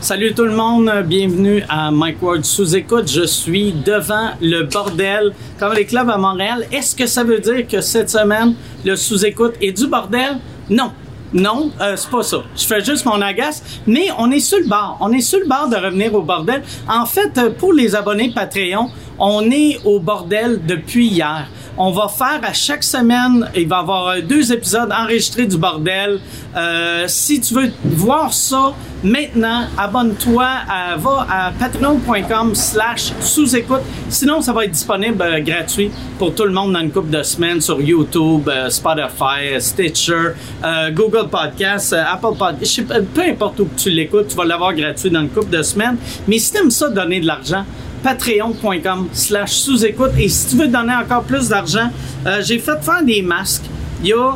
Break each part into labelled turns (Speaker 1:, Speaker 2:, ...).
Speaker 1: Salut tout le monde, bienvenue à Mike Ward sous écoute. Je suis devant le bordel comme les clubs à Montréal. Est-ce que ça veut dire que cette semaine le sous écoute est du bordel Non. Non, euh, c'est pas ça. Je fais juste mon agace, mais on est sur le bord. On est sur le bord de revenir au bordel. En fait, euh, pour les abonnés Patreon, on est au bordel depuis hier. On va faire à chaque semaine, il va y avoir euh, deux épisodes enregistrés du bordel. Euh, si tu veux voir ça maintenant, abonne-toi, à, va à patreon.com slash sous-écoute. Sinon, ça va être disponible euh, gratuit pour tout le monde dans une couple de semaines sur YouTube, euh, Spotify, euh, Stitcher, euh, Google Podcasts, euh, Apple Podcasts. Peu importe où que tu l'écoutes, tu vas l'avoir gratuit dans une couple de semaines. Mais si t'aimes ça, donner de l'argent, patreon.com slash sous-écoute. Et si tu veux donner encore plus d'argent, euh, j'ai fait faire des masques. Il y a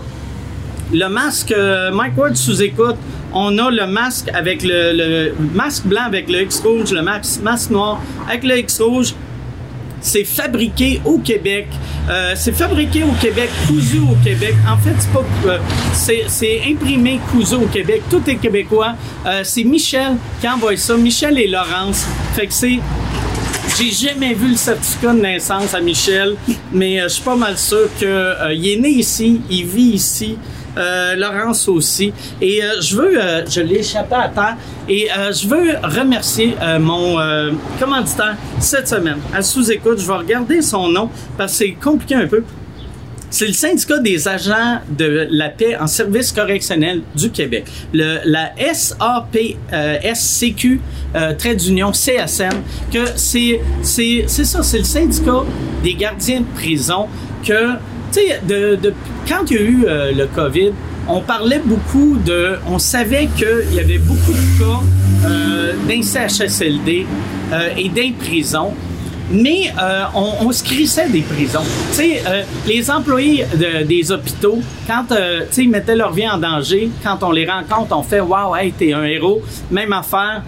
Speaker 1: le masque euh, Mike Ward sous écoute. On a le masque avec le, le masque blanc avec le X rouge, le mas- masque noir avec le X rouge. C'est fabriqué au Québec. Euh, c'est fabriqué au Québec, cousu au Québec. En fait, c'est pas, euh, c'est, c'est imprimé, cousu au Québec. Tout est québécois. Euh, c'est Michel qui envoie ça. Michel et Laurence. Fait que c'est j'ai jamais vu le certificat de naissance à Michel, mais euh, je suis pas mal sûr que euh, il est né ici, il vit ici. Euh, Laurence aussi. Et euh, je veux, euh, je l'ai échappé à terre, et euh, je veux remercier euh, mon euh, commanditaire cette semaine. À sous-écoute, je vais regarder son nom parce que c'est compliqué un peu. C'est le syndicat des agents de la paix en service correctionnel du Québec. Le, la SAPSCQ, euh, trait d'union CSN, que c'est, c'est, c'est ça, c'est le syndicat des gardiens de prison que, tu sais, de, de- quand il y a eu euh, le COVID, on parlait beaucoup de. On savait qu'il y avait beaucoup de cas euh, d'un CHSLD euh, et d'un prison. Mais euh, on, on se crissait des prisons. Tu sais, euh, les employés de- des hôpitaux, quand euh, tu sais, ils mettaient leur vie en danger, quand on les rencontre, on fait Waouh, hey, t'es un héros. Même affaire,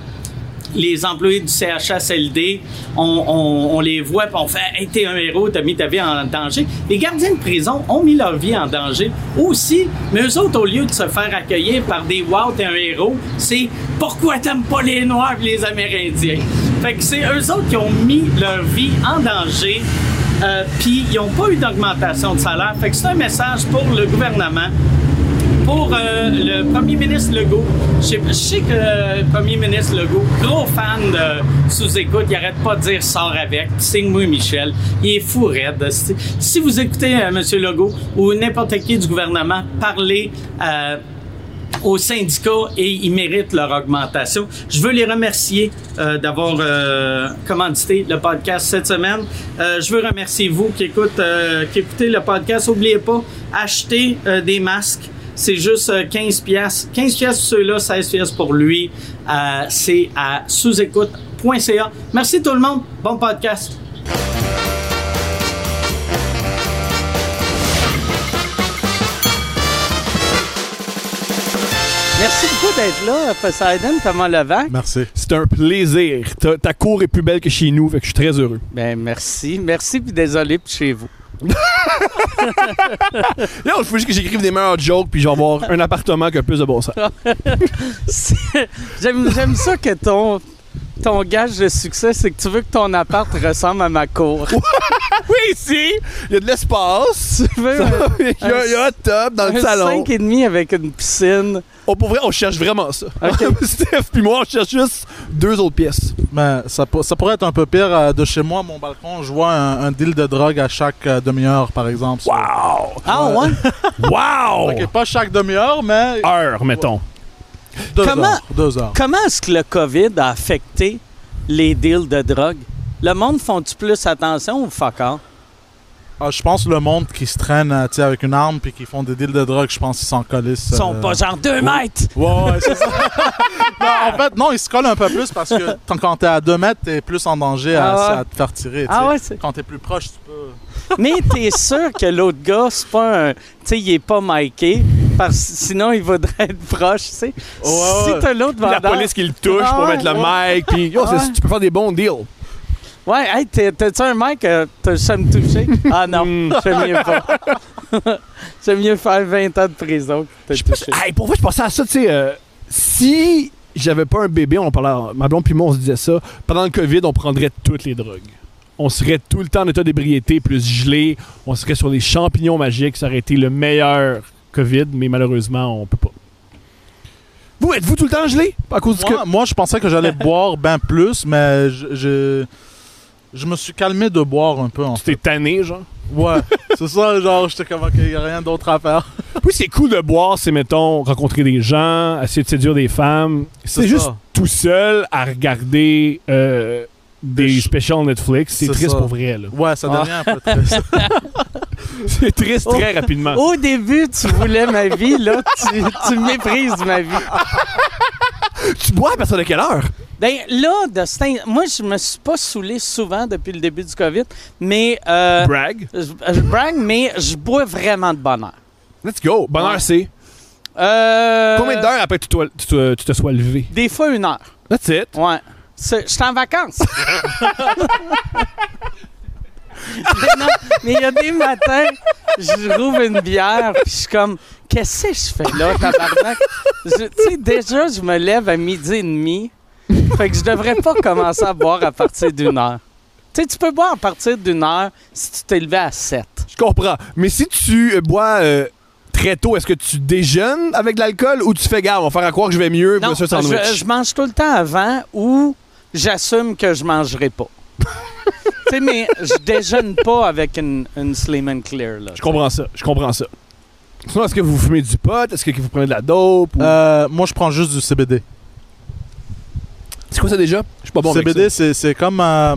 Speaker 1: les employés du CHSLD, on, on- on les voit et on fait Hey, t'es un héros, t'as mis ta vie en danger. Les gardiens de prison ont mis leur vie en danger aussi, mais eux autres, au lieu de se faire accueillir par des Wow, t'es un héros, c'est Pourquoi t'aimes pas les Noirs et les Amérindiens Fait que c'est eux autres qui ont mis leur vie en danger. euh, Puis ils n'ont pas eu d'augmentation de salaire. Fait que c'est un message pour le gouvernement pour euh, le premier ministre Legault. Je sais- je sais que euh, le premier ministre Legault, gros fan de sous-écoute, il arrête pas de dire sors avec, signe-moi Michel. Il est fou raide. Si- Si vous écoutez euh, Monsieur Legault ou n'importe qui du gouvernement parler euh, aux syndicats et ils méritent leur augmentation. Je veux les remercier euh, d'avoir euh, commandité le podcast cette semaine. Euh, je veux remercier vous qui, écoute, euh, qui écoutez le podcast. N'oubliez pas, achetez euh, des masques. C'est juste euh, 15 pièces. 15 pièces pour ceux-là, 16 pièces pour lui. Euh, C'est à sous-écoute.ca. Merci tout le monde. Bon podcast. Merci beaucoup d'être là, Poseidon, Thomas Levac.
Speaker 2: Merci.
Speaker 3: C'est un plaisir. Ta, ta cour est plus belle que chez nous, fait que je suis très heureux.
Speaker 1: Ben merci, merci puis désolé puis chez vous.
Speaker 3: Là, il faut juste que j'écrive des meilleurs jokes, puis je vais avoir un appartement qui a plus de bon sens.
Speaker 1: C'est- J'aime, j'aime ça que ton, ton gage de succès, c'est que tu veux que ton appart ressemble à ma cour.
Speaker 3: Oui, ici, il y a de l'espace.
Speaker 1: Tu veux un,
Speaker 3: il, y a, il y a un top dans le salon.
Speaker 1: 5 et demi avec une piscine.
Speaker 3: Oh, pour vrai, on cherche vraiment ça.
Speaker 1: Ok.
Speaker 3: Steph puis moi, on cherche juste deux autres pièces.
Speaker 2: Mais ça, pour- ça pourrait être un peu pire euh, de chez moi, mon balcon. Je vois un, un deal de drogue à chaque euh, demi-heure, par exemple.
Speaker 3: Wow!
Speaker 1: Ah ouais?
Speaker 3: Wow!
Speaker 2: Ok, pas chaque demi-heure, mais
Speaker 3: Heure, mettons.
Speaker 2: deux
Speaker 1: Comment-
Speaker 2: heures. Deux heures.
Speaker 1: Comment est-ce que le COVID a affecté les deals de drogue? Le monde font-tu plus attention ou fuck off?
Speaker 2: Ah, je pense le monde qui se traîne euh, tu sais, avec une arme puis qui font des deals de drogue, je pense qu'ils s'en collissent.
Speaker 1: Ils sont
Speaker 2: euh,
Speaker 1: pas genre 2 mètres!
Speaker 2: Ouais, ouais, c'est ça. Non, en fait, non, ils se collent un peu plus parce que tant- quand t'es à 2 mètres, t'es plus en danger à,
Speaker 1: Ah ouais.
Speaker 2: à te faire tirer. tu
Speaker 1: Ah
Speaker 2: sais.
Speaker 1: ouais, c'est-
Speaker 2: Quand t'es plus proche, tu peux.
Speaker 1: Mais t'es sûr que l'autre gars, c'est pas un. Tu sais, il est pas miqué, parce que sinon il voudrait être proche, tu sais. si
Speaker 2: ouais.
Speaker 1: t'as l'autre
Speaker 3: La
Speaker 1: vendeur.
Speaker 3: police qui le touche
Speaker 1: Ah
Speaker 3: pour
Speaker 1: ouais,
Speaker 3: mettre le mic, puis yo,
Speaker 1: Ah
Speaker 3: c'est-
Speaker 1: ouais.
Speaker 3: tu peux faire des bons deals.
Speaker 1: Ouais, hey, t'es- t'as-tu un mic? euh, T'as ça me toucher? Ah non,
Speaker 3: Hmm.
Speaker 1: j'aime mieux pas. j'aime mieux faire 20 ans de prison que te
Speaker 3: Je pense-
Speaker 1: toucher.
Speaker 3: Hey, pour vrai, je pensais à ça, tu sais. euh, si j'avais pas un bébé, on parlait, ma blonde puis moi, on se disait ça. Pendant le COVID, on prendrait toutes les drogues. On serait tout le temps en état d'ébriété, plus gelé. On serait sur des champignons magiques. Ça aurait été le meilleur COVID, mais malheureusement, on peut pas. Vous, êtes-vous tout le temps gelé? À cause du
Speaker 2: Moi, moi, je pensais que j'allais boire ben plus, mais je, je, je me suis calmé de boire un peu. En
Speaker 3: que- Tu t'es tanné, genre?
Speaker 2: Ouais, c'est ça, genre, j'étais comme, ok, y a rien d'autre à faire.
Speaker 3: Oui, c'est cool de boire, c'est, mettons, rencontrer des gens, essayer de séduire des femmes. C'est
Speaker 2: C'est
Speaker 3: juste
Speaker 2: ça.
Speaker 3: tout seul à regarder euh, des
Speaker 2: Des ch-
Speaker 3: specials Netflix. C'est
Speaker 2: C'est
Speaker 3: triste
Speaker 2: ça.
Speaker 3: pour vrai, là.
Speaker 2: Ouais, ça
Speaker 3: Ah.
Speaker 2: devient un peu triste.
Speaker 3: C'est triste très rapidement.
Speaker 4: Au début, tu voulais ma vie, là, tu, tu méprises ma vie.
Speaker 3: Tu bois à partir de quelle heure?
Speaker 4: Ben là, de cet in- moi, je me suis pas saoulé souvent depuis le début du COVID, mais euh,
Speaker 3: Brag.
Speaker 4: je, je brague, mais je bois vraiment de bonheur.
Speaker 3: Let's go. Bonne
Speaker 4: Ouais.
Speaker 3: heure, c'est.
Speaker 4: Euh,
Speaker 3: Combien d'heures après que tu, toi- tu te- tu te sois levé?
Speaker 4: Des fois une heure.
Speaker 3: That's it.
Speaker 4: Ouais. C'est- Je suis en vacances. mais non, mais il y a des matins, je rouvre une bière, puis je suis comme, qu'est-ce que je fais là, tabarnak? Je- Tu sais, déjà, je me lève à midi et demi, fait que je devrais pas commencer à boire à partir d'une heure. Tu sais, tu peux boire à partir d'une heure si tu t'es levé à 7.
Speaker 3: Je comprends. Mais si tu euh, bois euh, très tôt, est-ce que tu déjeunes avec de l'alcool ou tu fais garde? On va faire à croire que je vais mieux,
Speaker 4: Non,
Speaker 3: monsieur Sandwich.
Speaker 4: je, je mange tout le temps avant ou j'assume que je mangerai pas. tu sais, mais je déjeune pas avec une, une Slim and Clear. Là.
Speaker 3: Je comprends ça. Je comprends ça. Sinon, est-ce que vous fumez du pot? Est-ce que vous prenez de la dope? ou-
Speaker 2: Euh, moi, je prends juste du CBD.
Speaker 3: C'est quoi ça déjà? Je suis pas bon avec ça.
Speaker 2: CBD, Ah c'est- c'est comme. euh,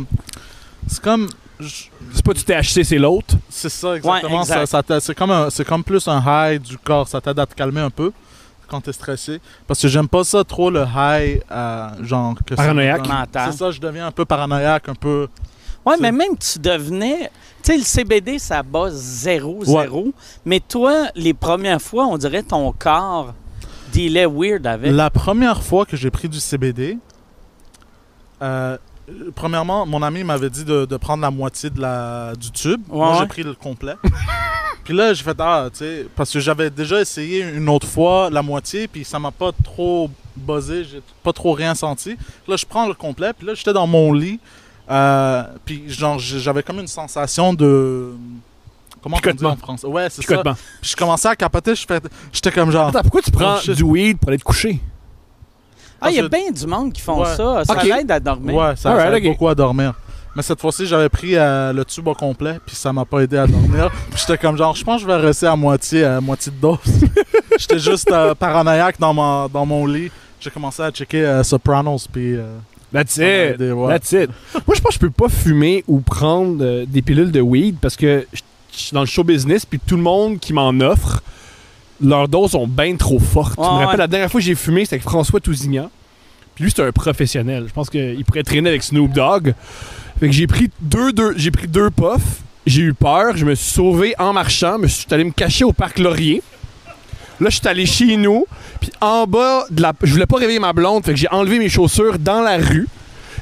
Speaker 2: c'est comme. je-
Speaker 3: C'est pas du THC, c'est l'autre.
Speaker 2: C'est ça, exactement.
Speaker 4: exact.
Speaker 2: Ça- ça t'a- c'est comme, un- c'est comme plus un high du corps. Ça t'aide à te calmer un peu quand t'es stressé. Parce que j'aime pas ça trop, le high, euh, genre. Que ça me
Speaker 3: Paranoïaque.
Speaker 2: donne.
Speaker 4: Mental.
Speaker 2: C'est ça, je deviens un peu paranoïaque, un peu.
Speaker 4: Ouais,
Speaker 2: c'est-
Speaker 4: mais même tu devenais. Tu sais, le CBD, ça bat zéro, zéro. Mais toi, les premières fois, on dirait ton corps dealait weird avec.
Speaker 2: La première fois que j'ai pris du CBD, euh, premièrement, mon ami m'avait dit de, de prendre la moitié de la, du tube. Moi,
Speaker 4: Ouais.
Speaker 2: j'ai pris le complet. puis là, j'ai fait, ah, tu sais, parce que j'avais déjà essayé une autre fois la moitié, puis ça m'a pas trop buzzé, j'ai pas trop rien senti. Là, je prends le complet, puis là, j'étais dans mon lit, euh, puis genre, j'avais comme une sensation de. Comment on dit
Speaker 3: Picotement.
Speaker 2: en français? Ouais, c'est ça.
Speaker 3: Chicotement.
Speaker 2: Puis je commençais à capoter, je fais- j'étais comme genre.
Speaker 3: Attends, pourquoi tu prends
Speaker 2: Oh, shit.
Speaker 3: du weed pour aller te coucher?
Speaker 4: ah, il y a
Speaker 2: parce
Speaker 4: bien du monde qui font
Speaker 2: Ouais.
Speaker 4: ça. Ça
Speaker 3: Ok.
Speaker 4: l'aide à dormir.
Speaker 2: Ouais, ça,
Speaker 3: Alright,
Speaker 2: ça aide
Speaker 3: ok.
Speaker 2: beaucoup à dormir. Mais cette fois-ci, j'avais pris euh, le tube au complet, puis ça m'a pas aidé à dormir. Puis j'étais comme genre, je pense que je vais rester à moitié, à moitié de dose. j'étais juste euh, paranoïaque dans, ma, dans mon lit. J'ai commencé à checker euh, Sopranos, puis euh,
Speaker 3: That's
Speaker 2: ça m'a
Speaker 3: it.
Speaker 2: aidé, ouais.
Speaker 3: That's it. Moi, je pense que je peux pas fumer ou prendre euh, des pilules de weed parce que je je suis dans le show business, puis tout le monde qui m'en offre, leurs doses sont bien trop fortes.
Speaker 4: Ouais,
Speaker 3: je me rappelle
Speaker 4: ouais.
Speaker 3: la dernière fois que j'ai fumé, c'était avec François Tousignan. Puis lui, c'était un professionnel. Je pense qu'il pourrait traîner avec Snoop Dogg. Fait que j'ai pris deux, deux, j'ai pris deux puffs. J'ai eu peur. Je me suis sauvé en marchant. Je suis allé me cacher au parc Laurier. Là, je suis allé chez nous. Puis en bas de la. Je voulais pas réveiller ma blonde. Fait que j'ai enlevé mes chaussures dans la rue.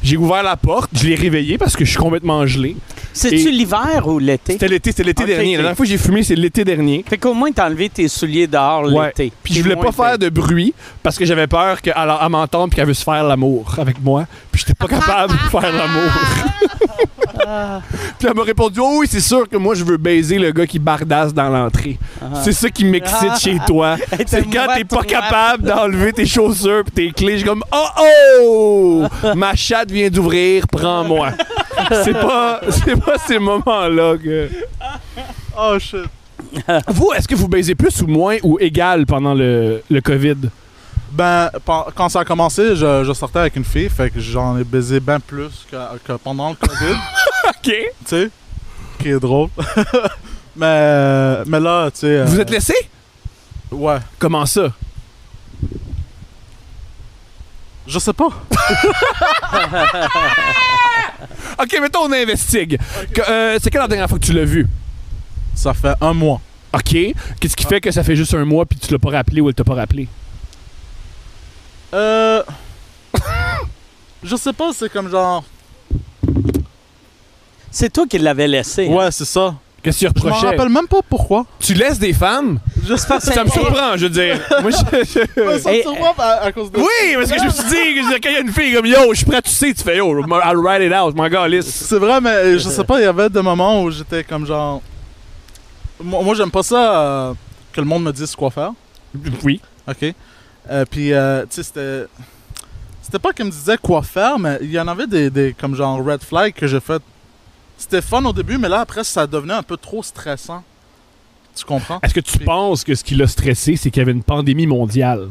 Speaker 3: J'ai ouvert la porte. Je l'ai réveillée parce que je suis complètement gelé.
Speaker 4: C'est-tu
Speaker 3: Et-
Speaker 4: l'hiver ou l'été?
Speaker 3: C'était l'été, c'était l'été
Speaker 4: Ok,
Speaker 3: dernier.
Speaker 4: ok.
Speaker 3: La dernière fois que j'ai fumé, c'est l'été dernier.
Speaker 4: Fait qu'au moins, t'as enlevé tes souliers dehors
Speaker 3: Ouais.
Speaker 4: l'été.
Speaker 3: Puis je voulais pas faire de bruit parce que j'avais peur qu'elle elle m'entende puis qu'elle veut se faire l'amour avec moi. Puis j'étais pas capable de faire l'amour. puis elle m'a répondu Oh oui, c'est sûr que moi je veux baiser le gars qui bardasse dans l'entrée. C'est ça qui m'excite chez toi. C'est quand t'es pas capable d'enlever tes chaussures pis tes clés. Je suis comme Oh oh Ma chatte vient d'ouvrir, prends-moi. C'est pas, c'est pas ces moments-là que.
Speaker 2: Oh shit.
Speaker 3: Vous, est-ce que vous baisez plus ou moins ou égal pendant le, le COVID?
Speaker 2: Ben, pen- quand ça a commencé, je, je sortais avec une fille, fait que j'en ai baisé bien plus que, que pendant le COVID,
Speaker 3: OK.
Speaker 2: tu sais. Qui est drôle. mais, mais là, tu sais. euh,
Speaker 3: Vous êtes laissé?
Speaker 2: Ouais.
Speaker 3: Comment ça?
Speaker 2: Je sais pas.
Speaker 3: OK, mettons, on investigue. Que- euh, c'est quand la dernière fois que tu l'as vu?
Speaker 2: Ça fait un mois.
Speaker 3: OK. Qu'est-ce qui fait que ça fait juste un mois puis tu l'as pas rappelé ou elle t'a pas rappelé?
Speaker 2: Euh. je sais pas, c'est comme genre.
Speaker 4: C'est toi qui hein. l'avais laissé. hein?
Speaker 2: Ouais, c'est ça.
Speaker 3: Qu'est-ce que tu
Speaker 2: Je m'en
Speaker 3: reprochais?
Speaker 2: rappelle même Ben, pas pourquoi.
Speaker 3: Tu laisses des femmes?
Speaker 2: Juste
Speaker 4: parce
Speaker 3: Ça me
Speaker 4: que-
Speaker 3: surprend, je veux dire. Moi, je- je-
Speaker 2: ça me
Speaker 4: Et-
Speaker 2: surprend à, à cause de.
Speaker 3: Oui, parce que je me suis dit, que je veux dire, quand il y a une fille comme yo, je suis prêt, tu sais, tu fais yo, I'll write it out, mon gars, lisse.
Speaker 2: C'est vrai, mais je sais pas, il y avait des moments où j'étais comme genre. Moi, moi, j'aime pas ça euh, que le monde me dise quoi faire.
Speaker 3: Oui.
Speaker 2: OK. Euh, puis, euh, tu sais, c'était. C'était pas qu'elle me disait quoi faire, mais il y en avait des, des comme genre red flag que j'ai fait. C'était fun au début, mais là, après, ça devenait un peu trop stressant. Tu comprends?
Speaker 3: Est-ce que tu
Speaker 2: Oui.
Speaker 3: penses que ce qui l'a stressé, c'est qu'il y avait une pandémie mondiale?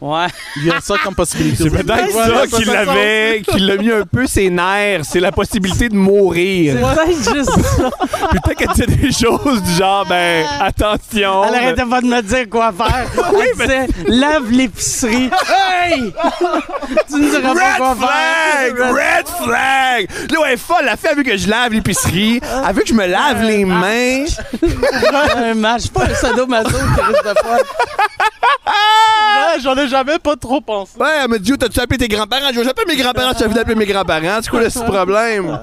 Speaker 4: Ouais.
Speaker 2: Il y a ça comme possibilité.
Speaker 3: C'est peut-être ça
Speaker 2: Voilà,
Speaker 3: qui
Speaker 2: fait
Speaker 3: l'avait, qui l'a mis un peu ses nerfs. C'est la possibilité de mourir.
Speaker 4: C'est peut-être juste ça.
Speaker 3: Puis peut-être qu'elle disait des choses du genre, ben, attention. ben,
Speaker 4: Elle arrêtait pas de me dire quoi faire. Elle disait, lave l'épicerie. Hey! tu me diras pas quoi
Speaker 3: Red
Speaker 4: faire.
Speaker 3: flag! Red flag! Là, elle est folle. La fille, elle veut que je lave l'épicerie. Elle veut que je me lave les mains.
Speaker 4: un match. Je suis pas un sadomaso qui risque de faire.
Speaker 2: Ouais, J'en ai jamais pas trop pensé.
Speaker 3: Ouais, elle me dit, oh, t'as-tu appelé tes grands-parents? Je vais j'appelle mes grands-parents. J'ai envie d'appeler mes grands-parents. C'est quoi le problème?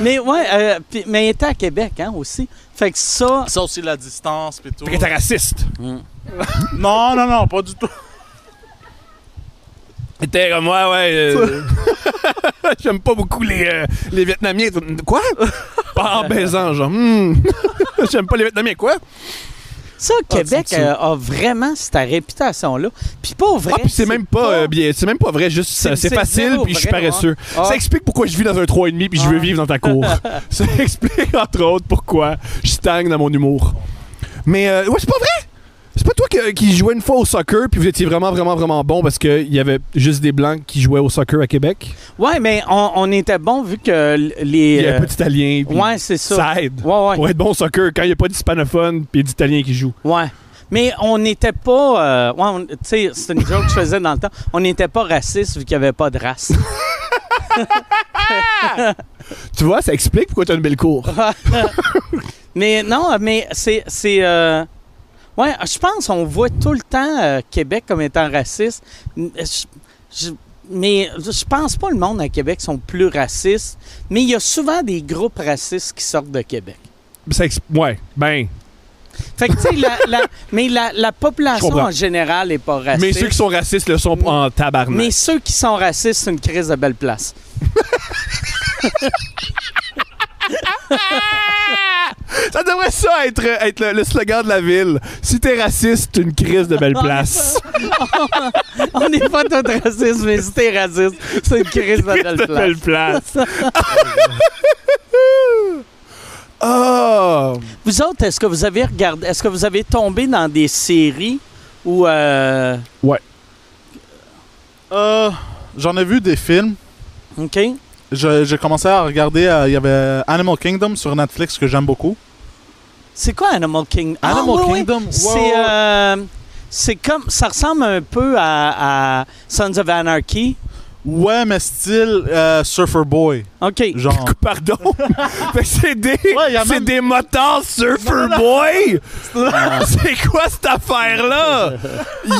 Speaker 4: Mais ouais, euh, puis- mais elle était à Québec, hein, aussi. Fait que ça.
Speaker 2: Ça aussi, la distance, pis tout.
Speaker 3: Fait que t'es raciste.
Speaker 2: Non, non, non, pas du tout.
Speaker 3: T'es comme, ouais, ouais. euh, J'aime pas beaucoup les, euh, les Vietnamiens. Quoi? Pas en baisant, genre. hmm. J'aime pas les Vietnamiens. Quoi?
Speaker 4: Ça,
Speaker 3: Ah,
Speaker 4: Québec
Speaker 3: c'est ça.
Speaker 4: euh, a vraiment cette réputation-là. Puis pas vrai.
Speaker 3: Ah, puis c'est même pas, euh, bien, c'est même pas vrai, juste ça,
Speaker 4: C'est-
Speaker 3: c'est
Speaker 4: c'est
Speaker 3: facile
Speaker 4: zéro
Speaker 3: puis je suis
Speaker 4: vrai,
Speaker 3: paresseux.
Speaker 4: Ah.
Speaker 3: Ça explique pourquoi je vis dans un 3,5 puis je veux vivre dans ta cour. ça explique entre autres pourquoi je stagne dans mon humour. Mais euh, ouais, c'est pas vrai. C'est pas toi qui, qui jouais une fois au soccer puis vous étiez vraiment vraiment vraiment bon parce que il y avait juste des blancs qui jouaient au soccer à Québec.
Speaker 4: Ouais, mais on, on était bon vu que l- les.
Speaker 3: Il y a un
Speaker 4: euh,
Speaker 3: peu d'Italiens. puis
Speaker 4: ouais, c'est ça.
Speaker 3: Ça aide.
Speaker 4: Ouais, ouais,
Speaker 3: Pour être bon au soccer, quand il n'y a pas d'hispanophones puis d'Italiens qui jouent.
Speaker 4: ouais. Mais on n'était pas. euh, ouais, on- tu sais, c'est une joke que je faisais dans le temps. On n'était pas raciste vu qu'il n'y avait pas de race.
Speaker 3: Tu vois, ça explique pourquoi t'as une belle cour.
Speaker 4: mais non, mais c'est. c'est euh, ouais, je pense qu'on voit tout le temps euh, Québec comme étant raciste. M- je- je- mais je pense pas le monde à Québec sont plus racistes. Mais il y a souvent des groupes racistes qui sortent de Québec.
Speaker 3: Ça expl- ouais, ben.
Speaker 4: Fait que, tu sais, la, la- mais la, la
Speaker 3: Je
Speaker 4: population
Speaker 3: comprends.
Speaker 4: en général n'est pas raciste.
Speaker 3: Mais ceux qui sont racistes le sont en tabarnak.
Speaker 4: Mais ceux qui sont racistes, c'est une crise de belle place.
Speaker 3: Ça devrait ça être, être le, le slogan de la ville. Si t'es raciste, t'es une crise de belle place.
Speaker 4: On n'est pas tous racistes, mais si t'es raciste, c'est une crise de
Speaker 3: Crise
Speaker 4: belle
Speaker 3: de
Speaker 4: place.
Speaker 3: belle place. oh!
Speaker 4: Vous autres, est-ce que vous avez regardé, est-ce que vous avez tombé dans des séries où. euh,
Speaker 2: Euh, J'en ai vu des films.
Speaker 4: OK?
Speaker 2: Je- J'ai commencé à regarder, euh, il y avait Animal Kingdom sur Netflix que j'aime beaucoup.
Speaker 4: C'est quoi Animal Kingdom? Ah,
Speaker 2: Animal
Speaker 4: oui, oui.
Speaker 2: Kingdom, wow.
Speaker 4: C'est. euh, c'est comme. Ça ressemble un peu à, à Sons of Anarchy.
Speaker 2: Ouais, mais style euh, Surfer Boy.
Speaker 4: OK.
Speaker 2: Genre.
Speaker 3: Pardon? Fait que c'est des,
Speaker 2: y a
Speaker 3: c'est
Speaker 2: même-
Speaker 3: des motards surfer boy? c'est quoi cette affaire-là?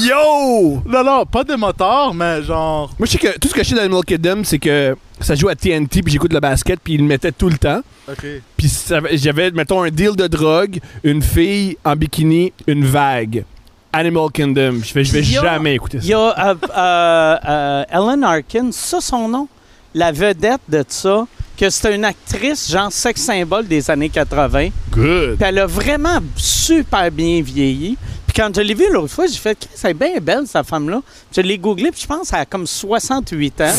Speaker 3: Yo!
Speaker 2: Non, non, pas des motards, mais genre.
Speaker 3: Moi, je sais que tout ce que je sais d'Animal Kingdom, c'est que ça joue à TNT, puis j'écoute le basket, puis ils le mettaient tout le temps.
Speaker 2: Ok.
Speaker 3: Puis ça- j'avais, mettons, un deal de drogue, une fille en bikini, une vague. Animal Kingdom. Je vais, je vais
Speaker 4: Il y a-
Speaker 3: jamais écouter
Speaker 4: Il
Speaker 3: ça.
Speaker 4: y a euh, euh, euh, Ellen Arkin, c'est ça son nom? La vedette de ça, que c'était une actrice, genre sex symbole des années 80.
Speaker 3: Good.
Speaker 4: Puis elle a vraiment super bien vieilli. Puis quand je l'ai vue l'autre fois, j'ai fait, Christ, elle est bien belle, cette femme-là. Je l'ai googlée, puis je pense qu'elle a comme 68 ans.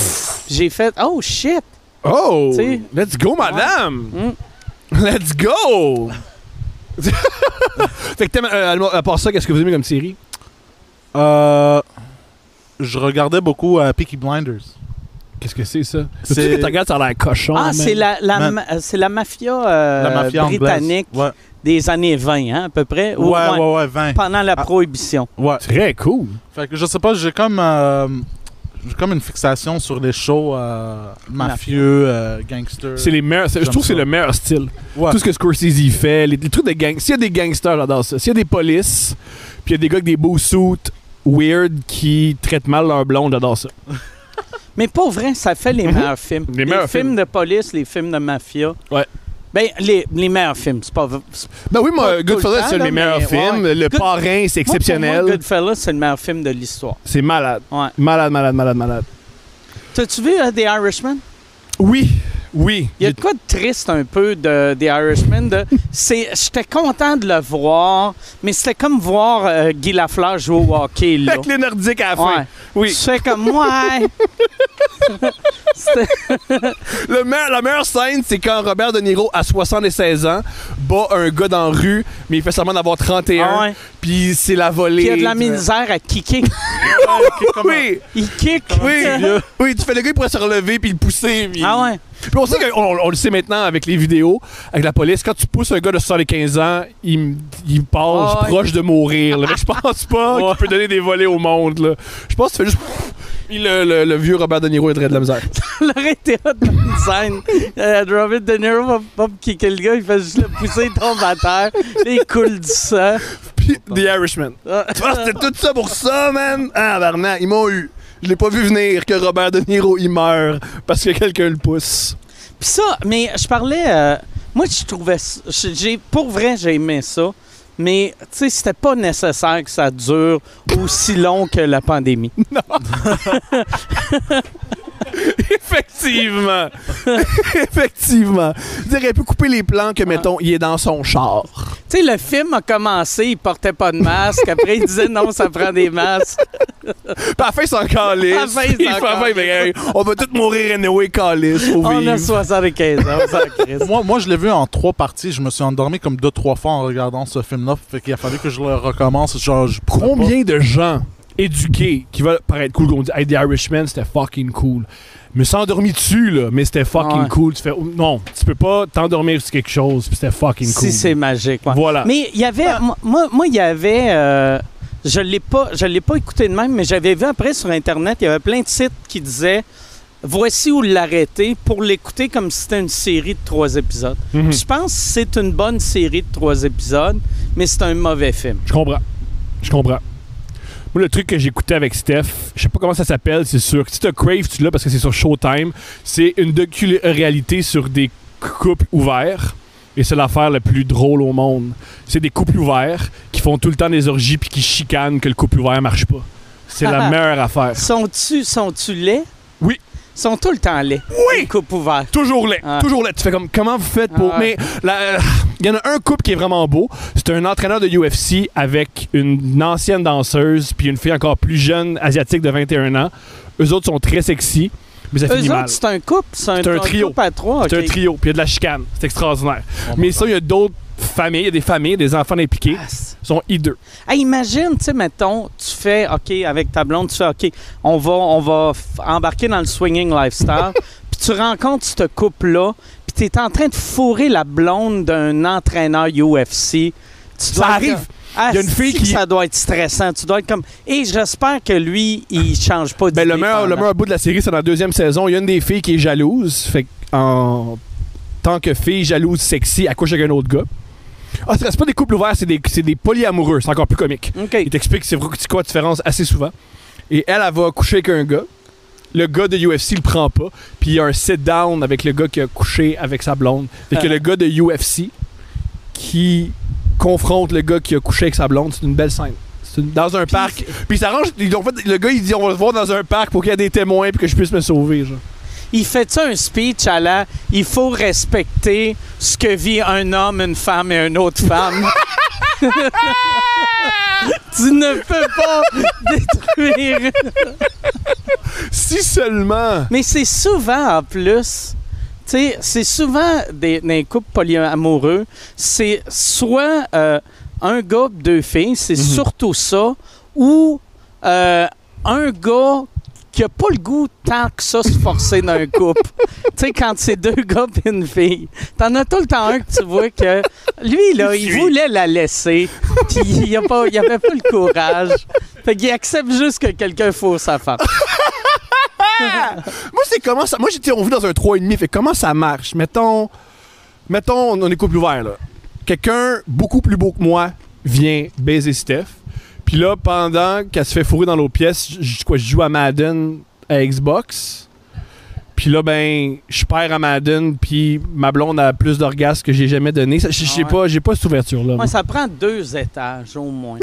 Speaker 4: Puis j'ai fait, oh shit!
Speaker 3: Oh!
Speaker 4: Tu sais-
Speaker 3: Let's go, madame!
Speaker 4: Ouais. Mm.
Speaker 3: Let's go! fait que t'aimes, euh, Animal- à part ça, qu'est-ce que vous aimez comme série?
Speaker 2: Euh, je regardais beaucoup euh, Peaky Blinders.
Speaker 3: Qu'est-ce que c'est, ça?
Speaker 2: C'est-
Speaker 3: C'est que tu regardes, ça a l'air cochon.
Speaker 4: Ah,
Speaker 3: man.
Speaker 4: c'est la, la
Speaker 2: Man.
Speaker 4: ma- euh, c'est la mafia, euh,
Speaker 2: La mafia anglaise.
Speaker 4: britannique
Speaker 2: Ouais,
Speaker 4: des années 20, hein, à peu près.
Speaker 2: ouais,
Speaker 4: Ou-
Speaker 2: ouais,
Speaker 4: ouais,
Speaker 2: ouais, 20.
Speaker 4: Pendant la
Speaker 2: Ah.
Speaker 4: prohibition.
Speaker 2: Ouais.
Speaker 3: Très cool.
Speaker 2: Fait que je sais pas, j'ai comme. euh, j'ai comme une fixation sur les shows euh, mafieux, euh, gangsters.
Speaker 3: C'est les meilleurs, c'est- je
Speaker 2: J'aime
Speaker 3: trouve que c'est
Speaker 2: ça.
Speaker 3: le meilleur style.
Speaker 2: Ouais.
Speaker 3: Tout ce que Scorsese y fait, les, les trucs de gang. S'il y a des gangsters, j'adore ça. S'il y a des polices, puis il y a des gars avec des beaux suits weird qui traitent mal leur blonde, j'adore ça.
Speaker 4: Mais pas vrai, ça fait les meilleurs films.
Speaker 3: Les meilleurs
Speaker 4: films. de police, les films de mafia.
Speaker 3: Ouais.
Speaker 4: Ben, les, les meilleurs films, c'est pas. v- c'est pas
Speaker 3: Ben oui, moi,
Speaker 4: tout le
Speaker 3: Goodfellas,
Speaker 4: temps,
Speaker 3: c'est un de
Speaker 4: là,
Speaker 3: mes meilleurs
Speaker 4: mais- ouais,
Speaker 3: films.
Speaker 4: ouais.
Speaker 3: Le
Speaker 4: Good-
Speaker 3: Parrain, c'est
Speaker 4: Moi, pour moi,
Speaker 3: exceptionnel.
Speaker 4: Goodfellas, c'est le meilleur film de l'histoire.
Speaker 3: C'est malade.
Speaker 4: Ouais.
Speaker 3: Malade, malade, malade, malade.
Speaker 4: T'as-tu vu euh, The Irishman?
Speaker 3: Oui, oui.
Speaker 4: Il y a de quoi de triste un peu de The Irishman. De, c'est, j'étais content de le voir, mais c'était comme voir euh, Guy Lafleur jouer au hockey. Là.
Speaker 3: Avec les Nordiques à la fin.
Speaker 4: Ouais. Tu
Speaker 3: Oui.
Speaker 4: fais comme moi. C'était-
Speaker 3: Le meilleur- la meilleure scène, c'est quand Robert De Niro, à 76 ans, bat un gars dans la rue, mais il fait seulement d'avoir 31.
Speaker 4: Ah ouais.
Speaker 3: Puis c'est la volée.
Speaker 4: Puis il y a de la
Speaker 3: tu-
Speaker 4: misère à kicker.
Speaker 2: Ok, comme un-
Speaker 3: euh, Oui,
Speaker 4: Il kick.
Speaker 3: oui, oui, tu fais le gars, il pourrait se relever puis le pousser. puis-
Speaker 4: Ah ouais.
Speaker 3: Puis on sait qu'on on- on le sait maintenant avec les vidéos, avec la police, quand tu pousses un gars de 75 ans, il, m- il passe
Speaker 4: Ah ouais.
Speaker 3: proche de mourir. là. Fait que Je pense pas
Speaker 4: Ouais.
Speaker 3: qu'il peut donner des volets au monde. là. Je pense que tu fais juste. Puis le, le- le vieux Robert De Niro est de la misère.
Speaker 4: L'aurait été hot dans une scène. Euh, Robert De Niro va pas me kicker le gars, il fait juste le pousser, il tombe à terre. Là, il coule du sang.
Speaker 3: Puis The Irishman.
Speaker 4: Ah.
Speaker 3: Tu vois, c'était tout ça pour ça, man! Ah, Barnard, ils m'ont eu. Je l'ai pas vu venir que Robert De Niro, il meurt parce que quelqu'un le pousse.
Speaker 4: Puis ça, mais je parlais. euh, moi, je trouvais. ça- j'ai- j'ai- Pour vrai, j'ai aimé ça. Mais, tu sais, c'était pas nécessaire que ça dure aussi long que la pandémie.
Speaker 3: Effectivement! Effectivement! Je dirais, peut couper les plans que, mettons, il est dans son char.
Speaker 4: Tu sais, le film a commencé, il portait pas de masque. Après, il disait non, ça prend des masques.
Speaker 3: Puis à la fin, c'est en calice.
Speaker 4: À la fin, c'est
Speaker 3: Il
Speaker 4: en
Speaker 3: fait, à la fin,
Speaker 4: calice.
Speaker 3: ben, hey, on va tous mourir anyway, calice. Faut
Speaker 4: On a
Speaker 3: vivre.
Speaker 4: 75 ans, ça Christ.
Speaker 2: Moi, moi, je l'ai vu en trois parties. Je me suis endormi comme deux, trois fois en regardant ce film-là. Fait qu'il a fallu que je le recommence. Genre, je pouvais pas.
Speaker 3: Combien de gens éduqués qui veulent paraître cool, qu'on dit, hey, The Irishman, c'était fucking cool. Mais s'endormi dessus, là, mais c'était fucking
Speaker 4: Ouais.
Speaker 3: cool. Tu fais, oh, non, tu peux pas t'endormir sur quelque chose, puis c'était fucking cool.
Speaker 4: Si c'est magique, ouais.
Speaker 3: Voilà.
Speaker 4: Mais il y avait.
Speaker 3: Ah.
Speaker 4: moi- Moi, moi, il y avait. euh, je l'ai pas, je l'ai pas écouté de même, mais j'avais vu après sur Internet, il y avait plein de sites qui disaient Voici où l'arrêter pour l'écouter comme si c'était une série de trois épisodes.
Speaker 3: Mhm.
Speaker 4: Je pense que c'est une bonne série de trois épisodes, mais c'est un mauvais film.
Speaker 3: Je comprends. Je comprends. Moi, le truc que j'écoutais avec Steph, je sais pas comment ça s'appelle, c'est sûr. Si t'as Crave, tu l'as parce que c'est sur Showtime. C'est une docu-réalité sur des couples ouverts. Et c'est l'affaire la plus drôle au monde. C'est des couples ouverts qui font tout le temps des orgies puis qui chicanent que le couple ouvert marche pas. C'est la meilleure affaire.
Speaker 4: Sont-tu sont laids?
Speaker 3: Oui.
Speaker 4: Sont tout le temps laids.
Speaker 3: Oui!
Speaker 4: Coupe ouverte.
Speaker 3: Toujours laid.
Speaker 4: Ah.
Speaker 3: Toujours laid. Tu fais comme, comment vous faites pour.
Speaker 4: Ah ouais.
Speaker 3: Mais la- il y en a un couple qui est vraiment beau. C'est un entraîneur de UFC avec une ancienne danseuse puis une fille encore plus jeune, asiatique de 21 ans. Eux autres sont très sexy, mais ça
Speaker 4: Eux
Speaker 3: finit
Speaker 4: autres,
Speaker 3: mal.
Speaker 4: c'est un couple, c'est un,
Speaker 3: C'est un trio.
Speaker 4: couple à trois.
Speaker 3: C'est
Speaker 4: ok. Oh
Speaker 3: un trio, puis il y a de la chicane. C'est extraordinaire. mais ça, il y a d'autres familles, il y a des familles, des enfants impliqués.
Speaker 4: Ah, c'est-
Speaker 3: Ils sont hideux.
Speaker 4: Hey, imagine, tu sais, mettons, tu fais, OK, avec ta blonde, tu fais, OK, on va, on va f- embarquer dans le swinging lifestyle. puis tu rencontres ce couple-là, puis tu es en train de fourrer la blonde d'un entraîneur UFC. Tu dois
Speaker 3: Ça
Speaker 4: être-
Speaker 3: arrive.
Speaker 4: Ah,
Speaker 3: Il y a une fille
Speaker 4: si
Speaker 3: qui-
Speaker 4: Ça doit être stressant. Tu dois être comme. Et j'espère que lui, il change pas
Speaker 3: Ben,
Speaker 4: d'idée
Speaker 3: le, meilleur, le
Speaker 4: pendant-
Speaker 3: meilleur bout de la série, c'est dans la deuxième saison. Il y a une des filles qui est jalouse. Fait que, en tant que fille jalouse, sexy, elle couche avec un autre gars. Ah, c'est c'est pas des couples ouverts, c'est des, c'est des polyamoureux. C'est encore plus comique.
Speaker 4: OK.
Speaker 3: Il t'explique c'est vrai- c'est quoi la différence assez souvent. Et elle, elle va coucher avec un gars. Le gars de UFC le prend pas. Puis il y a un sit-down avec le gars qui a couché avec sa blonde. Fait que
Speaker 4: Ah.
Speaker 3: le gars de UFC qui confronte le gars qui a couché avec sa blonde, c'est une belle scène. C'est une- dans un parc. Puis ça arrange. ils ont fait- le gars, il dit on va le voir dans un parc pour qu'il y ait des témoins puis que je puisse me sauver. genre.
Speaker 4: Il fait ça un speech à la il faut respecter ce que vit un homme, une femme et une autre femme. tu ne peux pas détruire.
Speaker 3: Si seulement.
Speaker 4: Mais c'est souvent en plus. Tu sais, c'est souvent des, dans les couples polyamoureux, c'est soit euh, un gars, deux filles, c'est surtout ça, ou euh, un gars qui a pas le goût tant que ça se forcer dans un couple. tu sais, quand c'est deux gars et une fille, t'en as tout le temps un que tu vois que lui, là, il voulait la laisser, puis il a pas- il avait pas le courage. Fait qu'il accepte juste que quelqu'un faut sa femme.
Speaker 3: Moi, c'est comment ça. Moi, j'étais on vit dans un 3,5. Fait que comment ça marche Mettons. Mettons, on on est couple ouvert, là. Quelqu'un beaucoup plus beau que moi vient baiser Steph. Puis là, pendant qu'elle se fait fourrer dans l'autre pièce, je, je- quoi, je joue à Madden à Xbox. Puis Puis là, ben, je perds à Madden, puis ma blonde a plus d'orgasmes que j'ai jamais donné. Ça, Je je sais
Speaker 4: Ah ouais.
Speaker 3: pas, j'ai pas cette ouverture-là.
Speaker 4: Moi, ça prend deux étages au moins.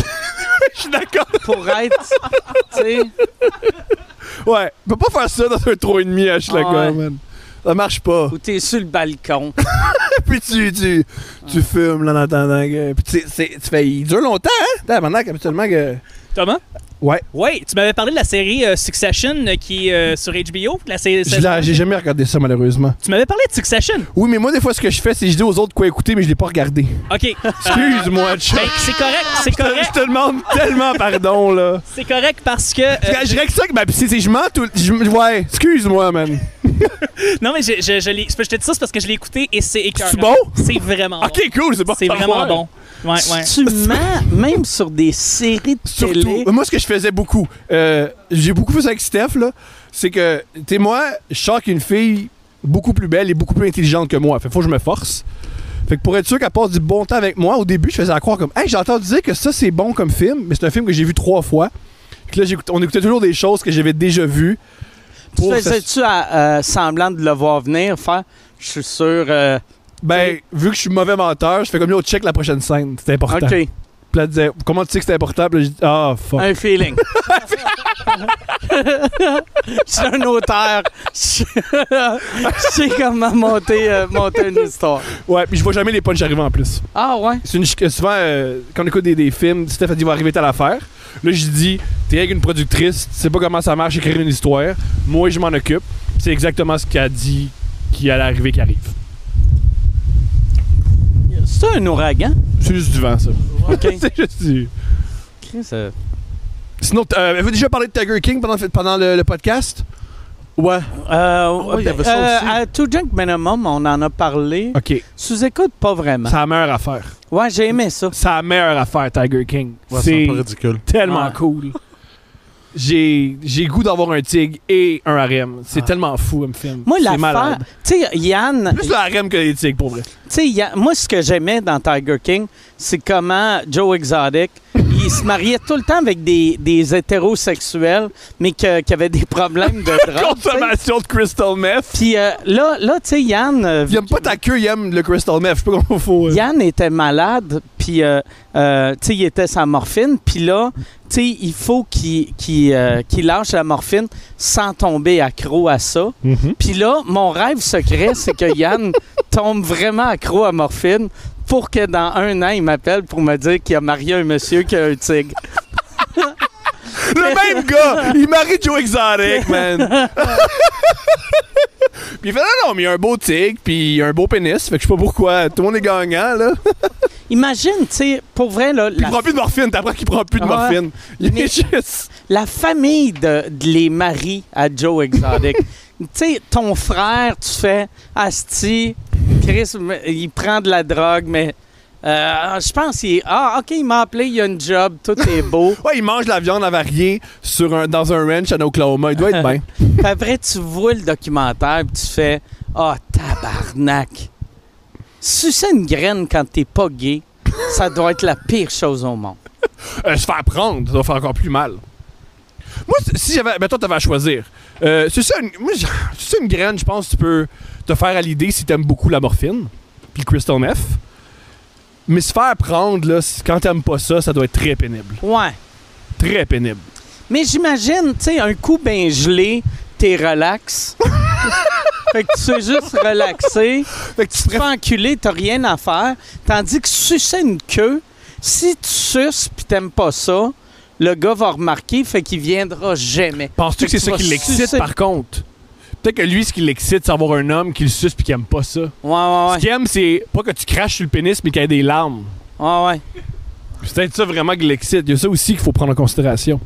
Speaker 3: je suis d'accord.
Speaker 4: Pour être. tu sais,
Speaker 3: Ouais, on peut pas faire ça dans un 3,5 à Schlager,
Speaker 4: Ah ouais.
Speaker 3: man. Ça marche pas.
Speaker 4: où t'es sur le balcon.
Speaker 3: Puis tu, tu, tu fumes là en attendant. que- Puis tu, c'est- tu fais. Il dure longtemps, hein? T'as maintenant habituellement que.
Speaker 5: Thomas?
Speaker 3: Ouais.
Speaker 5: Oui, tu m'avais parlé de la série euh, Succession euh, qui est euh, sur HBO. La série,
Speaker 3: Je l'ai- J'ai jamais regardé ça, malheureusement.
Speaker 5: Tu m'avais parlé de Succession.
Speaker 3: Oui, mais moi, des fois, ce que je fais, c'est que je dis aux autres quoi écouter, mais je l'ai pas regardé.
Speaker 5: OK.
Speaker 3: Excuse-moi, Chuck.
Speaker 5: Ben, c'est correct, c'est
Speaker 3: Je
Speaker 5: correct,
Speaker 3: te demande tellement pardon, là.
Speaker 5: c'est correct parce que... euh,
Speaker 3: Je règle ça que ma piscine, c'est je mens tout. je- ouais, excuse-moi, man.
Speaker 5: non, mais je, je, je l'ai... c'est parce que Je te dis ça, c'est parce que je l'ai écouté et c'est écœurant.
Speaker 3: C'est bon?
Speaker 5: C'est vraiment bon.
Speaker 3: Ok, cool, c'est bon.
Speaker 5: C'est
Speaker 3: à
Speaker 5: vraiment
Speaker 3: voir.
Speaker 5: bon. Ouais, ouais.
Speaker 4: Tu mens même sur des séries de
Speaker 3: Surtout,
Speaker 4: télé.
Speaker 3: moi, ce que je faisais beaucoup, euh, j'ai beaucoup fait ça avec Steph, là, c'est que, tu sais, moi, je sors qu'une fille beaucoup plus belle et beaucoup plus intelligente que moi. Fait que faut que je me force. Fait que pour être sûr qu'elle passe du bon temps avec moi, au début, je faisais à croire comme, hey, j'ai entendu dire que ça, c'est bon comme film, mais c'est un film que j'ai vu trois fois. Fait que là, j'écout- on écoutait toujours des choses que j'avais déjà vues.
Speaker 4: Tu
Speaker 3: pour
Speaker 4: faisais-tu à, euh, semblant de le voir venir, faire je suis sûr. euh,
Speaker 3: Ben, vu que je suis mauvais menteur, je fais comme, yo, check la prochaine scène. C'est important.
Speaker 4: OK,
Speaker 3: Puis là, elle disait, comment tu sais que c'était important? Puis là, je dis, ah, fuck.
Speaker 4: un feeling. Je suis un auteur. Je je sais comment monter, euh, monter une histoire.
Speaker 3: Ouais, puis je vois jamais les punchs arriver en plus.
Speaker 4: Ah ouais?
Speaker 3: C'est une ch- souvent, euh, quand on écoute des, des films, Steph a dit va arriver telle affaire. Là, je dis, t'es avec une productrice, tu sais pas comment ça marche, écrire une histoire. Moi, je m'en occupe. C'est exactement ce qu'elle a dit qui allait arriver qui arrive.
Speaker 4: C'est un ouragan?
Speaker 3: C'est juste du vent, ça.
Speaker 4: OK. Euh,
Speaker 3: C'est juste du.
Speaker 4: Ça-
Speaker 3: Sinon, t- euh, avez-vous déjà parlé de Tiger King pendant, le- pendant le, le podcast Ouais.
Speaker 4: Euh,
Speaker 2: ouais, il y avait ça
Speaker 4: euh,
Speaker 2: aussi.
Speaker 4: à Two Junk Minimum, on en a parlé.
Speaker 3: Ok.
Speaker 4: Sous-écoute, pas vraiment.
Speaker 3: C'est la meilleure affaire.
Speaker 4: Ouais, j'ai aimé ça.
Speaker 3: C'est la meilleure affaire, Tiger King.
Speaker 2: Ouais,
Speaker 3: c'est
Speaker 2: c'est pas ridicule.
Speaker 3: tellement
Speaker 4: Ouais.
Speaker 3: cool. J'ai j'ai goût d'avoir un tigre et un harem. C'est
Speaker 2: Ah.
Speaker 3: tellement fou, un film.
Speaker 4: Moi,
Speaker 3: C'est
Speaker 4: l'affaire.
Speaker 3: malade.
Speaker 4: Tu sais, Yann.
Speaker 3: Plus le harem que les tigres, pour vrai.
Speaker 4: Tu sais, il y a- moi, ce que j'aimais dans Tiger King, c'est comment Joe Exotic, il se mariait tout le temps avec des, des hétérosexuels, mais que- qui avaient des problèmes de drogue. tu sais.
Speaker 3: Consommation de crystal meth.
Speaker 4: Puis euh, là, là tu sais, Yann, euh,
Speaker 3: Il aime pas ta queue, il aime le crystal meth. Je sais pas comment faut. euh.
Speaker 4: Yann était malade, puis euh, euh, tu sais, il était sans morphine, puis là, tu sais, il faut qu'il qu'il, euh, qu'il lâche la morphine sans tomber accro à ça. Puis là, mon rêve secret, c'est que Yann tombe vraiment accro à morphine pour que dans un an, il m'appelle pour me dire qu'il a marié un monsieur qui a un tigre.
Speaker 3: Le même gars, il marie Joe Exotic, man. puis il fait non, non, mais il a un beau tigre, puis il a un beau pénis. Fait que je sais pas pourquoi. Tout le monde est gagnant, là.
Speaker 4: Imagine, tu sais, pour vrai, là,
Speaker 3: Puis il
Speaker 4: la, Ah
Speaker 3: prend plus de morphine. T'apprends qu'il prend plus de
Speaker 4: Ouais.
Speaker 3: morphine. Il
Speaker 4: Mais-
Speaker 3: est juste.
Speaker 4: la famille de, de les maris à Joe Exotic. tu sais, ton frère, tu fais Asti, Chris, mais il prend de la drogue, mais euh, je pense qu'il est. Ah, OK, il m'a appelé, il a une job, tout est beau.
Speaker 3: Ouais, il mange de la viande avariée sur un, dans un ranch en Oklahoma. Il doit être bien.
Speaker 4: Puis après, tu vois le documentaire puis tu fais Ah, tabarnak! Sucer une graine quand t'es pas gay, ça doit être la pire chose au monde.
Speaker 3: Euh, se faire prendre, ça va faire encore plus mal. Moi, si- si j'avais. Ben, toi, t'avais à choisir. Euh, c'est ça, une, moi, j'ai- c'est ça une graine, je pense, que tu peux te faire à l'idée si t'aimes beaucoup la morphine, puis le crystal meth. Mais se faire prendre, là, c- quand t'aimes pas ça, ça doit être très pénible.
Speaker 4: Ouais.
Speaker 3: Très pénible.
Speaker 4: Mais j'imagine, tu sais, un coup bien gelé, t'es relax. fait que tu sais juste relaxer.
Speaker 3: Fait que tu
Speaker 4: Tu te fais enculer, t'as rien à faire. Tandis que sucer une queue, si tu suces puis t'aimes pas ça, le gars va remarquer, fait qu'il viendra jamais.
Speaker 3: Penses-tu que c'est
Speaker 4: Tu
Speaker 3: ça
Speaker 4: vas
Speaker 3: qui l'excite,
Speaker 4: sucer.
Speaker 3: par contre? Peut-être que lui, ce qui l'excite, c'est avoir un homme qui le suce puis qui aime pas ça.
Speaker 4: Ouais, ouais,
Speaker 3: Ce qu'il aime, c'est pas que tu craches sur le pénis, mais qu'il y ait des larmes.
Speaker 4: ouais. Ouais, ouais.
Speaker 3: C'est peut-être ça vraiment qui l'excite. Il y a ça aussi qu'il faut prendre en considération.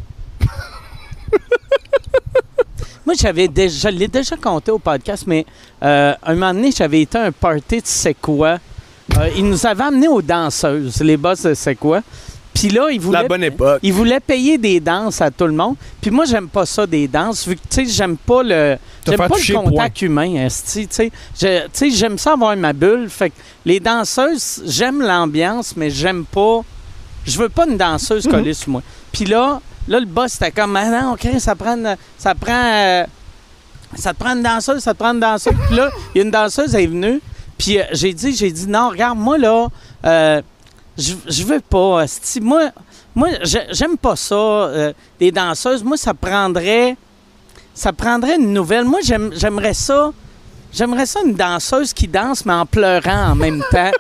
Speaker 4: Moi, j'avais déjà, je l'ai déjà compté au podcast, mais euh, un moment donné, j'avais été à un party de C'est quoi. Euh, ils nous avaient amenés aux danseuses, les boss de C'est quoi. Puis là, ils voulaient,
Speaker 3: époque.
Speaker 4: ils voulaient payer des danses à tout le monde. Puis moi, j'aime pas ça, des danses, vu que, tu sais, j'aime pas le,
Speaker 3: Te
Speaker 4: j'aime
Speaker 3: faire
Speaker 4: pas
Speaker 3: toucher,
Speaker 4: le contact humain. esti, Tu sais, Je- tu sais, j'aime ça avoir ma bulle. Fait que les danseuses, j'aime l'ambiance, mais j'aime pas je veux pas une danseuse collée sur moi. Puis là, là le boss était comme ah non, OK, ça prend une- ça prend euh, ça te prend une danseuse, ça te prend une danseuse. Puis là, il y a une danseuse, elle est venue. Puis euh, j'ai dit, j'ai dit, non, regarde, moi, là, euh, je je veux pas. esti. moi, moi j'ai- j'aime pas ça, euh, des danseuses. Moi, ça prendrait, ça prendrait une nouvelle. Moi, j'aime- j'aimerais ça. J'aimerais ça une danseuse qui danse, mais en pleurant en même temps,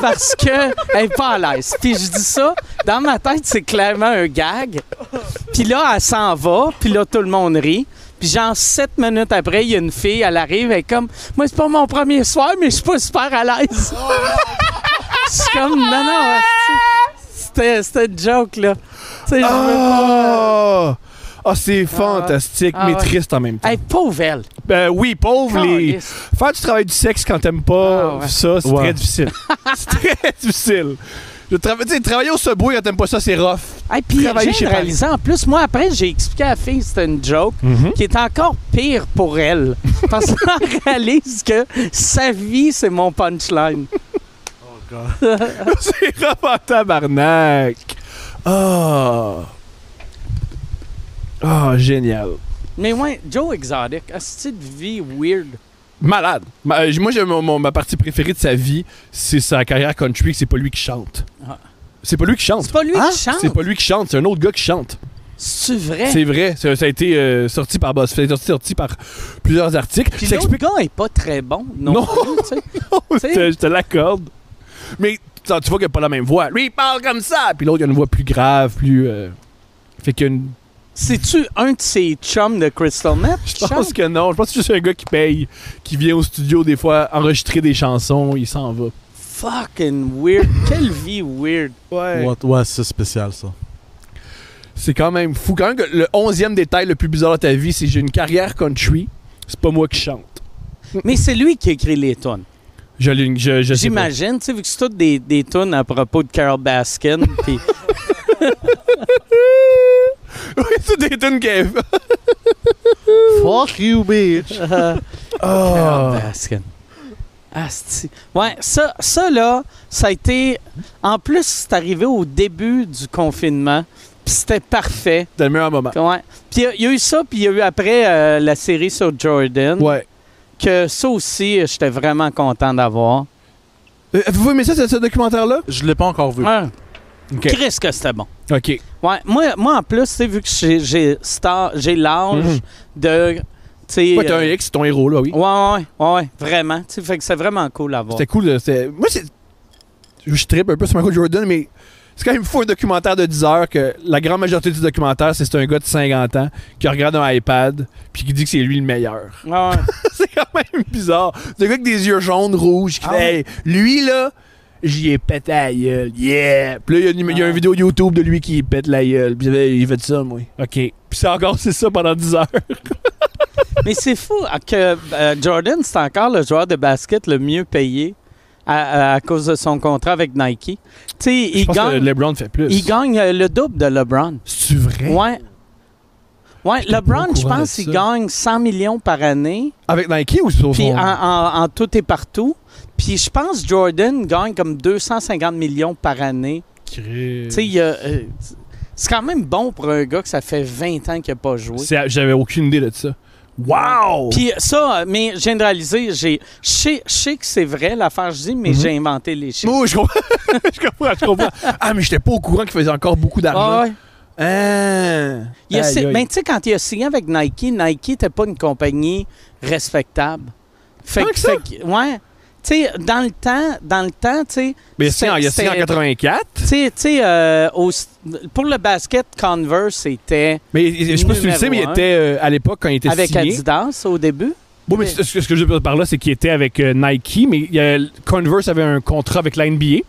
Speaker 4: parce qu'elle n'est pas à l'aise. Puis je dis ça, dans ma tête, c'est clairement un gag. Puis là, elle s'en va, puis là, tout le monde rit. Puis genre, sept minutes après, il y a une fille, elle arrive, elle est comme « Moi, c'est pas mon premier soir, mais je suis pas super à l'aise. » Je suis comme « Non, non, c'était c'était une joke, là. » Tu sais, je veux pas-
Speaker 3: Ah, Ah, c'est fantastique,
Speaker 4: Ah
Speaker 3: mais
Speaker 4: ouais.
Speaker 3: triste en même temps.
Speaker 4: Hey, pauvre elle.
Speaker 3: Ben oui, pauvre les.
Speaker 4: Caliste.
Speaker 3: Faire du travail du sexe quand t'aimes pas
Speaker 4: Ah ouais.
Speaker 3: ça, c'est
Speaker 2: Ouais.
Speaker 3: très difficile. c'est très difficile. Je trava- tu sais, travailler au subway quand t'aimes pas ça, c'est rough.
Speaker 4: Hey, puis
Speaker 3: Travailler
Speaker 4: j'ai
Speaker 3: chez
Speaker 4: réalisé, en plus, moi, après, j'ai expliqué à la fille que c'était une joke,
Speaker 3: Mhm.
Speaker 4: qui est encore pire pour elle. Parce qu'elle réalise que sa vie, c'est mon punchline.
Speaker 3: c'est rough en tabarnak. Ah. Ah, génial.
Speaker 4: Mais ouais, Joe Exotic, un style de vie weird.
Speaker 3: Malade. Ma- euh, moi, j'ai mon- mon- ma partie préférée de sa vie, c'est sa carrière country, que c'est pas lui qui chante.
Speaker 4: Ah.
Speaker 3: C'est pas lui qui chante.
Speaker 4: C'est pas lui
Speaker 3: Hein?
Speaker 4: qui chante.
Speaker 3: C'est pas lui qui chante, c'est un autre gars qui chante.
Speaker 4: C'est vrai.
Speaker 3: C'est vrai, ça, ça a été euh, sorti par Boss, ça a été sorti, sorti par plusieurs articles.
Speaker 4: Puis
Speaker 3: Ça
Speaker 4: l'autre
Speaker 3: explique.
Speaker 4: gars est pas très bon. Non.
Speaker 3: Non.
Speaker 4: plus, tu sais.
Speaker 3: je
Speaker 4: tu
Speaker 3: te-
Speaker 4: sais.
Speaker 3: je te l'accorde. Mais tu tu vois qu'il a pas la même voix. Lui, il parle comme ça, puis l'autre, il a une voix plus grave, plus. euh, Fait qu'il y a une.
Speaker 4: C'est-tu un de ses chums de Crystal Meth qui
Speaker 3: Je pense
Speaker 4: chante?
Speaker 3: que non. Je pense que c'est juste un gars qui paye, qui vient au studio des fois enregistrer des chansons, il s'en va.
Speaker 4: Fucking weird. Quelle vie weird.
Speaker 2: Ouais, ouais, c'est spécial ça.
Speaker 3: C'est quand même fou. Quand même que le onzième détail le plus bizarre de ta vie, c'est j'ai une carrière country, c'est pas moi qui chante.
Speaker 4: Mais c'est lui qui a écrit les tunes.
Speaker 3: Je, l'ai- je, je sais pas.
Speaker 4: J'imagine, tu sais, vu que c'est toutes des, des tunes à propos de Carol Baskin. puis
Speaker 3: Oui, c'est des tunes qu'elle fait.
Speaker 2: Fuck you, bitch!
Speaker 3: Ah.
Speaker 4: Carole Baskin. Asti. Ouais, ça, ça là, ça a été. En plus, c'est arrivé au début du confinement. Puis c'était parfait.
Speaker 3: C'était le meilleur moment.
Speaker 4: Ouais. Puis il y a- il y, a eu ça, puis il y a eu après euh, la série sur Jordan.
Speaker 3: Ouais.
Speaker 4: Que ça aussi, euh, j'étais vraiment content d'avoir.
Speaker 3: Euh, Avez-vous aimé ça, ce, ce documentaire-là?
Speaker 2: Je l'ai pas encore vu.
Speaker 4: Ah,
Speaker 3: OK.
Speaker 4: Chris, que c'était bon.
Speaker 3: OK.
Speaker 4: Ouais, moi, moi en plus, tu sais, vu que j'ai- j'ai star- j'ai l'âge
Speaker 3: Mhm.
Speaker 4: de. tu sais,
Speaker 3: Ouais, t'as un
Speaker 4: euh,
Speaker 3: X, c'est ton héros, là, oui.
Speaker 4: Ouais, ouais, ouais, ouais, vraiment. Tu sais, fait que c'est vraiment cool à voir.
Speaker 3: C'était cool. là, c'était- Moi, c'est... Je trippe un peu sur Michael Jordan, mais c'est quand même fou un documentaire de 10 heures que la grande majorité du documentaire, c'est c'est un gars de 50 ans qui regarde un iPad puis qui dit que c'est lui le meilleur.
Speaker 4: Ouais, ouais.
Speaker 3: c'est quand même bizarre. C'est un gars avec des yeux jaunes, rouges, qui
Speaker 4: Ah
Speaker 3: fait
Speaker 4: ouais.
Speaker 3: Hey, Lui, là, j'y ai pété la gueule. Yeah! » Puis là, il y a, une, il y a
Speaker 4: Ah.
Speaker 3: une vidéo YouTube de lui qui pète la gueule. Puis il fait- il fait ça, moi. OK. Puis c'est encore, c'est ça pendant 10 heures.
Speaker 4: Mais c'est fou hein, que euh, Jordan, c'est encore le joueur de basket le mieux payé à, à- à cause de son contrat avec Nike. Tu sais,
Speaker 3: Je
Speaker 4: il
Speaker 3: pense que
Speaker 4: gagne,
Speaker 3: LeBron fait plus.
Speaker 4: il gagne euh, le double de LeBron.
Speaker 3: C'est vrai?
Speaker 4: Ouais. Ouais,
Speaker 3: Hein? J'étais pas
Speaker 4: LeBron,
Speaker 3: au
Speaker 4: je
Speaker 3: courant
Speaker 4: pense
Speaker 3: de
Speaker 4: qu'il
Speaker 3: ça.
Speaker 4: gagne 100 millions par année,
Speaker 3: Avec Nike ou sur
Speaker 4: puis
Speaker 3: son...
Speaker 4: en, en- en tout et partout. Puis je pense Jordan gagne comme 250 millions par année.
Speaker 3: Chris.
Speaker 4: Tu sais, il y a, euh, c'est quand même bon pour un gars que ça fait 20 ans qu'il n'a pas joué.
Speaker 3: C'est- J'avais aucune idée de ça. Wow!
Speaker 4: Puis ça, euh, mais j'ai réalisé, j'ai, je sais- je sais que c'est vrai l'affaire, je dis, mais
Speaker 3: Mhm.
Speaker 4: j'ai inventé les chiffres.
Speaker 3: Oh, je comprends. je comprends, je comprends. Ah, mais j'étais pas au courant qu'il faisait encore beaucoup
Speaker 4: Ah
Speaker 3: d'argent.
Speaker 4: ouais.
Speaker 3: Ah.
Speaker 4: Il a
Speaker 3: Aïe,
Speaker 4: si-
Speaker 3: aïe.
Speaker 4: Mais tu sais, quand il a signé avec Nike, Nike n'était pas une compagnie respectable. Fait
Speaker 3: Tant
Speaker 4: que,
Speaker 3: que ça?
Speaker 4: fait que- ouais. Tu sais, dans le temps, dans le temps, tu sais,
Speaker 3: Mais si, il a
Speaker 4: c'est-
Speaker 3: signé en 84.
Speaker 4: tu sais, tu sais, euh, au- pour le basket, Converse c'était
Speaker 3: Mais je sais pas si tu le
Speaker 4: Numéro
Speaker 3: sais, mais il
Speaker 4: un.
Speaker 3: était euh, à l'époque quand il était
Speaker 4: avec
Speaker 3: signé.
Speaker 4: Adidas au début.
Speaker 3: Bon, mais ce, ce que je veux dire par là, c'est qu'il était avec euh, Nike, mais il y a- Converse avait un contrat avec la NBA.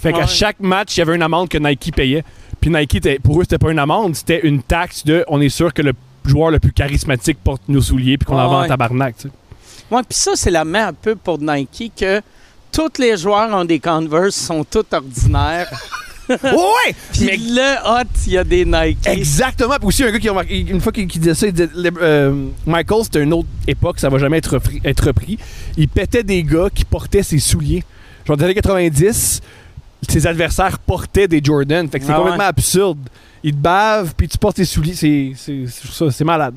Speaker 3: Fait qu'à
Speaker 4: Ouais.
Speaker 3: chaque match, il y avait une amende que Nike payait. Puis Nike, était- pour eux, c'était pas une amende, c'était une taxe de on est sûr que le joueur le plus charismatique porte nos souliers puis qu'on en vend en
Speaker 4: Ouais.
Speaker 3: tabarnak. tu sais.
Speaker 4: Ouais, puis ça, c'est la même un peu pour Nike que tous les joueurs ont des Converse, sont tous ordinaires.
Speaker 3: Oh, ouais!
Speaker 4: Puis
Speaker 3: Mais-
Speaker 4: le hot, il y a des Nike.
Speaker 3: Exactement. Puis aussi, un gars qui a remarqué, une fois qu'il qu'il disait ça, il disait le- euh, Michael, c'était une autre époque, ça va jamais être repris, être repris. Il pétait des gars qui portaient ses souliers. Genre, dans les années 90, ses adversaires portaient des Jordan. Fait que c'est
Speaker 4: Ah ouais.
Speaker 3: complètement absurde. Ils te bavent, puis tu portes tes souliers. C'est- C'est c'est- je trouve ça- c'est malade.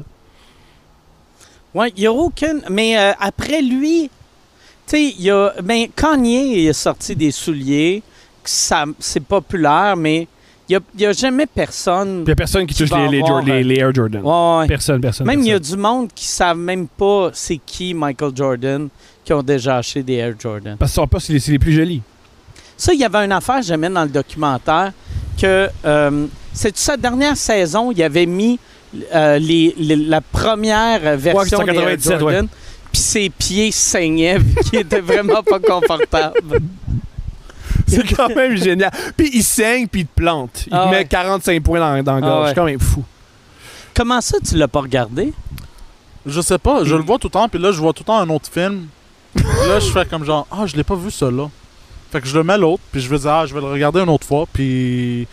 Speaker 4: Ouais, il n'y a aucune. Mais euh, après lui, tu sais, il y a. Ben, Kanye il a sorti des souliers. que ça- C'est populaire, mais il n'y a, jamais personne.
Speaker 3: Il y a personne qui
Speaker 4: Tu
Speaker 3: touche
Speaker 4: vas
Speaker 3: les, les,
Speaker 4: avoir,
Speaker 3: Jor- les-
Speaker 4: euh,
Speaker 3: les Air Jordan.
Speaker 4: Ouais, ouais.
Speaker 3: Personne, personne.
Speaker 4: Même il y a
Speaker 3: personne.
Speaker 4: du monde qui ne savent même pas c'est qui Michael Jordan qui ont déjà acheté des Air Jordan.
Speaker 3: Parce que son poste, c'est les- c'est les plus jolis.
Speaker 4: Ça, il y avait une affaire, jamais dans le documentaire, que euh, c'est sa dernière saison, il avait mis euh, les- les- la première version
Speaker 3: c'est en
Speaker 4: des Air
Speaker 3: 97,
Speaker 4: Jordan, puis ses pieds saignaient, puis il était vraiment pas confortable.
Speaker 3: C'est quand même génial. Puis il saigne, puis il te plante. Il
Speaker 4: Ah
Speaker 3: te met
Speaker 4: ouais.
Speaker 3: 45 points dans, dans la
Speaker 4: Ah
Speaker 3: gorge.
Speaker 4: ouais.
Speaker 3: C'est quand même fou.
Speaker 4: Comment ça, tu l'as pas regardé?
Speaker 2: Je sais pas, je le vois tout le temps, puis là, je vois tout le temps un autre film. Puis là, je fais comme genre, ah, je l'ai pas vu celui-là. Fait que je le mets l'autre, puis je vais dire, ah, je vais le regarder une autre fois, puis.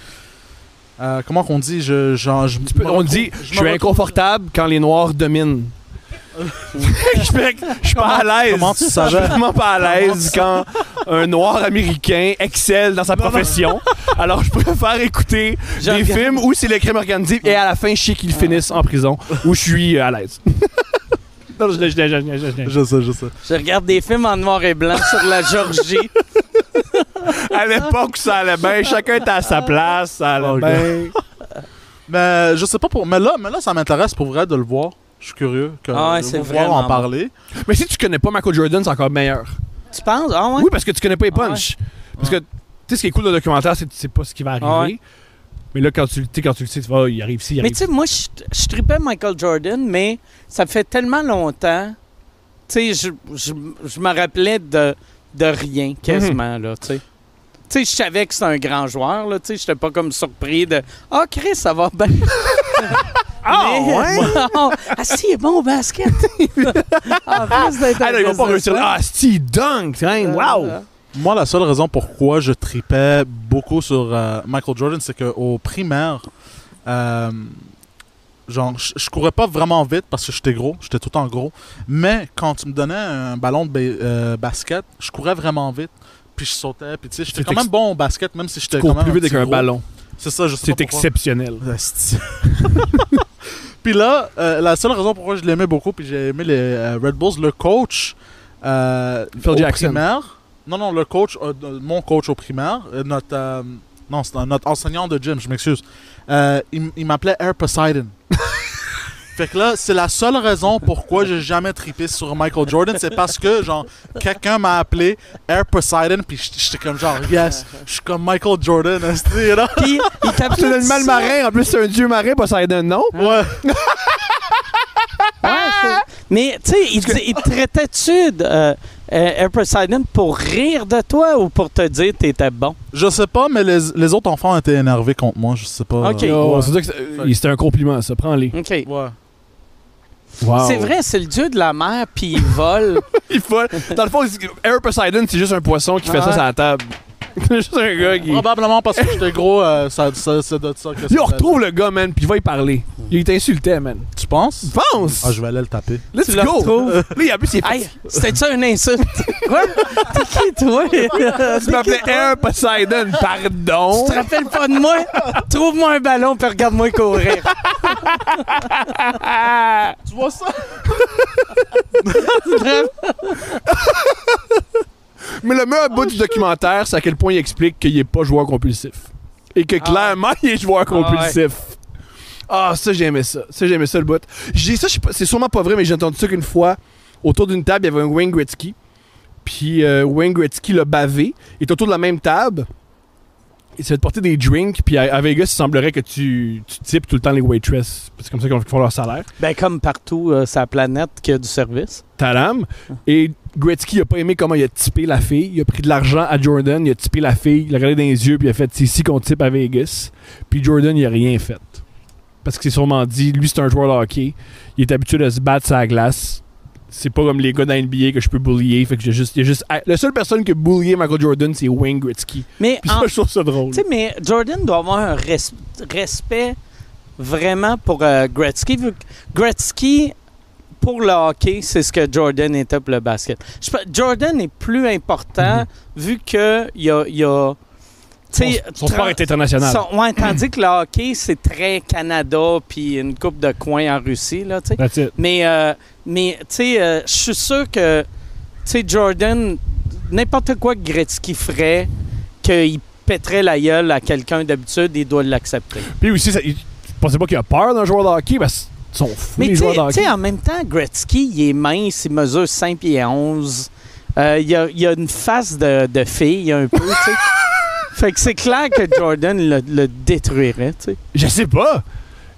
Speaker 2: euh, comment qu'on dit je, genre, je-
Speaker 3: Tu peux- on dit, je suis inconfortable quand les noirs dominent. je fais que je suis pas à l'aise.
Speaker 2: Comment tu
Speaker 3: Je suis
Speaker 2: savais?
Speaker 3: vraiment pas à l'aise quand un noir américain excelle dans sa profession. Alors je préfère écouter
Speaker 4: Je
Speaker 3: des
Speaker 4: regarde-
Speaker 3: films où c'est le crime organisé et à la fin, je sais qu'ils finissent en prison où je suis euh, à l'aise. non, je l'ai, je l'ai, je l'ai, je l'ai, je l'ai.
Speaker 2: Je sais, je sais.
Speaker 4: Je regarde des films en noir et blanc sur la Georgie.
Speaker 3: À l'époque, ça allait bien. Chacun était à sa place. Ça allait
Speaker 2: Oh,
Speaker 3: bien.
Speaker 2: Mais je sais pas pour. Mais là, mais là ça m'intéresse pour vrai de le voir. Je suis curieux que
Speaker 4: Ah ouais,
Speaker 2: de
Speaker 4: c'est
Speaker 2: le voir
Speaker 4: vraiment
Speaker 2: en
Speaker 4: bon.
Speaker 2: parler.
Speaker 3: Mais si tu connais pas Michael Jordan, c'est encore meilleur.
Speaker 4: Tu penses? Ah ouais?
Speaker 3: Oui, parce que tu connais pas les punchs. Parce que, tu sais, ce qui est cool dans le documentaire, c'est que tu sais pas ce qui va arriver.
Speaker 4: Ah ouais.
Speaker 3: Mais là, quand tu, le- tu sais, quand tu le sais, tu vas, Ah, il arrive ici, il
Speaker 4: Mais
Speaker 3: arrive
Speaker 4: tu sais, moi, je, je tripais Michael Jordan, mais ça fait tellement longtemps. Tu sais, je, je, je me rappelais de, de rien,
Speaker 3: Mhm.
Speaker 4: quasiment, là, tu sais. Tu sais, je savais que c'était un grand joueur, là, tu sais. J'étais pas comme surpris de « Ah, Chris, ça va bien! » Ah, ouais? ah, si, il est bon au basket! en plus d'être
Speaker 3: Ah,
Speaker 4: un
Speaker 3: là, ils vont pas réussir.
Speaker 4: businessman.
Speaker 3: Ah, si, dunk,
Speaker 4: Euh,
Speaker 3: hein, wow!
Speaker 2: Moi, la seule raison pourquoi je tripais beaucoup sur euh, Michael Jordan, c'est qu'au primaire, euh, genre, je je courais pas vraiment vite parce que j'étais gros, j'étais tout en gros. Mais quand tu me donnais un ballon de ba- euh, basket, je courais vraiment vite. Puis je sautais, puis tu sais, j'étais
Speaker 3: C'est
Speaker 2: quand
Speaker 3: ex-
Speaker 2: même bon au basket, même si j'étais
Speaker 3: Tu
Speaker 2: quand
Speaker 3: cours
Speaker 2: même
Speaker 3: plus
Speaker 2: un
Speaker 3: vite
Speaker 2: petit
Speaker 3: avec un
Speaker 2: gros.
Speaker 3: ballon.
Speaker 2: C'est ça, je sais
Speaker 3: C'est
Speaker 2: pas pourquoi.
Speaker 3: exceptionnel.
Speaker 2: Asti. puis là, euh, la seule raison pourquoi je l'aimais beaucoup, puis j'ai aimé les euh, Red Bulls, le coach euh,
Speaker 3: Phil
Speaker 2: au
Speaker 3: Jackson.
Speaker 2: primaire. Non, non, le coach, euh, de- mon coach au primaire, euh, notre, euh, non, c'est un- notre enseignant de gym, je m'excuse. Euh, il m- il m'appelait Air Poseidon. Fait que là, c'est la seule raison pourquoi j'ai jamais trippé sur Michael Jordan, c'est parce que, genre, quelqu'un m'a appelé Air Poseidon, puis j'étais j'étais comme genre, yes, je suis comme Michael Jordan, esti, là.
Speaker 4: Puis, il tape
Speaker 3: C'est un Ah, mal marin, en plus, c'est un dieu marin, pas ça aide un nom.
Speaker 2: Ouais.
Speaker 4: Ouais, Ah, c'est- mais tu sais, il, dit- il te traitait-tu de, euh, euh, Air Poseidon pour rire de toi ou pour te dire que t'étais bon?
Speaker 2: Je sais pas, mais les, les autres enfants étaient énervés contre moi, je sais pas.
Speaker 4: Ok.
Speaker 2: Euh,
Speaker 3: Oh,
Speaker 2: ouais.
Speaker 3: c'est ça que c'est- euh, C'était un compliment, ça. Prends-les.
Speaker 4: OK.
Speaker 2: Ouais.
Speaker 3: Wow.
Speaker 4: C'est vrai, c'est le dieu de la mer, puis il vole.
Speaker 3: Il faut... Dans le fond, c'est- Air Poseidon, c'est juste un poisson qui fait
Speaker 4: Ah
Speaker 3: ça
Speaker 4: ouais.
Speaker 3: sur la table. C'est juste un gars qui.
Speaker 2: Probablement parce que j'étais gros, euh, ça, ça, c'est de ça que
Speaker 3: Puis
Speaker 2: ça
Speaker 3: on retrouve le gars, man, puis il va y parler. Il t'insultait, man.
Speaker 2: Tu penses?
Speaker 3: Pense!
Speaker 2: Ah, je vais aller le taper.
Speaker 3: Let's
Speaker 4: Tu le
Speaker 3: go!
Speaker 4: retrouves.
Speaker 3: Là, en plus, il est
Speaker 4: hey, c'était-tu une insulte? Quoi? T'es qui, toi?
Speaker 3: Tu m'appelais Air Poseidon, pardon!
Speaker 4: Tu te rappelles pas de moi? Trouve-moi un ballon, puis regarde-moi courir.
Speaker 2: Tu vois ça?
Speaker 3: Mais le meilleur bout du documentaire, c'est à quel point il explique qu'il est pas joueur compulsif. Et que clairement, il est joueur compulsif. Ah, ça, j'aimais ça. Ça, j'aimais ça, le bout. J'ai ça, je sais pas- c'est sûrement pas vrai, mais j'ai entendu ça qu'une fois, autour d'une table, il y avait un Wayne Gretzky. Puis euh, Wayne Gretzky l'a bavé. Il est autour de la même table. Il s'est fait porter des drinks. Puis à, à Vegas, il semblerait que tu, tu types tout le temps les waitresses. C'est comme ça qu'ils font leur salaire.
Speaker 4: Ben, comme partout euh, sur la planète qui a du service.
Speaker 3: Talam. Et Gretzky il a pas aimé comment il a typé la fille. Il a pris de l'argent à Jordan, il a typé la fille, il l'a regardé dans les yeux, puis il a fait c'est ici qu'on type à Vegas. Puis Jordan, il a rien fait. Parce qu'il s'est sûrement dit lui, c'est un joueur de hockey, il est habitué de se battre sur la glace. C'est pas comme les gars dans NBA que je peux boulier. Fait que j'ai juste, il y a juste. La seule personne que boulier Michael Jordan, c'est Wayne Gretzky.
Speaker 4: Mais
Speaker 3: Puis
Speaker 4: en
Speaker 3: ça, je trouve ça drôle.
Speaker 4: Tu sais, mais Jordan doit avoir un res- respect vraiment pour euh, Gretzky. vu que Gretzky, pour le hockey, c'est ce que Jordan était pour le basket. Je pe- Jordan est plus
Speaker 3: Mhm.
Speaker 4: important vu que il y a... il y a- tu sais,
Speaker 3: son, son sport
Speaker 4: tra-
Speaker 3: est international.
Speaker 4: son- ouais, tandis que le hockey, c'est très Canada puis une coupe de coin en Russie, là, tu sais.
Speaker 3: That's it.
Speaker 4: Mais, euh, Mais, tu sais, euh, je suis sûr que, tu sais, Jordan, n'importe quoi que Gretzky ferait, qu'il pèterait la gueule à quelqu'un d'habitude, il doit l'accepter.
Speaker 3: Puis aussi, ça, il- je pensais pas qu'il a peur d'un joueur de hockey, parce qu'ils sont fous,
Speaker 4: Mais
Speaker 3: les
Speaker 4: tu sais-
Speaker 3: joueurs de
Speaker 4: tu
Speaker 3: hockey.
Speaker 4: sais, en même temps, Gretzky, il est mince, il mesure 5 pieds 11. Euh, il, a, il a une face de, de fille, un peu, tu sais. Fait que c'est clair que Jordan le, le détruirait, tu sais.
Speaker 3: Je sais pas.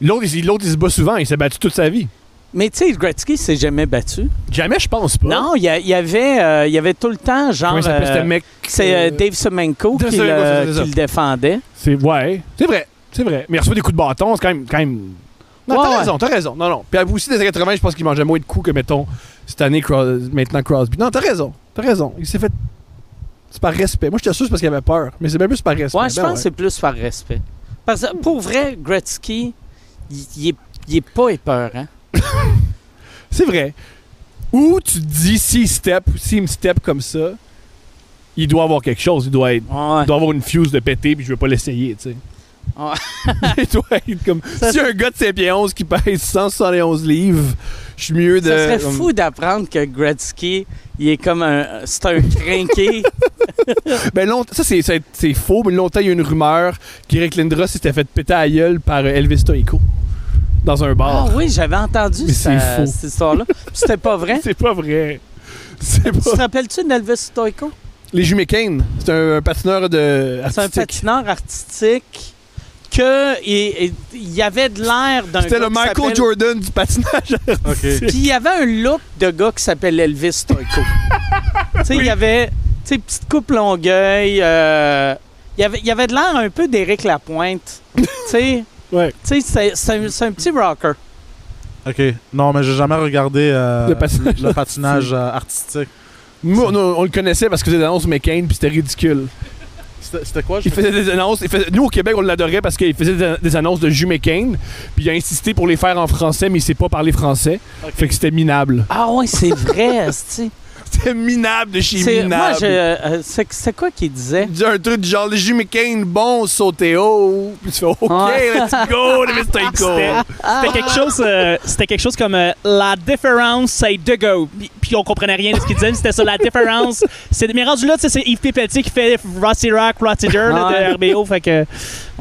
Speaker 3: L'autre, il, l'autre, il se bat souvent. Il s'est battu toute sa vie.
Speaker 4: Mais tu sais, Gretzky s'est jamais battu.
Speaker 3: Jamais, je pense pas.
Speaker 4: Non, il y, a- il y avait, euh, il y avait tout le temps, genre...
Speaker 3: Comment il s'appelle,
Speaker 4: euh,
Speaker 3: ce mec?
Speaker 4: c'est euh,
Speaker 3: Euh,
Speaker 4: Dave Semenko
Speaker 3: Dave
Speaker 4: qui,
Speaker 3: Semenko,
Speaker 4: le,
Speaker 3: c'est ça.
Speaker 4: qui le défendait.
Speaker 3: C'est, ouais. C'est vrai. C'est vrai. Mais il reçoit des coups de bâton, c'est quand même. Quand même... Non,
Speaker 4: Ouais,
Speaker 3: t'as
Speaker 4: ouais.
Speaker 3: raison, t'as raison. Non, non. Puis aussi, des années 80, je pense qu'il mangeait moins de coups que, mettons, cette année, Cros- maintenant Crosby. Non, t'as raison. T'as raison. Il s'est fait. C'est par respect. Moi, j'étais sûr que c'est parce qu'il avait peur. Mais c'est même plus par respect.
Speaker 4: Ouais, je
Speaker 3: Ben
Speaker 4: pense que c'est plus par respect. Parce que pour vrai, Gretzky, il il est, il est pas hein. épeurant.
Speaker 3: C'est vrai. Ou tu te dis, s'il step, s'il me step comme ça, il doit avoir quelque chose. Il doit être.
Speaker 4: Ouais.
Speaker 3: Il doit avoir une fuse de péter, puis je veux pas l'essayer, tu sais.
Speaker 4: Ouais.
Speaker 3: Il doit être comme.
Speaker 4: Ah. Ça-
Speaker 3: si un gars de 7 pieds 11 qui pèse 171 livres, je suis mieux de. euh,
Speaker 4: Ça serait fou d'apprendre que Gretzky, il est comme un. C'est un crinqué.
Speaker 3: Ben, long- ça, c'est, c'est, c'est faux, mais longtemps, il y a eu une rumeur qu'Eric Lindros s'était fait péter à la gueule par euh, Elvis Toico dans un
Speaker 4: Ah
Speaker 3: bar.
Speaker 4: oui, j'avais entendu
Speaker 3: Mais
Speaker 4: ça-
Speaker 3: c'est faux.
Speaker 4: cette histoire-là. C'était pas vrai.
Speaker 3: C'est pas vrai. C'est
Speaker 4: Tu te
Speaker 3: pas...
Speaker 4: rappelles-tu d'Elvis Stoico?
Speaker 3: Les Jimmy Kane, c'est un, un patineur de
Speaker 4: C'est un
Speaker 3: artistique.
Speaker 4: patineur artistique que il, il- il y avait de l'air d'un. gars
Speaker 3: C'était le
Speaker 4: qui
Speaker 3: Michael
Speaker 4: s'appelle-
Speaker 3: Jordan du patinage.
Speaker 2: OK.
Speaker 4: Puis il y avait un look de gars qui s'appelle Elvis Stoico. tu sais, il y avait. Tu sais, petite coupe longueuil. euh, il, y avait, il y avait de l'air un peu d'Éric Lapointe. tu sais,
Speaker 3: Ouais.
Speaker 4: tu sais, c'est- c'est un- c'est un petit rocker.
Speaker 2: OK. Non, mais j'ai jamais regardé euh,
Speaker 3: Le patinage.
Speaker 2: le patinage, euh, artistique.
Speaker 3: Nous, on, on le connaissait parce qu'il faisait des annonces McCain, puis c'était ridicule.
Speaker 2: C'était c'était quoi? je-
Speaker 3: Il faisait des annonces. il faisait- nous, au Québec, on l'adorait parce qu'il faisait des, des annonces de Jus McCain, puis il a insisté pour les faire en français, mais il sait pas parler français.
Speaker 2: OK.
Speaker 3: Fait que c'était minable.
Speaker 4: Ah ouais, c'est vrai, esti.
Speaker 3: C'était minable de chez
Speaker 4: c'est
Speaker 3: minable.
Speaker 4: Moi, je, euh, c'est, c'est quoi qu'il disait?
Speaker 3: Il dit un truc du genre le Jimmy Kane bon sauté haut puis tu fais OK
Speaker 4: Ouais.
Speaker 3: let's go les Mr.
Speaker 5: C'était- C'était quelque chose, euh, c'était quelque chose comme euh, la différence, c'est de go. Puis, puis on comprenait rien de ce qu'il disait, mais c'était ça la différence. C'est mais rendu là, tu sais, c'est Yves Pépetier qui fait Rossi Rock, Rossiger là, de RBO, fait que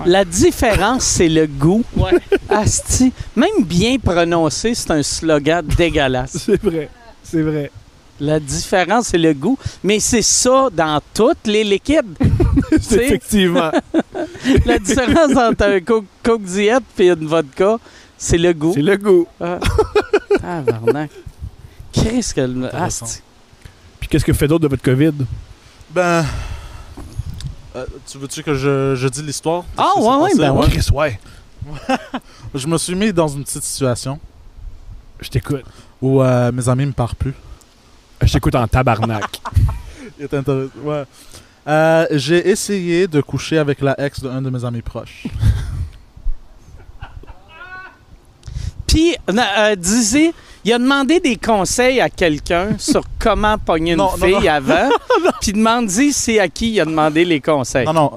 Speaker 4: La différence, c'est le goût.
Speaker 5: ouais.
Speaker 4: Asti, même bien prononcé, c'est un slogan dégueulasse.
Speaker 3: C'est vrai. C'est vrai.
Speaker 4: La différence, c'est le goût. Mais c'est ça dans toutes les liquides. Tu
Speaker 3: C'est
Speaker 4: sais,
Speaker 3: effectivement.
Speaker 4: la différence entre un Coke, Coke Diet et une vodka, c'est le goût.
Speaker 3: C'est le goût.
Speaker 4: Ah, ah Varnac. Qu'est-ce que le. Ah,
Speaker 2: Intéressant.
Speaker 4: Asti.
Speaker 3: Puis qu'est-ce que fait d'autre de votre COVID
Speaker 2: Ben. euh, tu veux-tu que je, je dise l'histoire?
Speaker 4: Ah,
Speaker 2: Ça s'est
Speaker 4: ouais, ouais,
Speaker 2: passé?
Speaker 4: ben ouais.
Speaker 3: Chris ouais.
Speaker 2: Je me suis mis dans une petite situation
Speaker 3: Je t'écoute.
Speaker 2: où euh, mes amis me parlent plus.
Speaker 3: Je t'écoute en tabarnak.
Speaker 2: Il est intéressant. Ouais. Euh, j'ai essayé de coucher avec la ex d'un de mes amis proches.
Speaker 4: Puis, non, euh, Dizzy, il a demandé des conseils à quelqu'un sur comment pogner une
Speaker 2: Non, non,
Speaker 4: fille
Speaker 2: non.
Speaker 4: avant. Puis demande-y c'est à qui il a demandé les conseils.
Speaker 2: Non, non.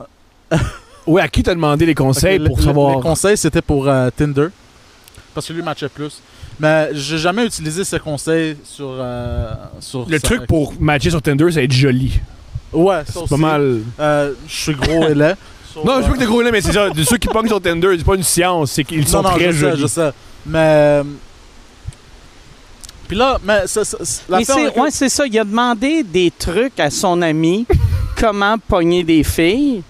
Speaker 3: ouais, à qui t'as demandé les conseils
Speaker 2: Ok,
Speaker 3: pour
Speaker 2: le- le-
Speaker 3: savoir
Speaker 2: Les conseils, c'était pour euh, Tinder. Parce que lui matchait plus. Mais j'ai jamais utilisé ses conseils sur. euh, sur
Speaker 3: le
Speaker 2: sa
Speaker 3: truc
Speaker 2: ex.
Speaker 3: pour matcher sur Tinder, c'est être joli.
Speaker 2: Ouais, ça
Speaker 3: C'est
Speaker 2: aussi.
Speaker 3: pas mal.
Speaker 2: Euh, je suis gros et laid. So,
Speaker 3: Non, je veux
Speaker 2: euh,
Speaker 3: que t'es gros là, mais c'est ça. De ceux qui pognent sur Tinder, c'est pas une science, c'est qu'ils sont
Speaker 2: non, non,
Speaker 3: très
Speaker 2: je sais,
Speaker 3: jolis.
Speaker 2: je sais. Mais. euh, Puis là, mais. Ça, ça- ça-
Speaker 4: Mais
Speaker 2: l'affaire
Speaker 4: c'est
Speaker 2: avec-
Speaker 4: ouais, c'est ça. Il a demandé des trucs à son ami, comment pogner des filles.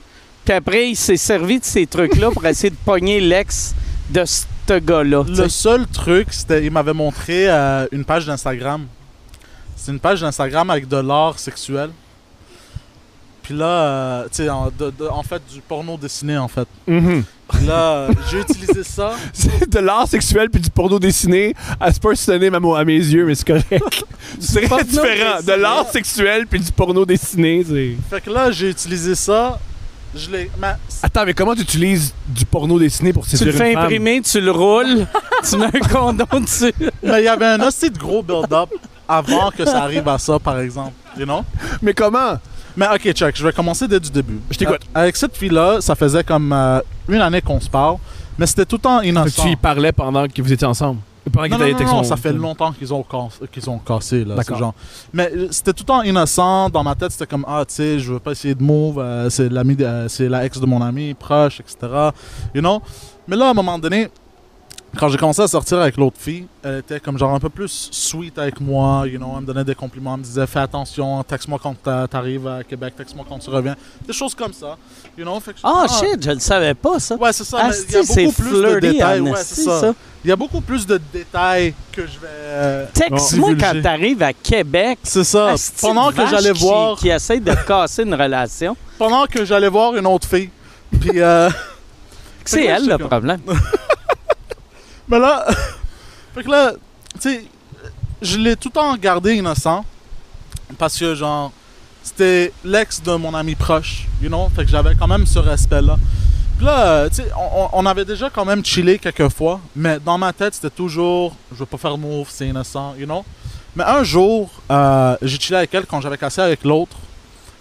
Speaker 4: Puis après, il s'est servi de ces trucs-là pour essayer de pogner l'ex de ce gars-là. tu
Speaker 2: Le
Speaker 4: sais.
Speaker 2: seul truc, c'était il m'avait montré euh, une page d'Instagram. C'est une page d'Instagram avec de l'art sexuel. Puis là, euh, tu sais, en, de- de- en fait, du porno dessiné, en fait.
Speaker 3: Mhm.
Speaker 2: Puis là, euh, j'ai utilisé ça.
Speaker 3: C'est de l'art sexuel puis du porno dessiné. Ah, C'est pas un synonyme à, mon- à mes yeux, mais c'est correct. c'est très
Speaker 4: Porno
Speaker 3: différent.
Speaker 4: dessiné.
Speaker 3: De l'art sexuel puis du porno dessiné. c'est-
Speaker 2: Fait que là, j'ai utilisé ça. Je l'ai. mais c'est-
Speaker 3: Attends, mais comment tu utilises du porno dessiné pour
Speaker 4: Tu
Speaker 3: séduire
Speaker 4: le
Speaker 3: une
Speaker 4: fais
Speaker 3: femme?
Speaker 4: imprimer, tu le roules, tu mets un condom dessus.
Speaker 2: mais il y avait un assez de gros build-up avant que ça arrive à ça, par exemple. You know?
Speaker 3: Mais comment?
Speaker 2: Mais ok, check, je vais commencer dès du début.
Speaker 3: Je t'écoute.
Speaker 2: Euh, Avec cette fille-là, ça faisait comme euh, une année qu'on se parle, mais c'était tout le temps
Speaker 3: Fait que
Speaker 2: innocent.
Speaker 3: tu y parlais pendant que vous étiez ensemble. Pendant qu'il
Speaker 2: Non,
Speaker 3: Ah, était
Speaker 2: non,
Speaker 3: avec
Speaker 2: non,
Speaker 3: son-
Speaker 2: non, ça fait longtemps qu'ils ont, cas- qu'ils ont cassé, là, ce
Speaker 3: D'accord.
Speaker 2: genre. Mais euh, c'était tout le temps innocent. Dans ma tête, c'était comme, ah, tu sais, je veux pas essayer de move. euh, c'est l'ami, de- euh, c'est la ex de mon ami, proche, etc. You know? Mais là, à un moment donné, quand j'ai commencé à sortir avec l'autre fille, elle était comme genre un peu plus sweet avec moi, you know, elle me donnait des compliments, elle me disait fais attention, texte-moi quand t'a- t'arrives à Québec, texte-moi quand tu reviens, des choses comme ça, you know. fait que je- ah,
Speaker 4: Ah, shit, je le savais pas, ça.
Speaker 2: Ouais, c'est ça. mais Il y a
Speaker 4: Asti, c'est
Speaker 2: beaucoup plus de
Speaker 4: flirty,
Speaker 2: détails.
Speaker 4: en
Speaker 2: Ouais,
Speaker 4: asti,
Speaker 2: c'est ça.
Speaker 4: ça.
Speaker 2: Il y a beaucoup plus de détails que je vais. euh,
Speaker 4: Texte-moi
Speaker 2: Bon.
Speaker 4: quand
Speaker 2: Divulgé.
Speaker 4: t'arrives à Québec.
Speaker 2: C'est ça.
Speaker 4: Asti de
Speaker 2: Pendant que
Speaker 4: vache
Speaker 2: j'allais
Speaker 4: qui-
Speaker 2: voir,
Speaker 4: Qui essaie de casser une relation.
Speaker 2: pendant que j'allais voir une autre fille. Puis, euh,
Speaker 4: C'est
Speaker 2: que là,
Speaker 4: elle
Speaker 2: je
Speaker 4: le
Speaker 2: sais
Speaker 4: problème.
Speaker 2: mais là, fait que là, tu sais, je l'ai tout le temps gardé innocent parce que genre, c'était l'ex de mon ami proche, you know. Fait que j'avais quand même ce respect-là. Puis là, euh, tu sais, on, on- on avait déjà quand même chillé quelques fois, mais dans ma tête, c'était toujours, je veux pas faire de move, c'est innocent, you know. Mais un jour, euh, j'ai chillé avec elle quand j'avais cassé avec l'autre.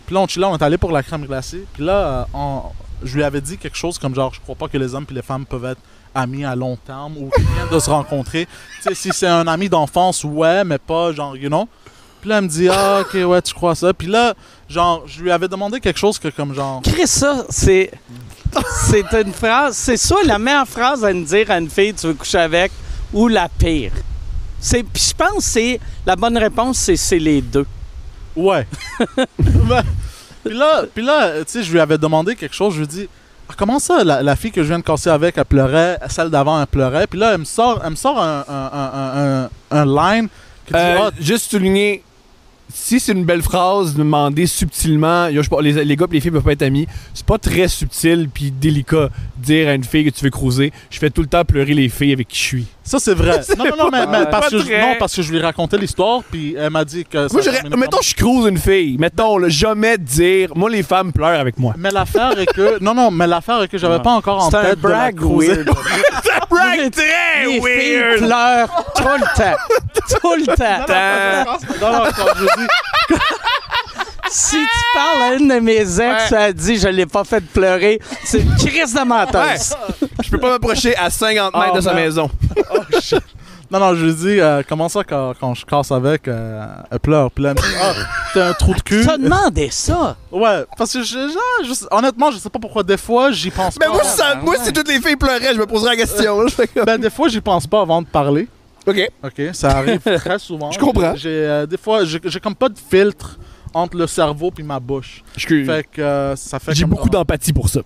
Speaker 2: Puis là, on chillait, on est allé pour la crème glacée. Puis là, euh, on- je lui avais dit quelque chose comme genre, je crois pas que les hommes et les femmes peuvent être amis à long terme ou qu'ils viennent de se rencontrer. Tu sais, si c'est un ami d'enfance, ouais, mais pas genre, you know. Puis là, elle me dit, ah, ok, ouais, tu crois ça. Puis là, genre, je lui avais demandé quelque chose que comme genre.
Speaker 4: Chris, ça, c'est. C'est une phrase. C'est soit la meilleure phrase à nous dire à une fille tu veux coucher avec ou la pire. C'est, puis je pense que c'est la bonne réponse, c'est, c'est les deux.
Speaker 2: Ouais. Ben, puis là, puis là euh, tu sais, je lui avais demandé quelque chose. Je lui ai dit, Ah, comment ça, la, la fille que je viens de casser avec, elle pleurait, celle d'avant, elle pleurait. Puis là, elle me sort, elle me sort un, un, un, un- un line. qui dit,
Speaker 3: Euh,
Speaker 2: Ah,
Speaker 3: juste souligner, si c'est une belle phrase, demander subtilement, yo, je sais pas, les, les gars et les filles peuvent pas être amis, c'est pas très subtil puis délicat dire à une fille que tu veux croiser, je fais tout le temps pleurer les filles avec qui je suis.
Speaker 2: ça, c'est vrai. non, non, non, mais, mais
Speaker 4: Ouais.
Speaker 2: parce
Speaker 4: Pas
Speaker 2: que je,
Speaker 4: très.
Speaker 2: non, parce que je lui racontais l'histoire, puis elle m'a dit que. ça
Speaker 3: Moi, j'aurais,
Speaker 2: terminait
Speaker 3: mettons, je croise une fille, mettons, là, jamais dire, moi, les femmes pleurent avec moi.
Speaker 2: Mais l'affaire est que. Non, non, mais l'affaire est que j'avais
Speaker 3: Ouais.
Speaker 2: pas encore en
Speaker 4: c'est un
Speaker 2: tête. de la
Speaker 4: brag
Speaker 2: croiser.
Speaker 4: weird.
Speaker 3: Right,
Speaker 4: les
Speaker 2: Eh
Speaker 3: très
Speaker 4: filles pleurent tout le temps. tout le temps.
Speaker 2: Non, non, quand je dis.
Speaker 4: Si tu parles à une de mes ex, elle dit je l'ai pas fait pleurer, c'est une crise de menteuse.
Speaker 3: Je peux pas m'approcher à 50 mètres
Speaker 2: Oh,
Speaker 3: de sa
Speaker 2: merde.
Speaker 3: maison.
Speaker 2: Oh, shit. Non, non, je lui dis, euh, comment ça quand, quand je casse avec, euh, elle pleure. Puis là, elle me dit, ah, t'es un trou de
Speaker 4: Tu
Speaker 2: cul.
Speaker 4: T'as demandé ça.
Speaker 2: Ouais, parce que, je, genre, je sais- honnêtement, je sais pas pourquoi, des fois, j'y pense
Speaker 3: Mais
Speaker 2: pas.
Speaker 3: moi,
Speaker 2: avant-
Speaker 3: ça- moi, si toutes les filles pleuraient, je me poserais la question. là. Je fais comme-
Speaker 2: Ben, des fois, j'y pense pas avant de parler.
Speaker 3: OK.
Speaker 2: OK, ça arrive très souvent.
Speaker 3: Je comprends.
Speaker 2: J'ai, euh, des fois, j'ai j'ai comme pas de filtre entre le cerveau puis ma bouche. Fait que euh, ça fait
Speaker 3: J'ai
Speaker 2: comme-
Speaker 3: beaucoup d'empathie pour ça.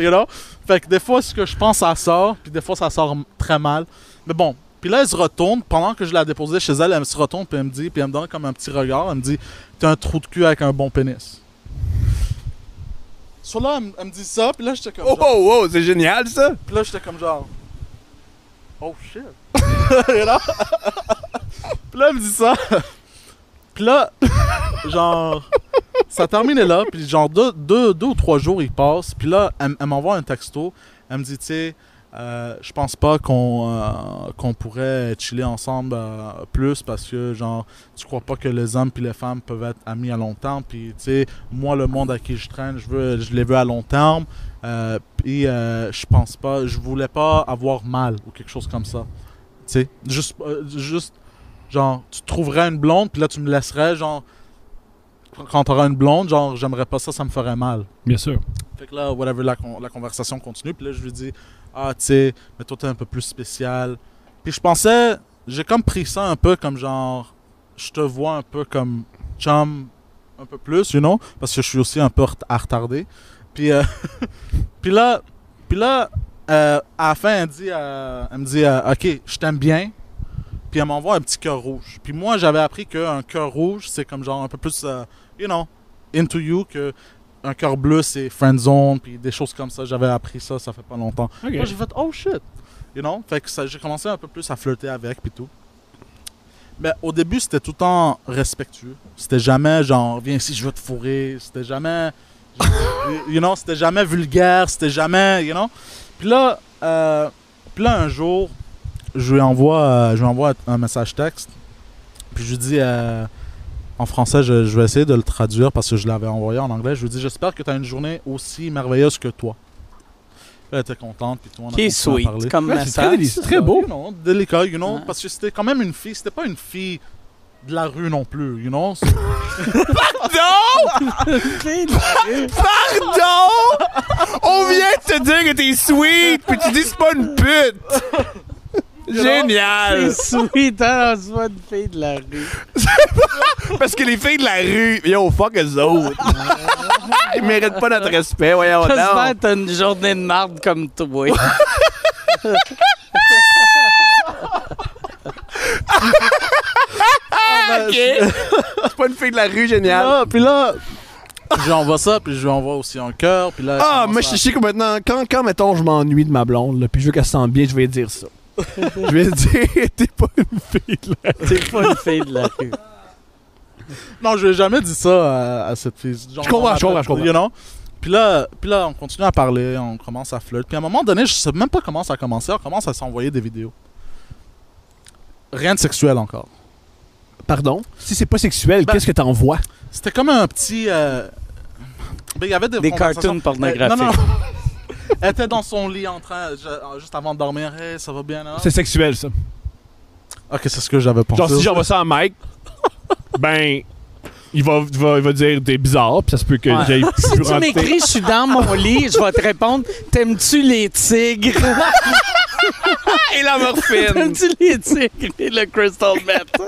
Speaker 2: you know? Fait que des fois, ce que je pense, ça sort, puis des fois, ça sort m- très mal. Mais bon, puis là, elle se retourne, pendant que je la déposais chez elle, elle se retourne, puis elle me dit, puis elle me donne comme un petit regard, elle me dit, t'es un trou de cul avec un bon pénis. Sur là, elle, me- elle me dit ça, puis là, j'étais comme,
Speaker 3: Oh,
Speaker 2: genre,
Speaker 3: oh, oh, c'est génial, ça.
Speaker 2: puis là, j'étais comme genre, oh shit. Et là, puis là, elle me dit ça. Puis là, genre, ça termine là. Puis genre, deux, deux, deux ou trois jours, il passe. Puis là, elle, m- elle m'envoie un texto. Elle me dit, tu sais, euh, je pense pas qu'on euh, qu'on pourrait chiller ensemble euh, plus parce que, genre, tu crois pas que les hommes puis les femmes peuvent être amis à long terme. Puis, tu sais, moi, le monde à qui je traîne, je, veux, je les veux à long terme. Euh, puis, euh, je pense pas, je voulais pas avoir mal ou quelque chose comme ça. Tu sais, juste, euh, juste, genre, tu trouverais une blonde, puis là, tu me laisserais, genre, quand t'auras une blonde, genre, j'aimerais pas ça, ça me ferait mal.
Speaker 3: Bien sûr.
Speaker 2: Fait que là, whatever, la, con- la conversation continue. Puis là, je lui dis, ah, tu sais, mais toi, t'es un peu plus spécial. Puis je pensais, j'ai comme pris ça un peu comme genre, je te vois un peu comme chum, un peu plus, you know, parce que je suis aussi un peu ret- à retarder. Puis, euh, puis là, puis là euh, à la fin, elle, dit, euh, elle me dit, euh, ok, je t'aime bien. Puis elle m'envoie un petit cœur rouge. Puis moi, j'avais appris qu'un cœur rouge, c'est comme genre un peu plus, euh, you know, into you que un cœur bleu, c'est friend zone, puis des choses comme ça. J'avais appris ça, ça fait pas longtemps. Moi, j'ai fait oh shit, you know. Fait que ça- j'ai commencé un peu plus à flirter avec puis tout. Mais au début, c'était tout le temps respectueux. C'était jamais genre viens ici, je veux te fourrer. C'était jamais, you know, c'était jamais vulgaire. C'était jamais, you know. Puis là, euh, puis là un jour, je lui envoie, euh, je lui envoie un message texte. Puis je lui dis euh, en français, je, je vais essayer de le traduire parce que je l'avais envoyé en anglais. Je lui dis J'espère que tu as une journée aussi merveilleuse que toi. Elle était contente, puis tout, on a
Speaker 4: Qui est
Speaker 2: continué à
Speaker 4: sweet
Speaker 2: parler.
Speaker 4: comme
Speaker 3: Ouais, c'est très
Speaker 4: message.
Speaker 3: délicat. C'est très beau.
Speaker 2: You know, délicat, you know,
Speaker 4: Ouais.
Speaker 2: parce que c'était quand même une fille, c'était pas une fille de la rue non plus, you know.
Speaker 3: Pardon! On vient de te dire que t'es sweet, puis tu dis c'est pas une pute! Génial!
Speaker 4: C'est sweet, hein, on se voit une fille de la rue.
Speaker 3: Parce que les filles de la rue, yo, fuck eux autres! Ils méritent pas notre respect,
Speaker 2: Oh,
Speaker 3: voyons
Speaker 4: J'espère
Speaker 3: donc!
Speaker 4: que t'as une journée de marde comme toi.
Speaker 3: C'est pas une fille de la rue, génial!
Speaker 2: Ah, puis là, je lui envoie ça, puis je lui envoie aussi un cœur, puis là. elle
Speaker 3: Ah,
Speaker 2: commence
Speaker 3: moi,
Speaker 2: à-
Speaker 3: je sais que maintenant, quand, quand mettons, je m'ennuie de ma blonde, là, puis je veux qu'elle se sente bien, je vais lui dire ça. je vais lui dire, t'es pas une fille de la
Speaker 4: T'es pas une fille de la rue.
Speaker 2: Non, je n'ai jamais dit ça à, à cette fille. Genre,
Speaker 3: Je comprends,
Speaker 2: on
Speaker 3: je comprends,
Speaker 2: appelle-
Speaker 3: je comprends.
Speaker 2: You know? puis, là, puis là, on continue à parler, on commence à flirter. Puis à un moment donné, je sais même pas comment ça a commencé, on commence à s'envoyer des vidéos. Rien de sexuel encore.
Speaker 3: Pardon? Si c'est pas sexuel,
Speaker 2: Ben-
Speaker 3: qu'est-ce que t'envoies?
Speaker 2: C'était comme un petit. euh, ben, il y avait des,
Speaker 4: Des
Speaker 2: conversations-
Speaker 4: cartoons pornographiques.
Speaker 2: Euh, non, non. Elle était dans son lit en train, je- euh, juste avant de dormir. Hey, ça va bien là?
Speaker 3: C'est sexuel, ça.
Speaker 2: Ok, c'est ce que j'avais pensé.
Speaker 3: Genre, si j'envoie ça à Mike, ben, il va, il va, il va dire t'es bizarre, puis ça se peut que
Speaker 4: Ouais.
Speaker 3: j'aille
Speaker 4: Si
Speaker 3: plus
Speaker 4: tu
Speaker 3: rentrer.
Speaker 4: m'écris, je suis dans mon lit, je vais te répondre T'aimes-tu les tigres
Speaker 3: Et la morphine!
Speaker 4: T'aimes-tu les tigres et le crystal meth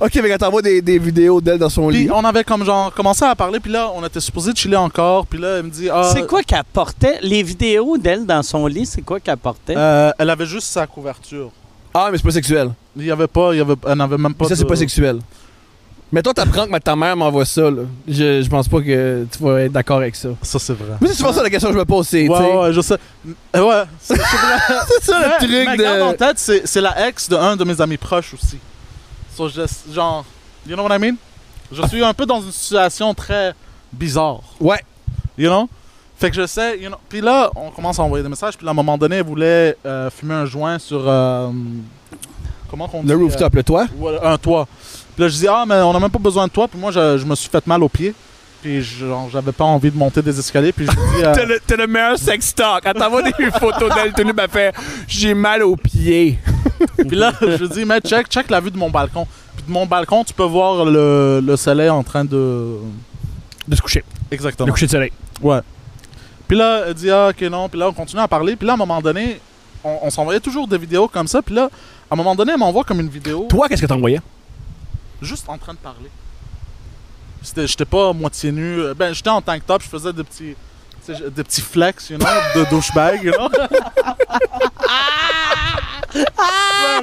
Speaker 3: ok, mais quand t'envoies des, des vidéos d'elle dans son
Speaker 2: Puis
Speaker 3: lit.
Speaker 2: on avait comme genre commencé à parler, puis là, on était supposé chiller encore. Puis là, elle me dit Ah,
Speaker 4: C'est quoi qu'elle portait Les vidéos d'elle dans son lit, c'est quoi qu'elle portait
Speaker 2: euh, Elle avait juste sa couverture.
Speaker 3: Ah, mais c'est pas sexuel.
Speaker 2: Il y avait pas, il y avait, elle n'avait même pas.
Speaker 3: ça, c'est
Speaker 2: de-
Speaker 3: pas sexuel. Mais toi, t'apprends que ma- ta mère m'envoie ça, là. Je, je pense pas que tu vas être d'accord avec ça.
Speaker 2: Ça, c'est vrai.
Speaker 3: Mais c'est souvent ça la question que je me pose, c'est.
Speaker 2: Ouais,
Speaker 3: tu sais,
Speaker 2: ouais, ouais, je sais. Mm, euh, Ouais, c'est c'est vrai.
Speaker 3: C'est ça
Speaker 2: Mais-
Speaker 3: le
Speaker 2: mais
Speaker 3: truc
Speaker 2: garde en
Speaker 3: de.
Speaker 2: tête, c'est c'est la ex de un de mes amis proches aussi. So, je- genre, you know what I mean? Je suis un peu dans une situation très bizarre.
Speaker 3: Ouais.
Speaker 2: You know? Fait que je sais, you know. Puis là, on commence à envoyer des messages. Puis là, à un moment donné, elle voulait euh, fumer un joint sur. euh, comment qu'on dit?
Speaker 3: Le
Speaker 2: euh,
Speaker 3: rooftop, le toit.
Speaker 2: Ouais, un toit. Puis là, je dis, ah, mais on n'a même pas besoin de toi. Puis moi, je, je me suis fait mal aux pieds. Puis genre, j'avais pas envie de monter des escaliers. Puis je lui dis, euh,
Speaker 3: le, meilleur sex talk. Elle t'envoie des photos d'elle tenue, elle fait J'ai mal aux pieds.
Speaker 2: puis là, je lui dis, mais check, check la vue de mon balcon. Puis de mon balcon, tu peux voir le, le soleil en train de.
Speaker 3: De se coucher.
Speaker 2: Exactement.
Speaker 3: Le coucher de soleil.
Speaker 2: Ouais. Puis là, elle dit, ah, ok, non. Puis là, on continue à parler. Puis là, à un moment donné, on, on s'envoyait toujours des vidéos comme ça. Puis là, à un moment donné, elle m'envoie comme une vidéo
Speaker 3: Toi, qu'est-ce que t'envoyais
Speaker 2: juste en train de parler. C'était- J'étais pas à moitié nu. Euh, Ben, j'étais en tank top, je faisais des petits, tu sais, je- des petits flex, you know, de douchebag, you know. Ouais,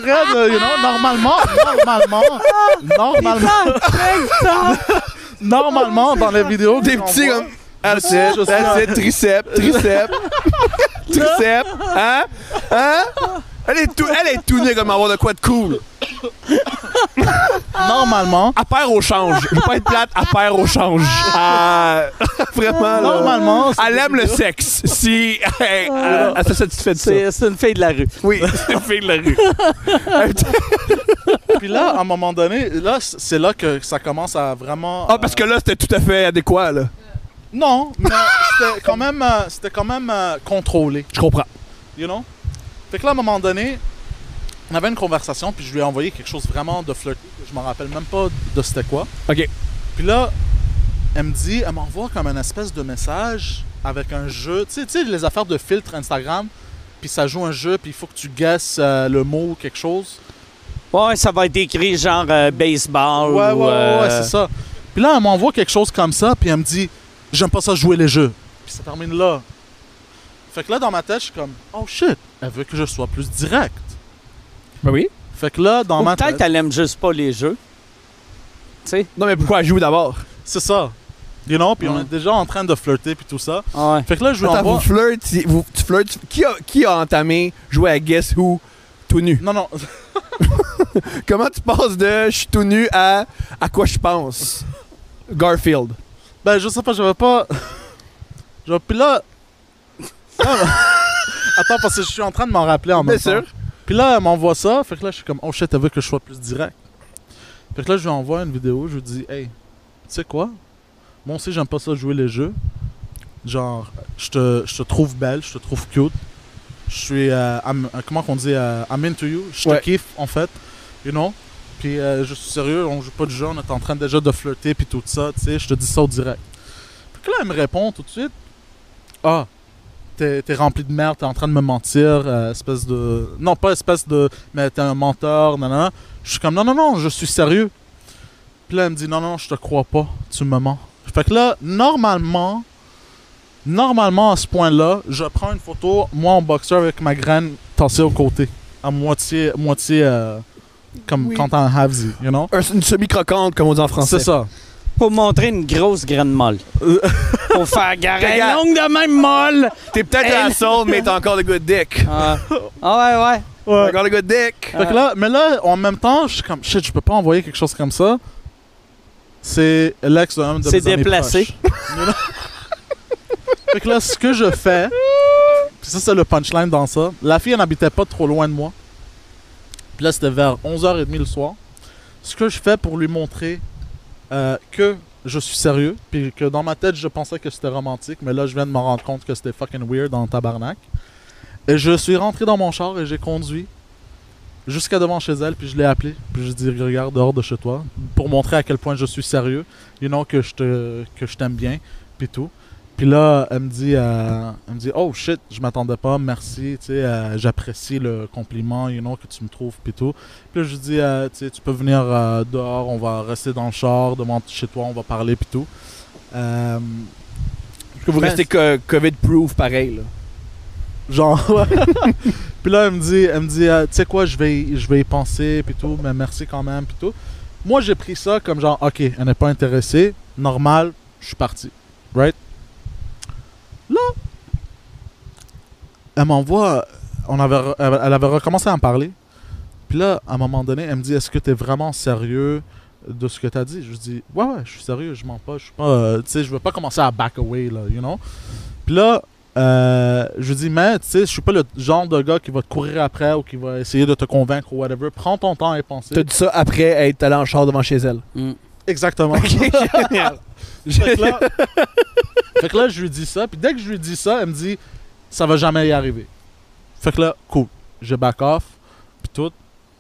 Speaker 2: raide, euh, you know, normalement, normalement, normalement, normalement dans les vidéos.
Speaker 3: Des
Speaker 2: qu'on
Speaker 3: petits
Speaker 2: voit,
Speaker 3: comme. That's it,
Speaker 2: je sais
Speaker 3: that's it, tricep, tricep, tricep, hein? Hein? Elle est tout, elle est tout nue comme avoir de quoi de cool.
Speaker 2: Normalement,
Speaker 3: À paire au change. Je veux pas être plate, à paire au change. Ah, vraiment, là.
Speaker 2: normalement, c'est
Speaker 3: Elle aime le sexe. Si. Elle, elle, elle se satisfait de ça.
Speaker 4: C'est c'est une fille de la rue.
Speaker 3: Oui, c'est une fille de la rue.
Speaker 2: Puis là, à un moment donné, là, c'est là que ça commence à vraiment.
Speaker 3: Ah, parce que là, c'était tout à fait adéquat, là.
Speaker 2: Non, mais c'était quand même, euh, c'était quand même euh, contrôlé,
Speaker 3: Je comprends.
Speaker 2: you know. Fait que là, à un moment donné, on avait une conversation, puis je lui ai envoyé quelque chose vraiment de flirty. Je m'en rappelle même pas de c'était quoi.
Speaker 3: Ok.
Speaker 2: Puis là, elle me dit, elle m'envoie comme un espèce de message avec un jeu. Tu sais, tu sais, les affaires de filtre Instagram, puis ça joue un jeu, puis il faut que tu guesses euh, le mot ou quelque chose.
Speaker 4: Ouais, ça va être écrit genre euh, baseball.
Speaker 2: Ouais, ouais,
Speaker 4: ou,
Speaker 2: ouais, ouais,
Speaker 4: euh,
Speaker 2: c'est ça. Puis là, elle m'envoie quelque chose comme ça, puis elle me dit J'aime pas ça jouer les jeux. Puis ça termine là. Fait que là, dans ma tête, je suis comme Oh shit, elle veut que je sois plus direct.
Speaker 3: Ben oui.
Speaker 2: Fait que là, dans
Speaker 4: Ou
Speaker 2: ma tête,
Speaker 4: peut-être elle aime juste pas les jeux. Tu sais?
Speaker 3: Non, mais pourquoi elle joue d'abord?
Speaker 2: c'est ça. You know, puis on
Speaker 4: Ouais.
Speaker 2: est déjà en train de flirter, puis tout ça.
Speaker 4: Ouais.
Speaker 2: Fait que là, je lui
Speaker 3: Attends, vous
Speaker 2: envoie.
Speaker 3: flirtez, vous, tu flirtes. Qui a, qui a entamé jouer à Guess Who tout nu?
Speaker 2: Non, non,
Speaker 3: Comment tu passes de je suis tout nu à à quoi je pense? Garfield.
Speaker 2: ben je sais pas, j'avais pas. Genre, puis là. Ah, Attends, parce que je suis en train de m'en rappeler en
Speaker 3: Bien
Speaker 2: même
Speaker 3: sûr.
Speaker 2: temps. Puis là, elle m'envoie ça. Fait que là, je suis comme, oh shit, elle veut que je sois plus direct. Fait que là, je lui envoie une vidéo. Je lui dis, hey, tu sais quoi? Moi aussi, j'aime pas ça jouer les jeux. Genre, je te, je te trouve belle, je te trouve cute. Je suis. euh, I'm- euh, comment qu'on dit euh, I'm into you. Je te
Speaker 3: Ouais.
Speaker 2: kiffe, en fait. You know? Puis euh, je suis sérieux, on joue pas du jeu, on est en train déjà de flirter, puis tout ça, tu sais, je te dis ça au direct. Puis que là, elle me répond tout de suite Ah, t'es t'es rempli de merde, t'es en train de me mentir, euh, espèce de. Non, pas espèce de. Mais t'es un menteur, nanana. Je suis comme Non, non, non, je suis sérieux. Puis là, elle me dit Non, non, je te crois pas, tu me mens. Fait que là, normalement, normalement à ce point-là, je prends une photo, moi en boxeur avec ma graine tassée au côté, à moitié, moitié euh, comme
Speaker 3: Oui.
Speaker 2: quand en havesy, you know?
Speaker 3: Un- une semi-croquante, comme on dit en français.
Speaker 2: C'est ça.
Speaker 4: Pour montrer une grosse graine molle.
Speaker 2: Euh.
Speaker 4: Pour faire garer
Speaker 3: Regarde.
Speaker 4: longue de même molle.
Speaker 3: T'es peut-être
Speaker 4: Elle-
Speaker 3: un soul, mais t'es encore le good dick.
Speaker 4: Ah, Ah ouais, ouais.
Speaker 3: T'es Encore le good dick.
Speaker 2: Fait que
Speaker 4: Euh.
Speaker 2: là, mais là, en même temps, je suis comme shit, je peux pas envoyer quelque chose comme ça. C'est l'ex d'un homme de
Speaker 4: C'est
Speaker 2: mes amis
Speaker 4: déplacé.
Speaker 2: proches. You know? fait que là, ce que je fais, puis ça, c'est le punchline dans ça. La fille, elle n'habitait pas trop loin de moi. Puis là, c'était vers 11h30 le soir. Ce que je fais pour lui montrer euh, que je suis sérieux, puis que dans ma tête, je pensais que c'était romantique, mais là, je viens de me rendre compte que c'était fucking weird dans le tabarnak. Et je suis rentré dans mon char et j'ai conduit jusqu'à devant chez elle, puis je l'ai appelée, puis je dit regarde dehors de chez toi, pour montrer à quel point je suis sérieux, you know, que je te que je t'aime bien, puis tout. Puis là, elle me dit, euh, elle me dit, oh shit, je m'attendais pas, merci, tu sais, euh, j'apprécie le compliment, you know, que tu me trouves, puis tout. Puis là, je lui dis, euh, tu sais, tu peux venir euh, dehors, on va rester dans le char, devant chez toi, on va parler, puis tout. Euh,
Speaker 3: Que vous
Speaker 2: Ben,
Speaker 3: restez co- COVID-proof, pareil. Là.
Speaker 2: Genre, ouais. puis là, elle me dit, elle me dit euh, tu sais quoi, je vais, y- je vais y penser, puis tout, mais merci quand même, puis tout. Moi, j'ai pris ça comme genre, ok, elle n'est pas intéressée, normal, je suis parti. Right? Là, elle m'envoie, on avait, re- elle elle avait recommencé à me parler. Puis là, à un moment donné, elle me dit, est-ce que tu es vraiment sérieux de ce que tu as dit? Je dis, ouais, ouais, je suis sérieux, je mens pas, je suis pas, euh, tu sais, je veux pas commencer à back away, là, you know? Puis là, euh, je lui dis, mais tu sais, je suis pas le genre de gars qui va te courir après ou qui va essayer de te convaincre ou whatever. Prends ton temps et pense.
Speaker 3: T'as dit ça après être allé en char devant chez elle.
Speaker 2: Exactement. fait, que là, fait que là, je lui dis ça. Puis dès que je lui dis ça, elle me dit, ça va jamais y arriver. Fait que là, cool. Je back off. Puis tout.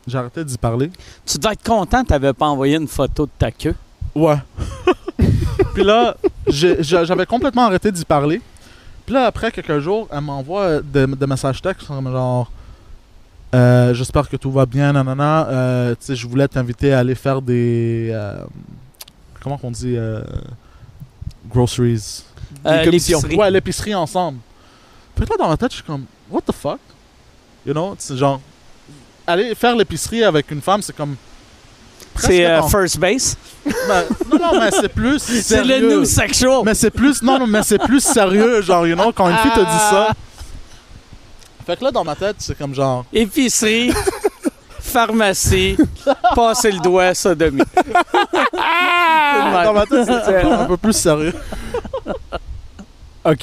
Speaker 2: J'ai arrêté d'y parler.
Speaker 4: Tu dois être content que t'avais pas envoyé une photo de ta queue.
Speaker 2: Ouais. puis là, j'ai- j'a- j'avais complètement arrêté d'y parler. Puis là, après quelques jours, elle m'envoie euh, des, des messages textes comme genre euh, J'espère que tout va bien, nanana. Euh, tu sais, je voulais t'inviter à aller faire des. euh, comment qu'on dit euh, Groceries. Des
Speaker 4: Euh,
Speaker 2: commissions.
Speaker 4: l'épicerie.
Speaker 2: Ouais, l'épicerie ensemble. Fait que là, dans ma tête, je suis comme What the fuck You know, c'est genre. Aller faire l'épicerie avec une femme, c'est comme.
Speaker 4: C'est euh,
Speaker 2: presque ton-
Speaker 4: first base.
Speaker 2: ben, non, non, mais c'est plus.
Speaker 4: C'est le
Speaker 2: sérieux.
Speaker 4: new sexual.
Speaker 2: Mais c'est plus. Non, non, mais c'est plus sérieux, genre, you know, quand une fille te dit
Speaker 4: Ah.
Speaker 2: ça. Fait que là, dans ma tête, c'est comme genre.
Speaker 4: Épicerie, pharmacie, passer le doigt, sodomie. Ah.
Speaker 2: Dans ma tête, c'est un peu plus sérieux.
Speaker 3: OK.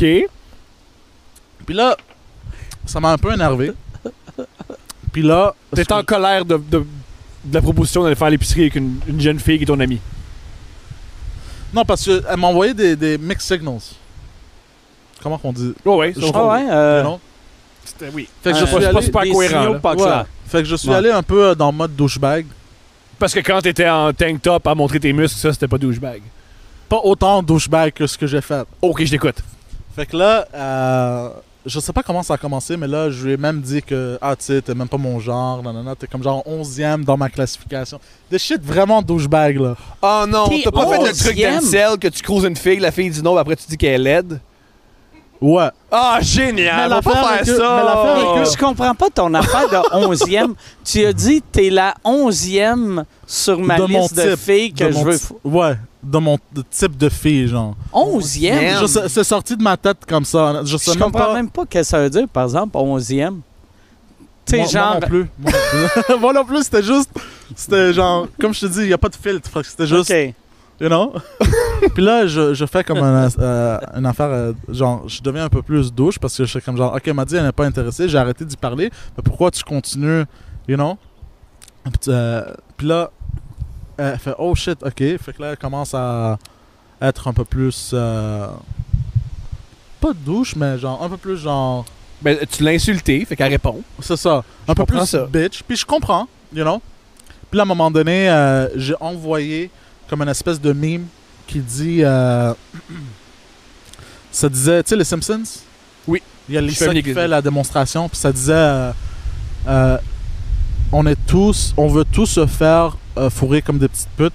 Speaker 2: Puis là, ça m'a un peu énervé. Puis là.
Speaker 3: T'es en colère de, de, de la proposition d'aller faire l'épicerie avec une, une jeune fille qui est ton amie.
Speaker 2: Non, parce qu'elle m'a envoyé des, des mixed signals. Comment qu'on dit
Speaker 3: Oh ouais,
Speaker 2: Je
Speaker 3: ça, on-
Speaker 4: Ah ouais, euh,
Speaker 2: Non?
Speaker 3: c'était- oui.
Speaker 2: Fait que je
Speaker 4: euh,
Speaker 2: suis
Speaker 3: c'est
Speaker 2: allé.
Speaker 3: pas super
Speaker 4: des
Speaker 3: cohérent,
Speaker 4: signaux
Speaker 3: là.
Speaker 4: pas
Speaker 2: Ouais.
Speaker 4: clairs.
Speaker 2: Fait que je suis
Speaker 4: Ouais.
Speaker 2: allé un peu euh, dans le mode douchebag.
Speaker 3: Parce que quand t'étais en tank top à montrer tes muscles, ça, c'était pas douchebag.
Speaker 2: Pas autant douchebag que ce que j'ai fait.
Speaker 3: OK, je t'écoute.
Speaker 2: Fait que là, euh, je sais pas comment ça a commencé, mais là, je lui ai même dit que, ah, tu sais, t'es même pas mon genre, nanana, t'es comme genre 11e dans ma classification. Des shit vraiment douchebag, là.
Speaker 3: Oh non,
Speaker 4: T'es
Speaker 3: t'as pas fait le truc
Speaker 4: onzième.
Speaker 3: d'Ansel que tu creuses une fille, la fille dit non, puis après tu dis qu'elle est laide.
Speaker 2: Ouais.
Speaker 3: Ah,
Speaker 2: Mais
Speaker 3: génial! On va
Speaker 2: l'affaire
Speaker 3: pas
Speaker 2: avec
Speaker 3: faire
Speaker 2: eux- mais l'affaire avec
Speaker 3: ça! Oh.
Speaker 2: eux,
Speaker 4: Je comprends pas ton affaire de 11e. tu as dit t'es la 11e sur ma
Speaker 2: De mon
Speaker 4: liste de
Speaker 2: type.
Speaker 4: filles que
Speaker 2: De
Speaker 4: je
Speaker 2: mon
Speaker 4: veux.
Speaker 2: ti- Ouais, de mon t- type de fille, genre.
Speaker 4: 11e?
Speaker 2: Je sais- C'est sorti de ma tête comme ça. Je sais
Speaker 4: Je
Speaker 2: même
Speaker 4: comprends
Speaker 2: pas.
Speaker 4: même pas ce que ça veut dire, par exemple, 11e. Tu sais,
Speaker 2: Moi-
Speaker 4: genre.
Speaker 2: Moi non plus. Moi non plus, Moi non plus, c'était juste. C'était genre. Comme je te dis, il a pas de filtre. Fait que c'était juste.
Speaker 4: OK.
Speaker 2: You know? puis là, je, je fais comme un, euh, une affaire, euh, genre, je deviens un peu plus douche parce que je suis comme genre, ok, elle m'a dit, elle n'est pas intéressée, j'ai arrêté d'y parler, mais pourquoi tu continues, you know? Puis, euh, puis là, elle fait, oh shit, ok. Fait que là, elle commence à être un peu plus. euh, pas de douche, mais genre un peu plus genre.
Speaker 3: Ben, tu l'as insulté, fait qu'elle répond.
Speaker 2: C'est ça. Un peu
Speaker 3: comprends
Speaker 2: plus
Speaker 3: ça.
Speaker 2: bitch. Puis je comprends, you know. Puis là, à un moment donné, euh, j'ai envoyé comme une espèce de meme qui dit. euh, ça disait, tu sais, les Simpsons
Speaker 3: Oui.
Speaker 2: Il y a Lisa
Speaker 3: familier
Speaker 2: qui
Speaker 3: avec les-
Speaker 2: fait la démonstration, puis ça disait. euh, euh, on est tous. On veut tous se faire euh, fourrer comme des petites putes,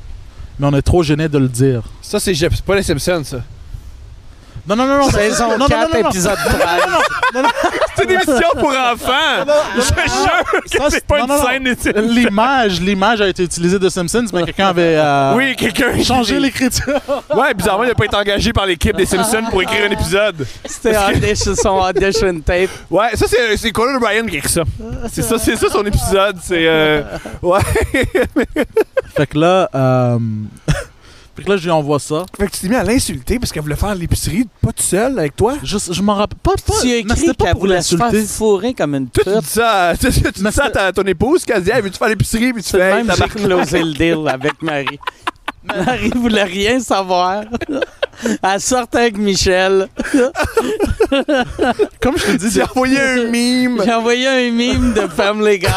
Speaker 2: mais on est trop gênés de le dire.
Speaker 3: Ça, c'est Jeff- c'est pas les Simpsons, ça.
Speaker 2: Non, non, non, non.
Speaker 4: Saison
Speaker 2: non, non,
Speaker 4: 4,
Speaker 2: non, non, non.
Speaker 4: épisode 13.
Speaker 3: C'est une émission pour enfants! Je jure
Speaker 2: Ça,
Speaker 3: que c'est
Speaker 2: c'est-
Speaker 3: pas
Speaker 2: non,
Speaker 3: une
Speaker 2: non, non.
Speaker 3: scène des Simpsons.
Speaker 2: L'image, l'image a été utilisée de Simpsons, mais quelqu'un avait euh,
Speaker 3: Oui, quelqu'un.
Speaker 2: changé l'écriture.
Speaker 3: Ouais, bizarrement, il a pas été engagé par l'équipe des Simpsons pour écrire un épisode.
Speaker 4: C'était audition- son audition tape.
Speaker 3: Ouais, ça, c'est, c'est Conan O'Brien qui a écrit ça. Ah, C'est ça, c'est ça son épisode. C'est. euh, Ouais.
Speaker 2: Fait que là, euh... fait que là, je lui envoie ça.
Speaker 3: Fait que tu t'es mis à l'insulter parce qu'elle voulait faire l'épicerie pas toute seule avec toi.
Speaker 2: Je, je m'en rappelle pas. pas
Speaker 4: Tu as
Speaker 2: mais
Speaker 4: écrit
Speaker 2: c'était pas
Speaker 4: qu'elle
Speaker 2: pour
Speaker 4: voulait se
Speaker 2: l'insulter.
Speaker 4: faire fourrer comme une
Speaker 3: Toi,
Speaker 4: pute.
Speaker 3: tu dis ça, à- tu dis tu dis ça à ta- ton épouse qu'elle dit Hey, veux-tu faire l'épicerie Puis tu fais Hey,
Speaker 4: Même j'ai
Speaker 3: tabarnak.
Speaker 4: closé le deal avec Marie. Marie voulait rien savoir. Elle sortait avec Michel.
Speaker 2: Comme je te dis,
Speaker 3: J'ai envoyé un mime
Speaker 4: J'ai envoyé un mime de Family Guy.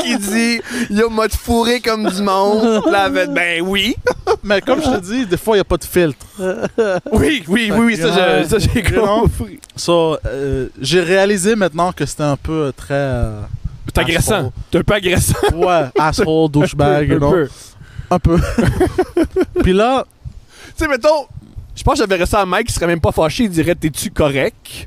Speaker 3: qui dit Yo, m'a te fourré comme du monde. Là, elle fait, Ben oui.
Speaker 2: mais comme je te dis, des fois, il n'y a pas de filtre.
Speaker 3: Oui, oui, oui, oui, ça, je- ça, euh, j'ai compris.
Speaker 2: So, euh, j'ai réalisé maintenant que c'était un peu euh, très. euh,
Speaker 3: T'es agressant. T'es un peu agressant.
Speaker 2: Ouais, asshole, douchebag, you
Speaker 3: Un
Speaker 2: know.
Speaker 3: peu.
Speaker 2: Un peu. Puis là,
Speaker 3: Tu sais, mettons, je pense que j'avais ça à Mike, qui serait même pas fâché, il dirait T'es-tu correct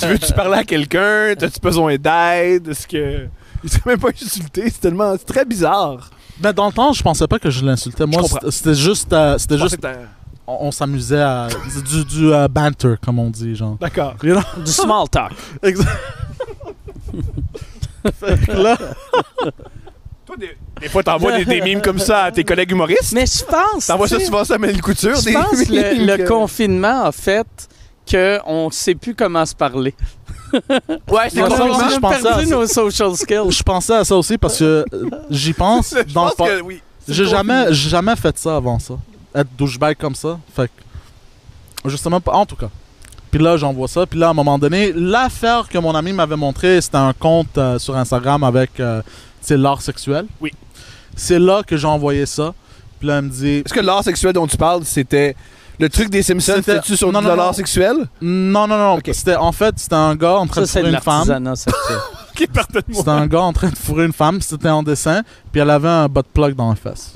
Speaker 3: Tu veux-tu parler à quelqu'un T'as-tu besoin d'aide Est-ce que. Il serait même pas insulté, c'est tellement. C'est très bizarre.
Speaker 2: mais ben, dans le temps, je pensais pas que je l'insultais.
Speaker 3: Je
Speaker 2: Moi,
Speaker 3: comprends.
Speaker 2: c'était- c'était juste. euh, c'était
Speaker 3: Je pensais
Speaker 2: juste
Speaker 3: que t'as-
Speaker 2: on, on s'amusait à. du, du euh, banter, comme on dit, genre.
Speaker 3: D'accord.
Speaker 2: You know?
Speaker 4: Du small talk.
Speaker 2: Exact. Fait que là.
Speaker 3: Toi, des, des fois, t'envoies des, des mimes comme ça à tes collègues humoristes.
Speaker 4: Mais je pense.
Speaker 3: T'envoies ça
Speaker 4: tu sais,
Speaker 3: souvent ça à Mélanie Couture.
Speaker 4: Je
Speaker 3: des
Speaker 4: pense que
Speaker 3: mimes
Speaker 4: le, le
Speaker 3: que-
Speaker 4: confinement a fait qu'on ne sait plus comment se parler.
Speaker 3: Ouais, c'est
Speaker 4: On
Speaker 2: Moi, ça
Speaker 3: complètement-
Speaker 2: aussi,
Speaker 4: a
Speaker 2: je pensais à
Speaker 4: perdu
Speaker 2: ça.
Speaker 4: nos social skills.
Speaker 2: Je pensais à ça aussi parce que euh, j'y pense.
Speaker 3: Je
Speaker 2: dans le
Speaker 3: pense
Speaker 2: pa-
Speaker 3: que oui.
Speaker 2: J'ai jamais, j'ai jamais fait ça avant ça. Être douchebag comme ça. Fait que- Justement, pas- en tout cas. Puis là, j'envoie ça. Puis là, à un moment donné, l'affaire que mon ami m'avait montré, c'était un compte euh, sur Instagram avec euh, tu sais, l'art sexuel.
Speaker 3: Oui.
Speaker 2: C'est là que j'ai envoyé ça. Puis là, elle me dit
Speaker 3: Est-ce que l'art sexuel dont tu parles, c'était. Le truc des Simpsons,
Speaker 2: C'était-
Speaker 3: c'était-tu sur
Speaker 2: Non,
Speaker 3: de
Speaker 2: non,
Speaker 3: l'art
Speaker 2: non.
Speaker 3: sexuel?
Speaker 2: Non, non, non.
Speaker 3: Ok.
Speaker 2: C'était, en fait, c'était un gars en
Speaker 4: Ça,
Speaker 2: train de
Speaker 4: c'est de
Speaker 2: fourrer une femme.
Speaker 4: l'artisanat sexuel.
Speaker 3: Qui partait de
Speaker 2: C'était un gars en train de fourrer une femme. C'était en dessin. Puis elle avait un butt plug dans la face.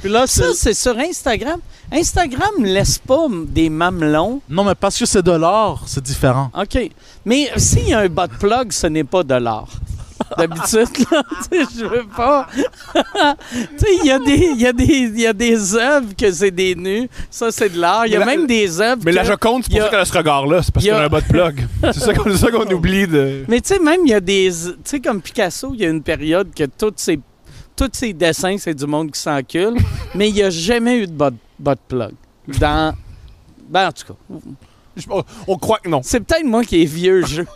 Speaker 2: Puis là, c'est.
Speaker 4: Ça, c'est sur Instagram. Instagram laisse pas m- des mamelons.
Speaker 2: Non, mais parce que c'est de l'art, c'est différent.
Speaker 4: OK. Mais s'il y a un bot plug, ce n'est pas de l'art. D'habitude, là, tu sais, je veux pas. tu sais, il y, a des- il y, a des- il y a des œuvres que c'est des nus. Ça, c'est de l'art. Il y a
Speaker 3: Mais la-
Speaker 4: même des œuvres.
Speaker 3: Mais
Speaker 4: que-
Speaker 3: la Joconde, c'est
Speaker 4: y
Speaker 3: pour
Speaker 4: a-
Speaker 3: ça qu'elle a ce regard-là. C'est parce
Speaker 4: y a-
Speaker 3: qu'elle a un bas de plug. C'est ça qu'on c'est ça qu'on oublie de.
Speaker 4: Mais tu sais, même il y a des. Tu sais, comme Picasso, il y a une période que toutes ses, tous ses dessins, c'est du monde qui s'encule, mais il n'y a jamais eu de bot, bot plug. Dans. Ben, en tout cas,
Speaker 3: Je- on- On croit que non.
Speaker 4: c'est peut-être moi qui ai vieux jeu.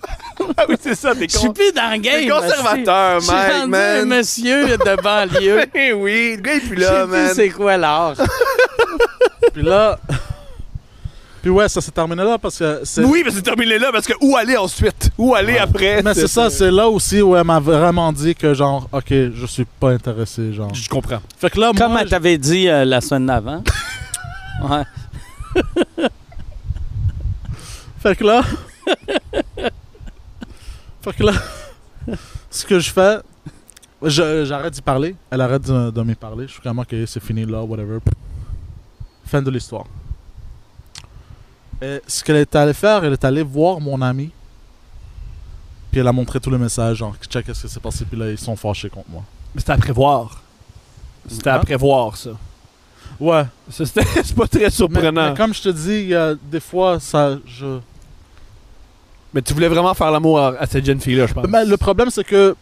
Speaker 3: Ah oui, c'est ça, des
Speaker 4: Je suis plus dans le game.
Speaker 3: T'es
Speaker 4: hostie.
Speaker 3: conservateur,
Speaker 4: Je suis rendu
Speaker 3: Mike,
Speaker 4: un
Speaker 3: man.
Speaker 4: monsieur de banlieue.
Speaker 3: Eh oui, le gars est plus
Speaker 4: Je sais
Speaker 3: là,
Speaker 4: plus
Speaker 3: man.
Speaker 4: c'est quoi l'art.
Speaker 2: Puis là. Puis ouais, ça s'est terminé là parce que c'est.
Speaker 3: Oui, mais c'est terminé là parce que où aller ensuite? Où aller après?
Speaker 2: Mais c'est ça, c'est là aussi où elle m'a vraiment dit que genre, ok, je suis pas intéressé, genre.
Speaker 3: Je comprends.
Speaker 2: Fait que là,
Speaker 4: Comme
Speaker 2: moi,
Speaker 4: elle t'avait dit euh, la semaine d'avant. Ouais.
Speaker 2: Fait que là. fait que là. Ce que je fais. je- J'arrête d'y parler. Elle arrête de, de m'y parler. Je suis comme, ok, c'est fini là, whatever. Fin de l'histoire. Et ce qu'elle est allée faire, elle est allée voir mon ami. Puis elle a montré tous les messages, genre, check qu'est-ce qui s'est passé. Puis là, ils sont fâchés contre moi.
Speaker 3: C'était à prévoir. C'était à
Speaker 2: Hein?
Speaker 3: prévoir, ça.
Speaker 2: Ouais.
Speaker 3: Ça, c'était- C'est pas très
Speaker 2: Mais,
Speaker 3: surprenant.
Speaker 2: mais comme je te dis, il y a des fois, ça. Je...
Speaker 3: Mais tu voulais vraiment faire l'amour à, à cette jeune fille-là, je pense.
Speaker 2: Mais le problème, c'est que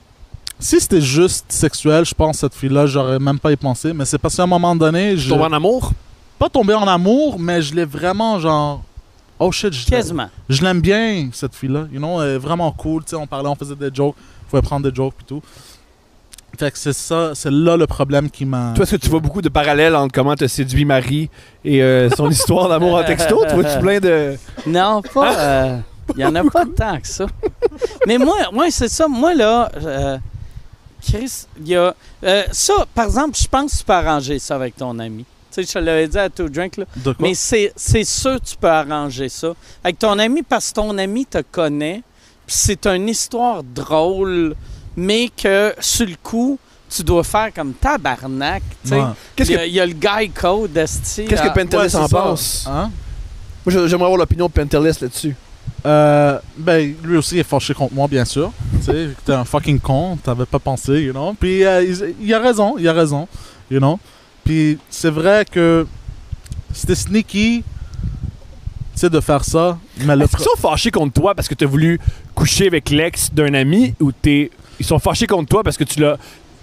Speaker 2: si c'était juste sexuel, je pense, cette fille-là, j'aurais même pas y pensé. Mais c'est parce qu'à un moment donné, je.
Speaker 3: Tomber en amour?
Speaker 2: Pas tombé en amour, mais je l'ai vraiment genre. Oh shit, je l'aime-
Speaker 4: Quasiment.
Speaker 2: je l'aime bien, cette fille-là. You know, elle est vraiment cool. Tu sais, on parlait, on faisait des jokes. Faut prendre des jokes et tout. Fait que c'est ça, c'est là le problème qui m'a.
Speaker 3: Toi, est-ce que tu vois beaucoup de parallèles entre comment t'as séduit Marie et euh, son histoire d'amour en texto? Tu vois-tu plein de...
Speaker 4: Non, pas.
Speaker 3: Ah.
Speaker 4: euh, Il y en a pas tant que ça. Mais moi, moi c'est ça. Moi, là, euh, Chris, il y a. euh, ça, par exemple, je pense que tu peux arranger ça avec ton ami. Tu sais, je te l'avais dit à tout drink, là.
Speaker 2: De quoi?
Speaker 4: Mais c'est c'est sûr que tu peux arranger ça. Avec ton ami, parce que ton ami te connaît, puis c'est une histoire drôle, mais que sur le coup, tu dois faire comme tabarnak. tu sais.
Speaker 2: Ouais.
Speaker 3: Qu'est-ce
Speaker 4: Il y
Speaker 3: que,
Speaker 4: a- il y, a le guy code, esti,
Speaker 3: qu'est-ce
Speaker 4: à-
Speaker 3: que Pentelis
Speaker 2: Ouais, c'est
Speaker 3: en
Speaker 2: ça.
Speaker 3: pense?
Speaker 2: Hein?
Speaker 3: Moi, j'a- j'aimerais avoir l'opinion de Pentelis là-dessus.
Speaker 2: Euh, ben, lui aussi est fâché contre moi, bien sûr. tu sais, t'es un fucking con, t'avais pas pensé, you know. Puis euh, il, il a raison, il a raison, you know. Puis c'est vrai que c'était sneaky, tu sais, de faire ça. Mais le
Speaker 3: Est-ce qu'ils sont fâchés contre toi parce que t'as voulu coucher avec l'ex d'un ami ou t'es... Ils sont fâchés contre toi parce que tu l'as...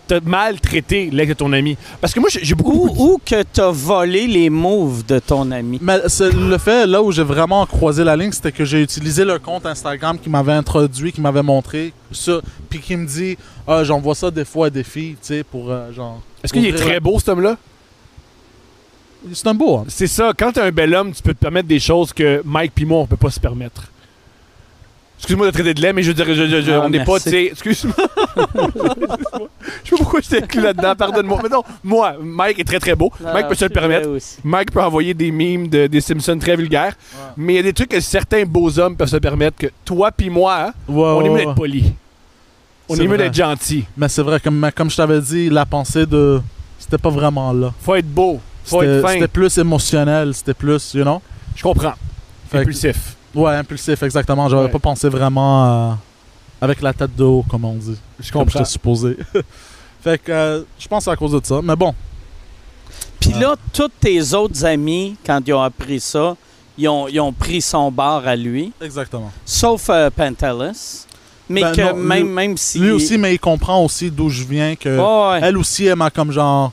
Speaker 3: T'as maltraité l'ex de ton ami. Parce que moi, j'ai j'ai beaucoup...
Speaker 4: Ou,
Speaker 3: beaucoup
Speaker 4: ou que t'as volé les moves de ton ami.
Speaker 2: Mais c'est- le fait, là où j'ai vraiment croisé la ligne, c'était que j'ai utilisé le compte Instagram qui m'avait introduit, qui m'avait montré ça, puis qui me dit Ah, j'envoie ça des fois à des filles, tu sais, pour euh, genre.
Speaker 3: de- Est-ce qu'il est
Speaker 2: ouvrir-
Speaker 3: très beau, cet homme-là?
Speaker 2: C'est un beau, hein.
Speaker 3: C'est ça, quand t'es un bel homme, tu peux te permettre des choses que Mike pis moi, on peut pas se permettre. Excuse-moi de traiter de lait, mais je veux dire, je- je- je-
Speaker 4: Ah,
Speaker 3: on n'est pas,
Speaker 4: merci.
Speaker 3: tu sais. Excuse-moi. je sais pas pourquoi j'étais inclus là-dedans, pardonne-moi. Mais non, moi, Mike est très très beau. Mike peut se le
Speaker 4: Ah,
Speaker 3: permettre. Mike peut envoyer des mimes de- des Simpsons très vulgaires. Mais il y a des trucs que certains beaux hommes peuvent se permettre que toi pis moi, hein,
Speaker 2: Ouais,
Speaker 3: on est mieux
Speaker 2: ouais, Oh, ouais.
Speaker 3: d'être poli. On
Speaker 2: C'est
Speaker 3: est mieux
Speaker 2: vrai.
Speaker 3: d'être gentil.
Speaker 2: Mais c'est vrai, comme, comme je t'avais dit, la pensée de. C'était pas vraiment là.
Speaker 3: Faut être beau. Faut
Speaker 2: C'était
Speaker 3: être fin.
Speaker 2: c'était plus émotionnel, c'était plus, you know.
Speaker 3: Je comprends.
Speaker 2: Fait que-
Speaker 3: Impulsif.
Speaker 2: ouais, impulsif, exactement. J'avais
Speaker 3: Ouais.
Speaker 2: pas pensé vraiment euh, avec la tête de haut, comme on dit.
Speaker 3: Je
Speaker 2: Comme
Speaker 3: comprends.
Speaker 2: j'étais supposé. fait que euh, je pense que c'est à cause de ça. Mais bon,
Speaker 4: Puis là, tous tes autres amis, quand ils ont appris ça, ils ont, ils ont pris son bar à lui,
Speaker 2: exactement.
Speaker 4: sauf euh, Pantelis. Mais
Speaker 2: Ben
Speaker 4: que
Speaker 2: non,
Speaker 4: même,
Speaker 2: lui-
Speaker 4: même si.
Speaker 2: Lui aussi, mais il comprend aussi d'où je viens.
Speaker 3: euh,
Speaker 2: que
Speaker 4: Ouais, ouais.
Speaker 2: Elle aussi, elle m'a comme genre.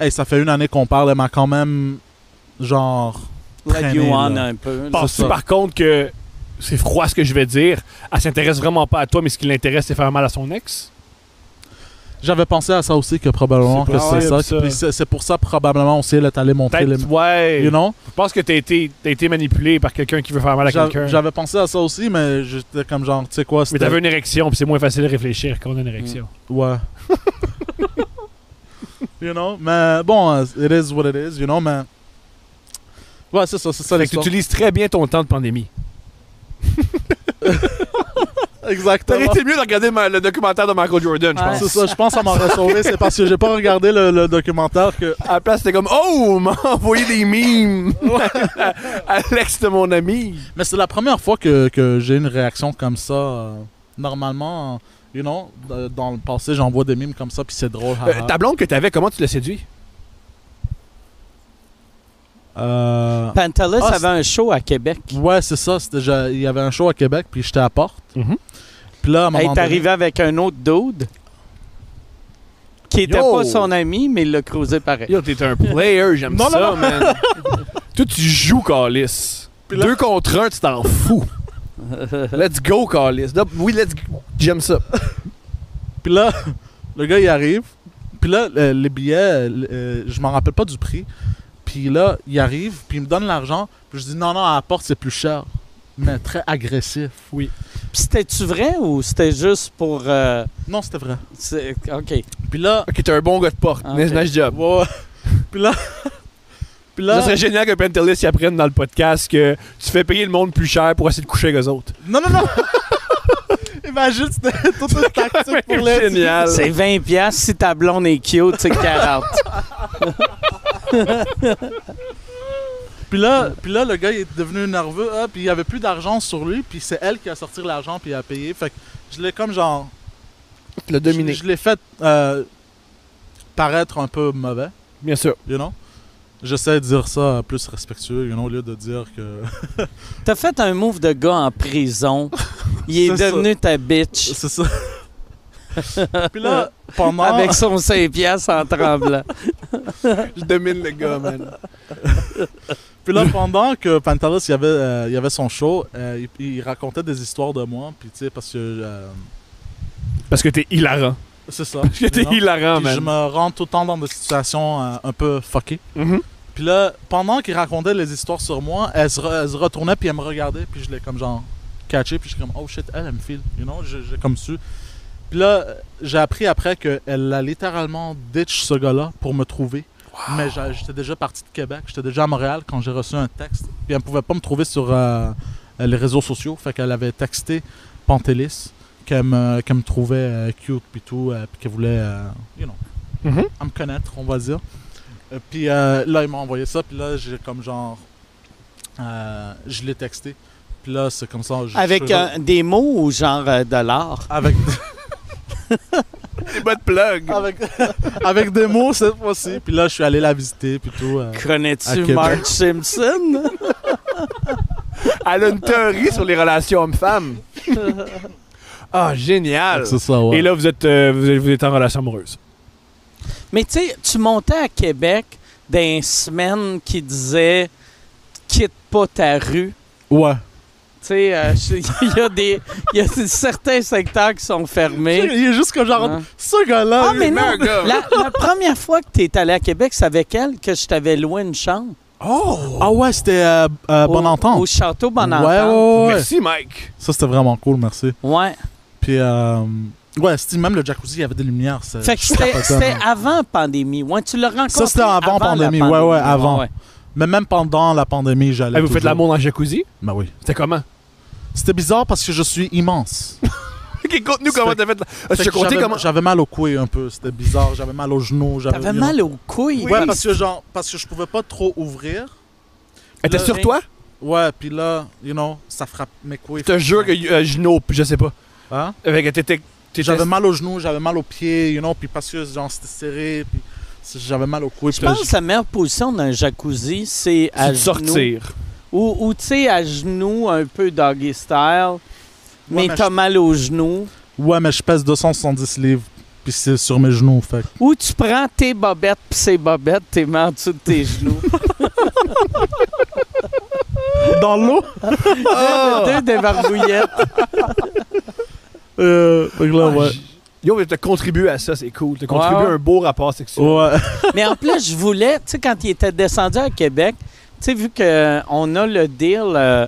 Speaker 2: Hey, ça fait une année qu'on parle, elle m'a quand même. Genre.
Speaker 4: Let
Speaker 2: traîné,
Speaker 4: you on
Speaker 2: là.
Speaker 4: un peu. là.
Speaker 2: C'est
Speaker 3: Penses-tu
Speaker 2: ça.
Speaker 3: par contre que c'est froid ce que je vais dire? Elle s'intéresse vraiment pas à toi, mais ce qui l'intéresse, c'est faire mal à son ex?
Speaker 2: J'avais pensé à ça aussi, que probablement
Speaker 3: C'est
Speaker 2: que
Speaker 3: possible,
Speaker 2: c'est ça.
Speaker 3: ça.
Speaker 2: Puis C'est c'est pour ça, probablement, aussi, elle est allée montrer les.
Speaker 3: Peut-être, ouais.
Speaker 2: You know?
Speaker 3: Je pense que t'as été, t'as été manipulé par quelqu'un qui veut faire mal à
Speaker 2: J'a-
Speaker 3: quelqu'un.
Speaker 2: J'avais pensé à ça aussi, mais j'étais comme genre, tu sais quoi,
Speaker 3: Mais
Speaker 2: c'était.
Speaker 3: t'avais une érection, puis c'est moins facile de réfléchir quand on a
Speaker 2: Mm.
Speaker 3: une érection.
Speaker 2: Ouais. you know? Mais bon, euh, it is what it is, you know, mais. Ouais, c'est ça, c'est ça
Speaker 3: Fait que tu
Speaker 2: l'histoire.
Speaker 3: utilises très bien ton temps de pandémie.
Speaker 2: Exactement.
Speaker 3: mieux de regarder ma- le documentaire de Michael Jordan,
Speaker 4: Ouais.
Speaker 2: C'est ça, je pense que ça m'aurait sauvé, c'est parce que j'ai pas regardé le, le documentaire que.
Speaker 3: À la place, c'était comme Oh, m'a envoyé des mimes à l'ex de mon ami.
Speaker 2: Mais c'est la première fois que, que j'ai une réaction comme ça. euh, Normalement, you know, d- dans le passé, j'envoie des mimes comme ça, puis c'est drôle.
Speaker 3: Euh,
Speaker 2: haha.
Speaker 3: ta blonde que t'avais, comment tu l'as séduit?
Speaker 2: Euh,
Speaker 4: Pantelis
Speaker 2: Ah,
Speaker 4: avait un show à Québec.
Speaker 2: Ouais, c'est ça. c'était- j'a- Il y avait un show à Québec, puis j'étais à Porte.
Speaker 3: Mhm.
Speaker 2: Puis là, à un
Speaker 4: Elle
Speaker 2: moment
Speaker 4: est
Speaker 2: donné-
Speaker 4: arrivée avec un autre dude qui était
Speaker 3: Yo!
Speaker 4: pas son ami, mais il l'a creusé pareil.
Speaker 3: Yo, t'es un player, j'aime
Speaker 2: Eh. Non, non,
Speaker 3: ça,
Speaker 2: non.
Speaker 3: man. Toi, tu joues, Calis.
Speaker 2: Puis là-
Speaker 3: Deux contre un, tu t'en fous. let's go, Calis. Non, Oui, let's go. J'aime ça.
Speaker 2: Puis là, le gars, il arrive. Puis là, le- les billets, euh, je m'en rappelle pas du prix. Puis là, il arrive, puis il me donne l'argent. Puis je dis non, non, à la porte, c'est plus cher. Mais très agressif.
Speaker 4: Puis c'était-tu vrai ou c'était juste pour. euh,
Speaker 2: Non, c'était vrai.
Speaker 4: c'est- OK.
Speaker 2: Puis là,
Speaker 3: Ok, t'es un bon gars de porte.
Speaker 4: Ah,
Speaker 3: Nice,
Speaker 4: ok.
Speaker 3: nice job.
Speaker 2: ouais, ouais. puis là, puis
Speaker 3: Ça
Speaker 2: là,
Speaker 3: serait génial que Pentelis y apprenne dans le podcast que tu fais payer le monde plus cher pour essayer de coucher avec eux autres.
Speaker 2: non, non, non. Imagine, c'était toute une tactique pour les.
Speaker 3: génial.
Speaker 4: C'est 20 pièces si ta blonde est cute, c'est 40.
Speaker 2: Puis là, puis là, le gars il est devenu nerveux, ah, puis il avait plus d'argent sur lui, puis c'est elle qui a sorti l'argent puis a payé. Fait que je l'ai comme genre,
Speaker 3: Le
Speaker 2: je,
Speaker 3: dominer.
Speaker 2: je l'ai fait euh, paraître un peu mauvais,
Speaker 3: Bien sûr.
Speaker 2: you know. J'essaie de dire ça plus respectueux, you know, au lieu de dire que
Speaker 4: T'as fait un move de gars en prison. Il est,
Speaker 2: C'est ça.
Speaker 4: devenu ta bitch
Speaker 2: c'est ça. puis là, pendant
Speaker 4: avec son 5 pièces en tremblant.
Speaker 3: Je domine le gars, man.
Speaker 2: Puis là, pendant que Pantalis, il y avait, euh, il y avait son show, euh, il, il racontait des histoires de moi, puis tu sais, parce que... euh,
Speaker 3: Parce que t'es hilarant.
Speaker 2: C'est ça.
Speaker 3: Parce que t'es
Speaker 2: Non.
Speaker 3: hilarant,
Speaker 2: Puis je
Speaker 3: man.
Speaker 2: me rends tout le temps dans des situations euh, un peu fuckées.
Speaker 3: Mhm.
Speaker 2: Puis là, pendant qu'il racontait les histoires sur moi, elle se, re- elle se retournait puis elle me regardait puis je l'ai comme genre catché puis je suis comme oh shit, elle, elle me file, you know, j'ai j'ai comme su. Puis là, j'ai appris après qu'elle a littéralement ditch ce gars-là pour me trouver. Mais j'a- j'étais déjà parti de Québec, j'étais déjà à Montréal quand j'ai reçu un texte. Puis elle ne pouvait pas me trouver sur euh, les réseaux sociaux, fait qu'elle avait texté Pantelis qu'elle me, qu'elle me trouvait euh, cute puis tout, euh, puis qu'elle voulait, euh, you know,
Speaker 1: Mm-hmm.
Speaker 3: Mhm.
Speaker 2: à me connaître, on va dire. Euh, puis euh, là, il m'a envoyé ça, puis là, j'ai comme genre, euh, je l'ai texté. Puis là, c'est comme ça. je-
Speaker 1: Avec
Speaker 2: je-
Speaker 1: euh, des mots ou genre euh, de l'art?
Speaker 2: avec,
Speaker 3: Des bonnes plugs.
Speaker 2: avec, avec des mots cette fois-ci. Puis là, je suis allé la visiter, puis tout. euh. À
Speaker 4: Connais-tu
Speaker 2: Québec.
Speaker 4: Marge Simpson?
Speaker 3: Elle a une théorie sur les relations hommes-femmes. Ah, génial.
Speaker 2: c'est ça, ouais.
Speaker 3: Et là, vous êtes, euh, vous êtes, vous êtes en relation amoureuse.
Speaker 4: Mais tu sais, tu montais à Québec des semaines qui disaient quitte pas ta rue.
Speaker 2: ouais.
Speaker 4: Tu sais, euh, je- il y a des il y a des- certains secteurs qui sont fermés.
Speaker 2: Il est juste comme genre,
Speaker 4: Hein?
Speaker 2: ce gars-là.
Speaker 4: Ah, mais non!
Speaker 3: un gars.
Speaker 4: La, la première fois que tu es allé à Québec, c'est avec elle que je t'avais loué une chambre.
Speaker 3: Oh!
Speaker 2: Ah ouais, c'était euh, euh, Bonne
Speaker 4: au,
Speaker 2: Entente.
Speaker 4: Au château Bonne
Speaker 2: Ouais,
Speaker 4: Entente.
Speaker 2: ouais, ouais, ouais.
Speaker 3: Oh, Merci, Mike.
Speaker 2: Ça, c'était vraiment cool, merci.
Speaker 4: Ouais.
Speaker 2: Puis, euh, ouais, c'était- même le jacuzzi, il y avait des lumières. c'est-
Speaker 4: Fait que c'était
Speaker 2: capotais,
Speaker 4: c'était
Speaker 2: man.
Speaker 4: avant pandémie. Ouais, tu l'as rencontré.
Speaker 2: Ça, c'était avant
Speaker 4: la
Speaker 2: pandémie. Ouais, ouais, avant. Mais même pendant la pandémie, j'allais.
Speaker 3: Ah, vous faites
Speaker 2: toujours.
Speaker 3: l'amour dans le jacuzzi?
Speaker 2: Ben oui.
Speaker 3: C'était comment?
Speaker 2: C'était bizarre parce que je suis immense.
Speaker 4: Ah,
Speaker 3: Ok, conte-nous
Speaker 2: comment
Speaker 3: t'as fait.
Speaker 2: Fait que j'avais- J'avais mal au couilles un peu. C'était bizarre. J'avais mal aux genoux. J'avais
Speaker 4: T'avais mal aux couilles.
Speaker 2: Ouais, parce que genre, parce que je pouvais pas trop ouvrir.
Speaker 3: Elle était
Speaker 2: Là,
Speaker 3: sur toi?
Speaker 2: Ouais, puis là, you know, ça frappe mes couilles.
Speaker 3: Je te jure que euh, Gino, je sais pas.
Speaker 2: Hein?
Speaker 3: Avec, t'étais. t'étais-
Speaker 2: J'avais mal aux genoux, j'avais mal aux pieds, you know, puis parce que genre c'était serré, puis c'est- j'avais mal aux couilles.
Speaker 4: Je
Speaker 2: puis là,
Speaker 4: pense que la meilleure position d'un jacuzzi, c'est
Speaker 3: C'est
Speaker 4: à
Speaker 3: de
Speaker 4: genoux.
Speaker 3: sortir.
Speaker 4: Ou, ou, tu sais, à genoux, un peu doggy style. mais
Speaker 2: mais
Speaker 4: t'as
Speaker 2: je-
Speaker 4: mal aux genoux.
Speaker 2: Ouais, mais je pèse 270 livres, puis c'est sur mes genoux, fait. que-
Speaker 4: Ou tu prends tes bobettes pis ces bobettes, t'es mis en dessous de tes genoux.
Speaker 2: Dans l'eau?
Speaker 3: Ah!
Speaker 4: Deux des barbouillettes.
Speaker 2: Euh, fait que là,
Speaker 3: Ah,
Speaker 2: ouais.
Speaker 3: j- Yo, mais t'as contribué à ça, c'est cool. T'as contribué
Speaker 4: Ouais,
Speaker 3: à
Speaker 4: ouais.
Speaker 3: un beau rapport sexuel.
Speaker 2: Ouais.
Speaker 4: Mais en plus, je voulais, tu sais, quand il était descendu à Québec, tu sais, vu qu'on a le deal euh,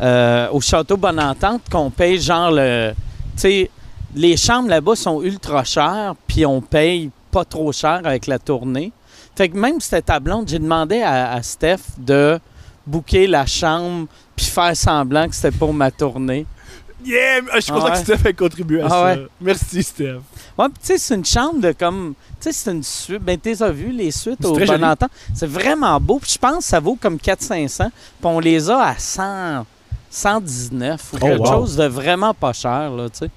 Speaker 4: euh, au Château Bonne-Entente, qu'on paye genre le. Tu sais, les chambres là-bas sont ultra chères, puis on paye pas trop cher avec la tournée. Fait que même si c'était ta blonde, j'ai demandé à, à Steph de booker la chambre puis faire semblant que c'était pour ma tournée.
Speaker 3: Yeah! mais, ah, Je suis
Speaker 4: Ah
Speaker 3: content
Speaker 4: ouais.
Speaker 3: que Steph ait contribué à
Speaker 4: Ah
Speaker 3: ça.
Speaker 4: ouais.
Speaker 3: Merci, Steph.
Speaker 4: Ouais, puis tu sais, c'est une chambre de comme. Tu sais, c'est une suite. Ben, tu as vu les suites
Speaker 3: C'est
Speaker 4: au
Speaker 3: très
Speaker 4: Bon
Speaker 3: joli.
Speaker 4: Entente. C'est vraiment beau. Puis je pense que ça vaut comme 400-500. Puis on les a à 100, 119 ou
Speaker 3: Oh,
Speaker 4: quelque
Speaker 2: wow.
Speaker 4: chose de vraiment pas cher, là, tu sais.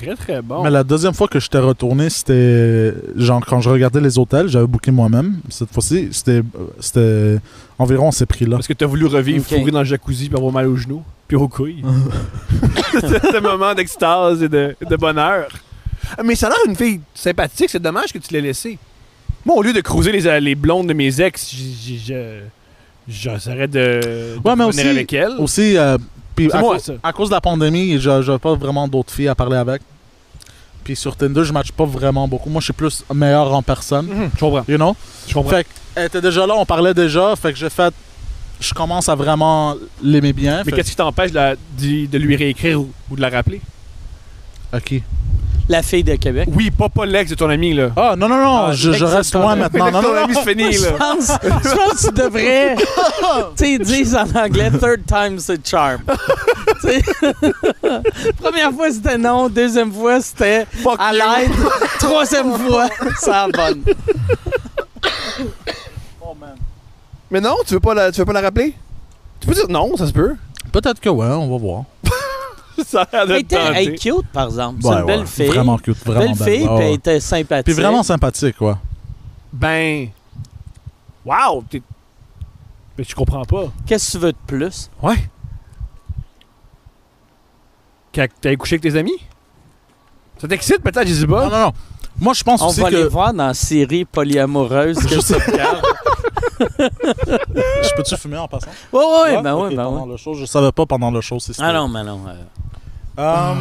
Speaker 3: Très, très bon.
Speaker 2: Mais la deuxième fois que j'étais retourné, c'était genre quand je regardais les hôtels, j'avais booké moi-même. Cette fois-ci, c'était euh, c'était environ ces prix-là.
Speaker 3: Parce que t'as voulu revivre,
Speaker 4: Ok.
Speaker 3: fourré dans le jacuzzi, puis avoir mal aux genoux, puis aux couilles. C'était un moment d'extase et de, de bonheur. Ah, Mais ça a l'air une fille sympathique, c'est dommage que tu l'aies laissée. Moi, au lieu de croiser les, euh, les blondes de mes ex, j- j- je- j'essaierais de, de
Speaker 2: Ouais, mais
Speaker 3: venir
Speaker 2: aussi-
Speaker 3: avec elle.
Speaker 2: Aussi, euh, puis
Speaker 3: Mm. C'est
Speaker 2: à,
Speaker 3: moi,
Speaker 2: cau-
Speaker 3: ça.
Speaker 2: à cause de la pandémie, j'a- j'avais pas vraiment d'autres filles à parler avec. Puis sur Tinder, je match pas vraiment beaucoup. Moi, je suis plus meilleur en personne,
Speaker 3: Mhm, je comprends,
Speaker 2: you know?
Speaker 3: je comprends.
Speaker 2: Fait que, elle était déjà là, on parlait déjà, fait que j'ai fait. Je commence à vraiment l'aimer bien.
Speaker 3: mais
Speaker 2: fait-
Speaker 3: qu'est-ce qui t'empêche de, la- d'y- de lui réécrire ou, ou de la rappeler?
Speaker 2: À qui?
Speaker 4: La fille de Québec.
Speaker 3: Oui, pas, pas l'ex de ton ami, là.
Speaker 2: Ah, non, non, non,
Speaker 4: Ah,
Speaker 2: je, je
Speaker 4: exactement.
Speaker 2: reste loin maintenant. Non,
Speaker 3: ton
Speaker 2: non, non.
Speaker 3: ami, c'est fini,
Speaker 4: Je
Speaker 3: là.
Speaker 4: pense, je pense que tu devrais. tu sais, ils disent en anglais third time the charm. Tu sais, Première fois c'était non, deuxième fois c'était
Speaker 3: Fuck
Speaker 4: à l'aide, troisième fois ça abonne.
Speaker 3: Mais non, tu veux pas la, tu veux pas la rappeler? Tu peux dire non, ça se peut.
Speaker 2: Peut-être que ouais, on va voir.
Speaker 3: ça a l'air de
Speaker 4: Elle
Speaker 3: te
Speaker 4: était elle
Speaker 3: tenter.
Speaker 4: est cute, par exemple. C'est
Speaker 2: Ouais,
Speaker 4: une belle
Speaker 2: ouais,
Speaker 4: fille.
Speaker 2: Vraiment cute, vraiment
Speaker 4: belle fille,
Speaker 2: ouais,
Speaker 4: puis
Speaker 2: ouais.
Speaker 4: elle était sympathique.
Speaker 2: Puis vraiment sympathique, ouais.
Speaker 3: Ben. Wow! t'es- Mais tu comprends pas.
Speaker 4: Qu'est-ce que tu veux de plus?
Speaker 3: Ouais. Quand t'as couché avec tes amis? Ça t'excite peut-être, je sais
Speaker 2: Non,
Speaker 3: pas.
Speaker 2: non, non. Moi, je pense
Speaker 4: On
Speaker 2: aussi
Speaker 4: va les
Speaker 2: que.
Speaker 4: voir dans la série polyamoureuse. que
Speaker 2: Je
Speaker 4: ça regarde.
Speaker 2: Je peux-tu fumer en passant?
Speaker 4: Ouais, ouais, Ah ben
Speaker 2: Ok,
Speaker 4: ouais, ben
Speaker 2: pendant
Speaker 4: ouais.
Speaker 2: le show, je savais pas pendant le show si c'était.
Speaker 4: Ah non, mais non. euh,
Speaker 2: Euh,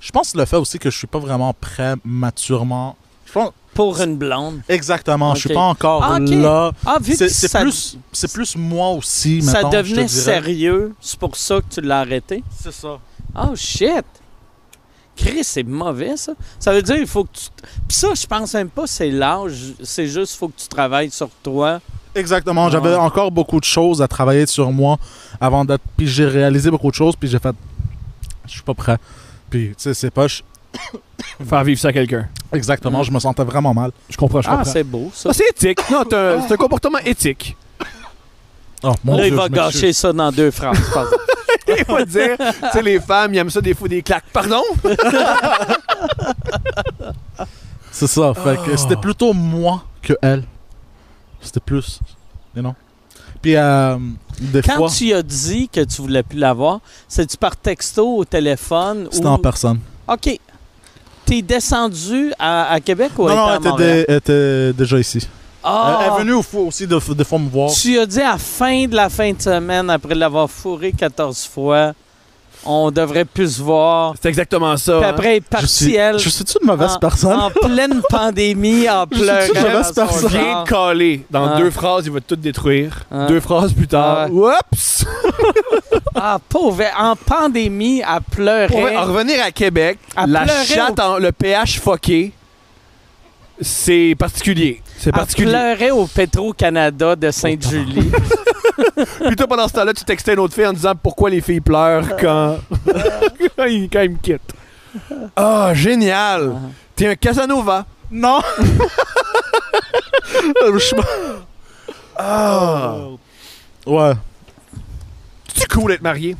Speaker 2: Je pense que c'est le fait aussi que je suis pas vraiment prêt maturement. Je pense,
Speaker 4: Pour une blonde.
Speaker 2: exactement, je
Speaker 4: Ok.
Speaker 2: suis pas encore
Speaker 4: Ah, ok.
Speaker 2: là.
Speaker 4: Ah, vu
Speaker 2: C'est
Speaker 4: que
Speaker 2: c'est
Speaker 4: ça,
Speaker 2: plus, c'est plus moi aussi,
Speaker 4: ça
Speaker 2: mettons, je te
Speaker 4: devenait
Speaker 2: dirais.
Speaker 4: sérieux, c'est pour ça que tu l'as arrêté.
Speaker 2: C'est ça.
Speaker 4: Oh shit! Chris, c'est mauvais ça. Ça veut dire il faut que tu. Puis ça, je pense même pas c'est l'âge. C'est juste faut que tu travailles sur toi. Ah,
Speaker 2: Exactement. J'avais
Speaker 4: Ouais.
Speaker 2: encore beaucoup de choses à travailler sur moi avant d'être. Puis j'ai réalisé beaucoup de choses, puis j'ai fait. Je suis pas prêt. Puis, tu sais, c'est poche.
Speaker 3: Faire vivre ça à quelqu'un.
Speaker 2: Exactement,
Speaker 4: Mm.
Speaker 2: je me sentais vraiment mal.
Speaker 3: Je comprends, je
Speaker 4: Ah,
Speaker 3: comprends.
Speaker 4: c'est beau ça.
Speaker 3: Ah, c'est éthique. Non, c'est un, c'est un comportement éthique.
Speaker 2: Oh, mon
Speaker 4: Là, il
Speaker 2: Dieu,
Speaker 4: va
Speaker 2: je m'excuse.
Speaker 4: gâcher ça dans deux phrases. je pense.
Speaker 3: Il faut dire, tu sais, les femmes, ils aiment ça des fois des claques. Pardon?
Speaker 2: C'est ça. Fait que c'était plutôt moi que elle. C'était plus. You know? Puis, euh, des
Speaker 4: Quand
Speaker 2: fois,
Speaker 4: tu y as dit que tu voulais plus l'avoir, c'est-tu par texto, au téléphone
Speaker 2: c'était
Speaker 4: ou.
Speaker 2: en personne.
Speaker 4: OK. T'es descendu à, à Québec ou
Speaker 2: non, non,
Speaker 4: à
Speaker 2: elle était,
Speaker 4: Montréal?
Speaker 2: dé- elle était déjà ici.
Speaker 4: Ah!
Speaker 2: Elle est venue au fou- aussi de- des fois me voir.
Speaker 4: Tu y as dit à la fin de la fin de semaine, après l'avoir fourré 14 fois, on devrait plus se voir.
Speaker 3: C'est exactement ça.
Speaker 4: Puis
Speaker 3: hein.
Speaker 4: après,
Speaker 2: Je suis,
Speaker 4: partiel,
Speaker 2: je suis-tu une mauvaise
Speaker 4: Ah,
Speaker 2: personne?
Speaker 4: en pleine pandémie, en
Speaker 2: Je suis
Speaker 4: pleurant.
Speaker 2: une mauvaise
Speaker 4: dans son
Speaker 2: personne.
Speaker 3: Viens
Speaker 4: genre.
Speaker 3: de caler. Dans
Speaker 4: Ah.
Speaker 3: deux phrases, il va tout détruire.
Speaker 4: Ah.
Speaker 3: Deux phrases plus
Speaker 4: Ah
Speaker 3: tard. Oups!
Speaker 4: Ah, pauvre. En pandémie, à
Speaker 3: Pour
Speaker 4: pleurer.
Speaker 3: en revenir à Québec,
Speaker 4: Elle
Speaker 3: la
Speaker 4: pleurait
Speaker 3: chatte, en- le pH fucké, c'est particulier. C'est particulier.
Speaker 4: pleurait au Petro-Canada de Sainte-Julie.
Speaker 3: Puis toi, pendant ce temps-là, tu textais une autre fille en disant pourquoi les filles pleurent quand, quand, ils, quand ils me quittent. Ah, génial!
Speaker 4: Ah.
Speaker 3: T'es un Casanova.
Speaker 2: Non! Je-
Speaker 3: Ah!
Speaker 2: ouais.
Speaker 3: C'est cool d'être marié.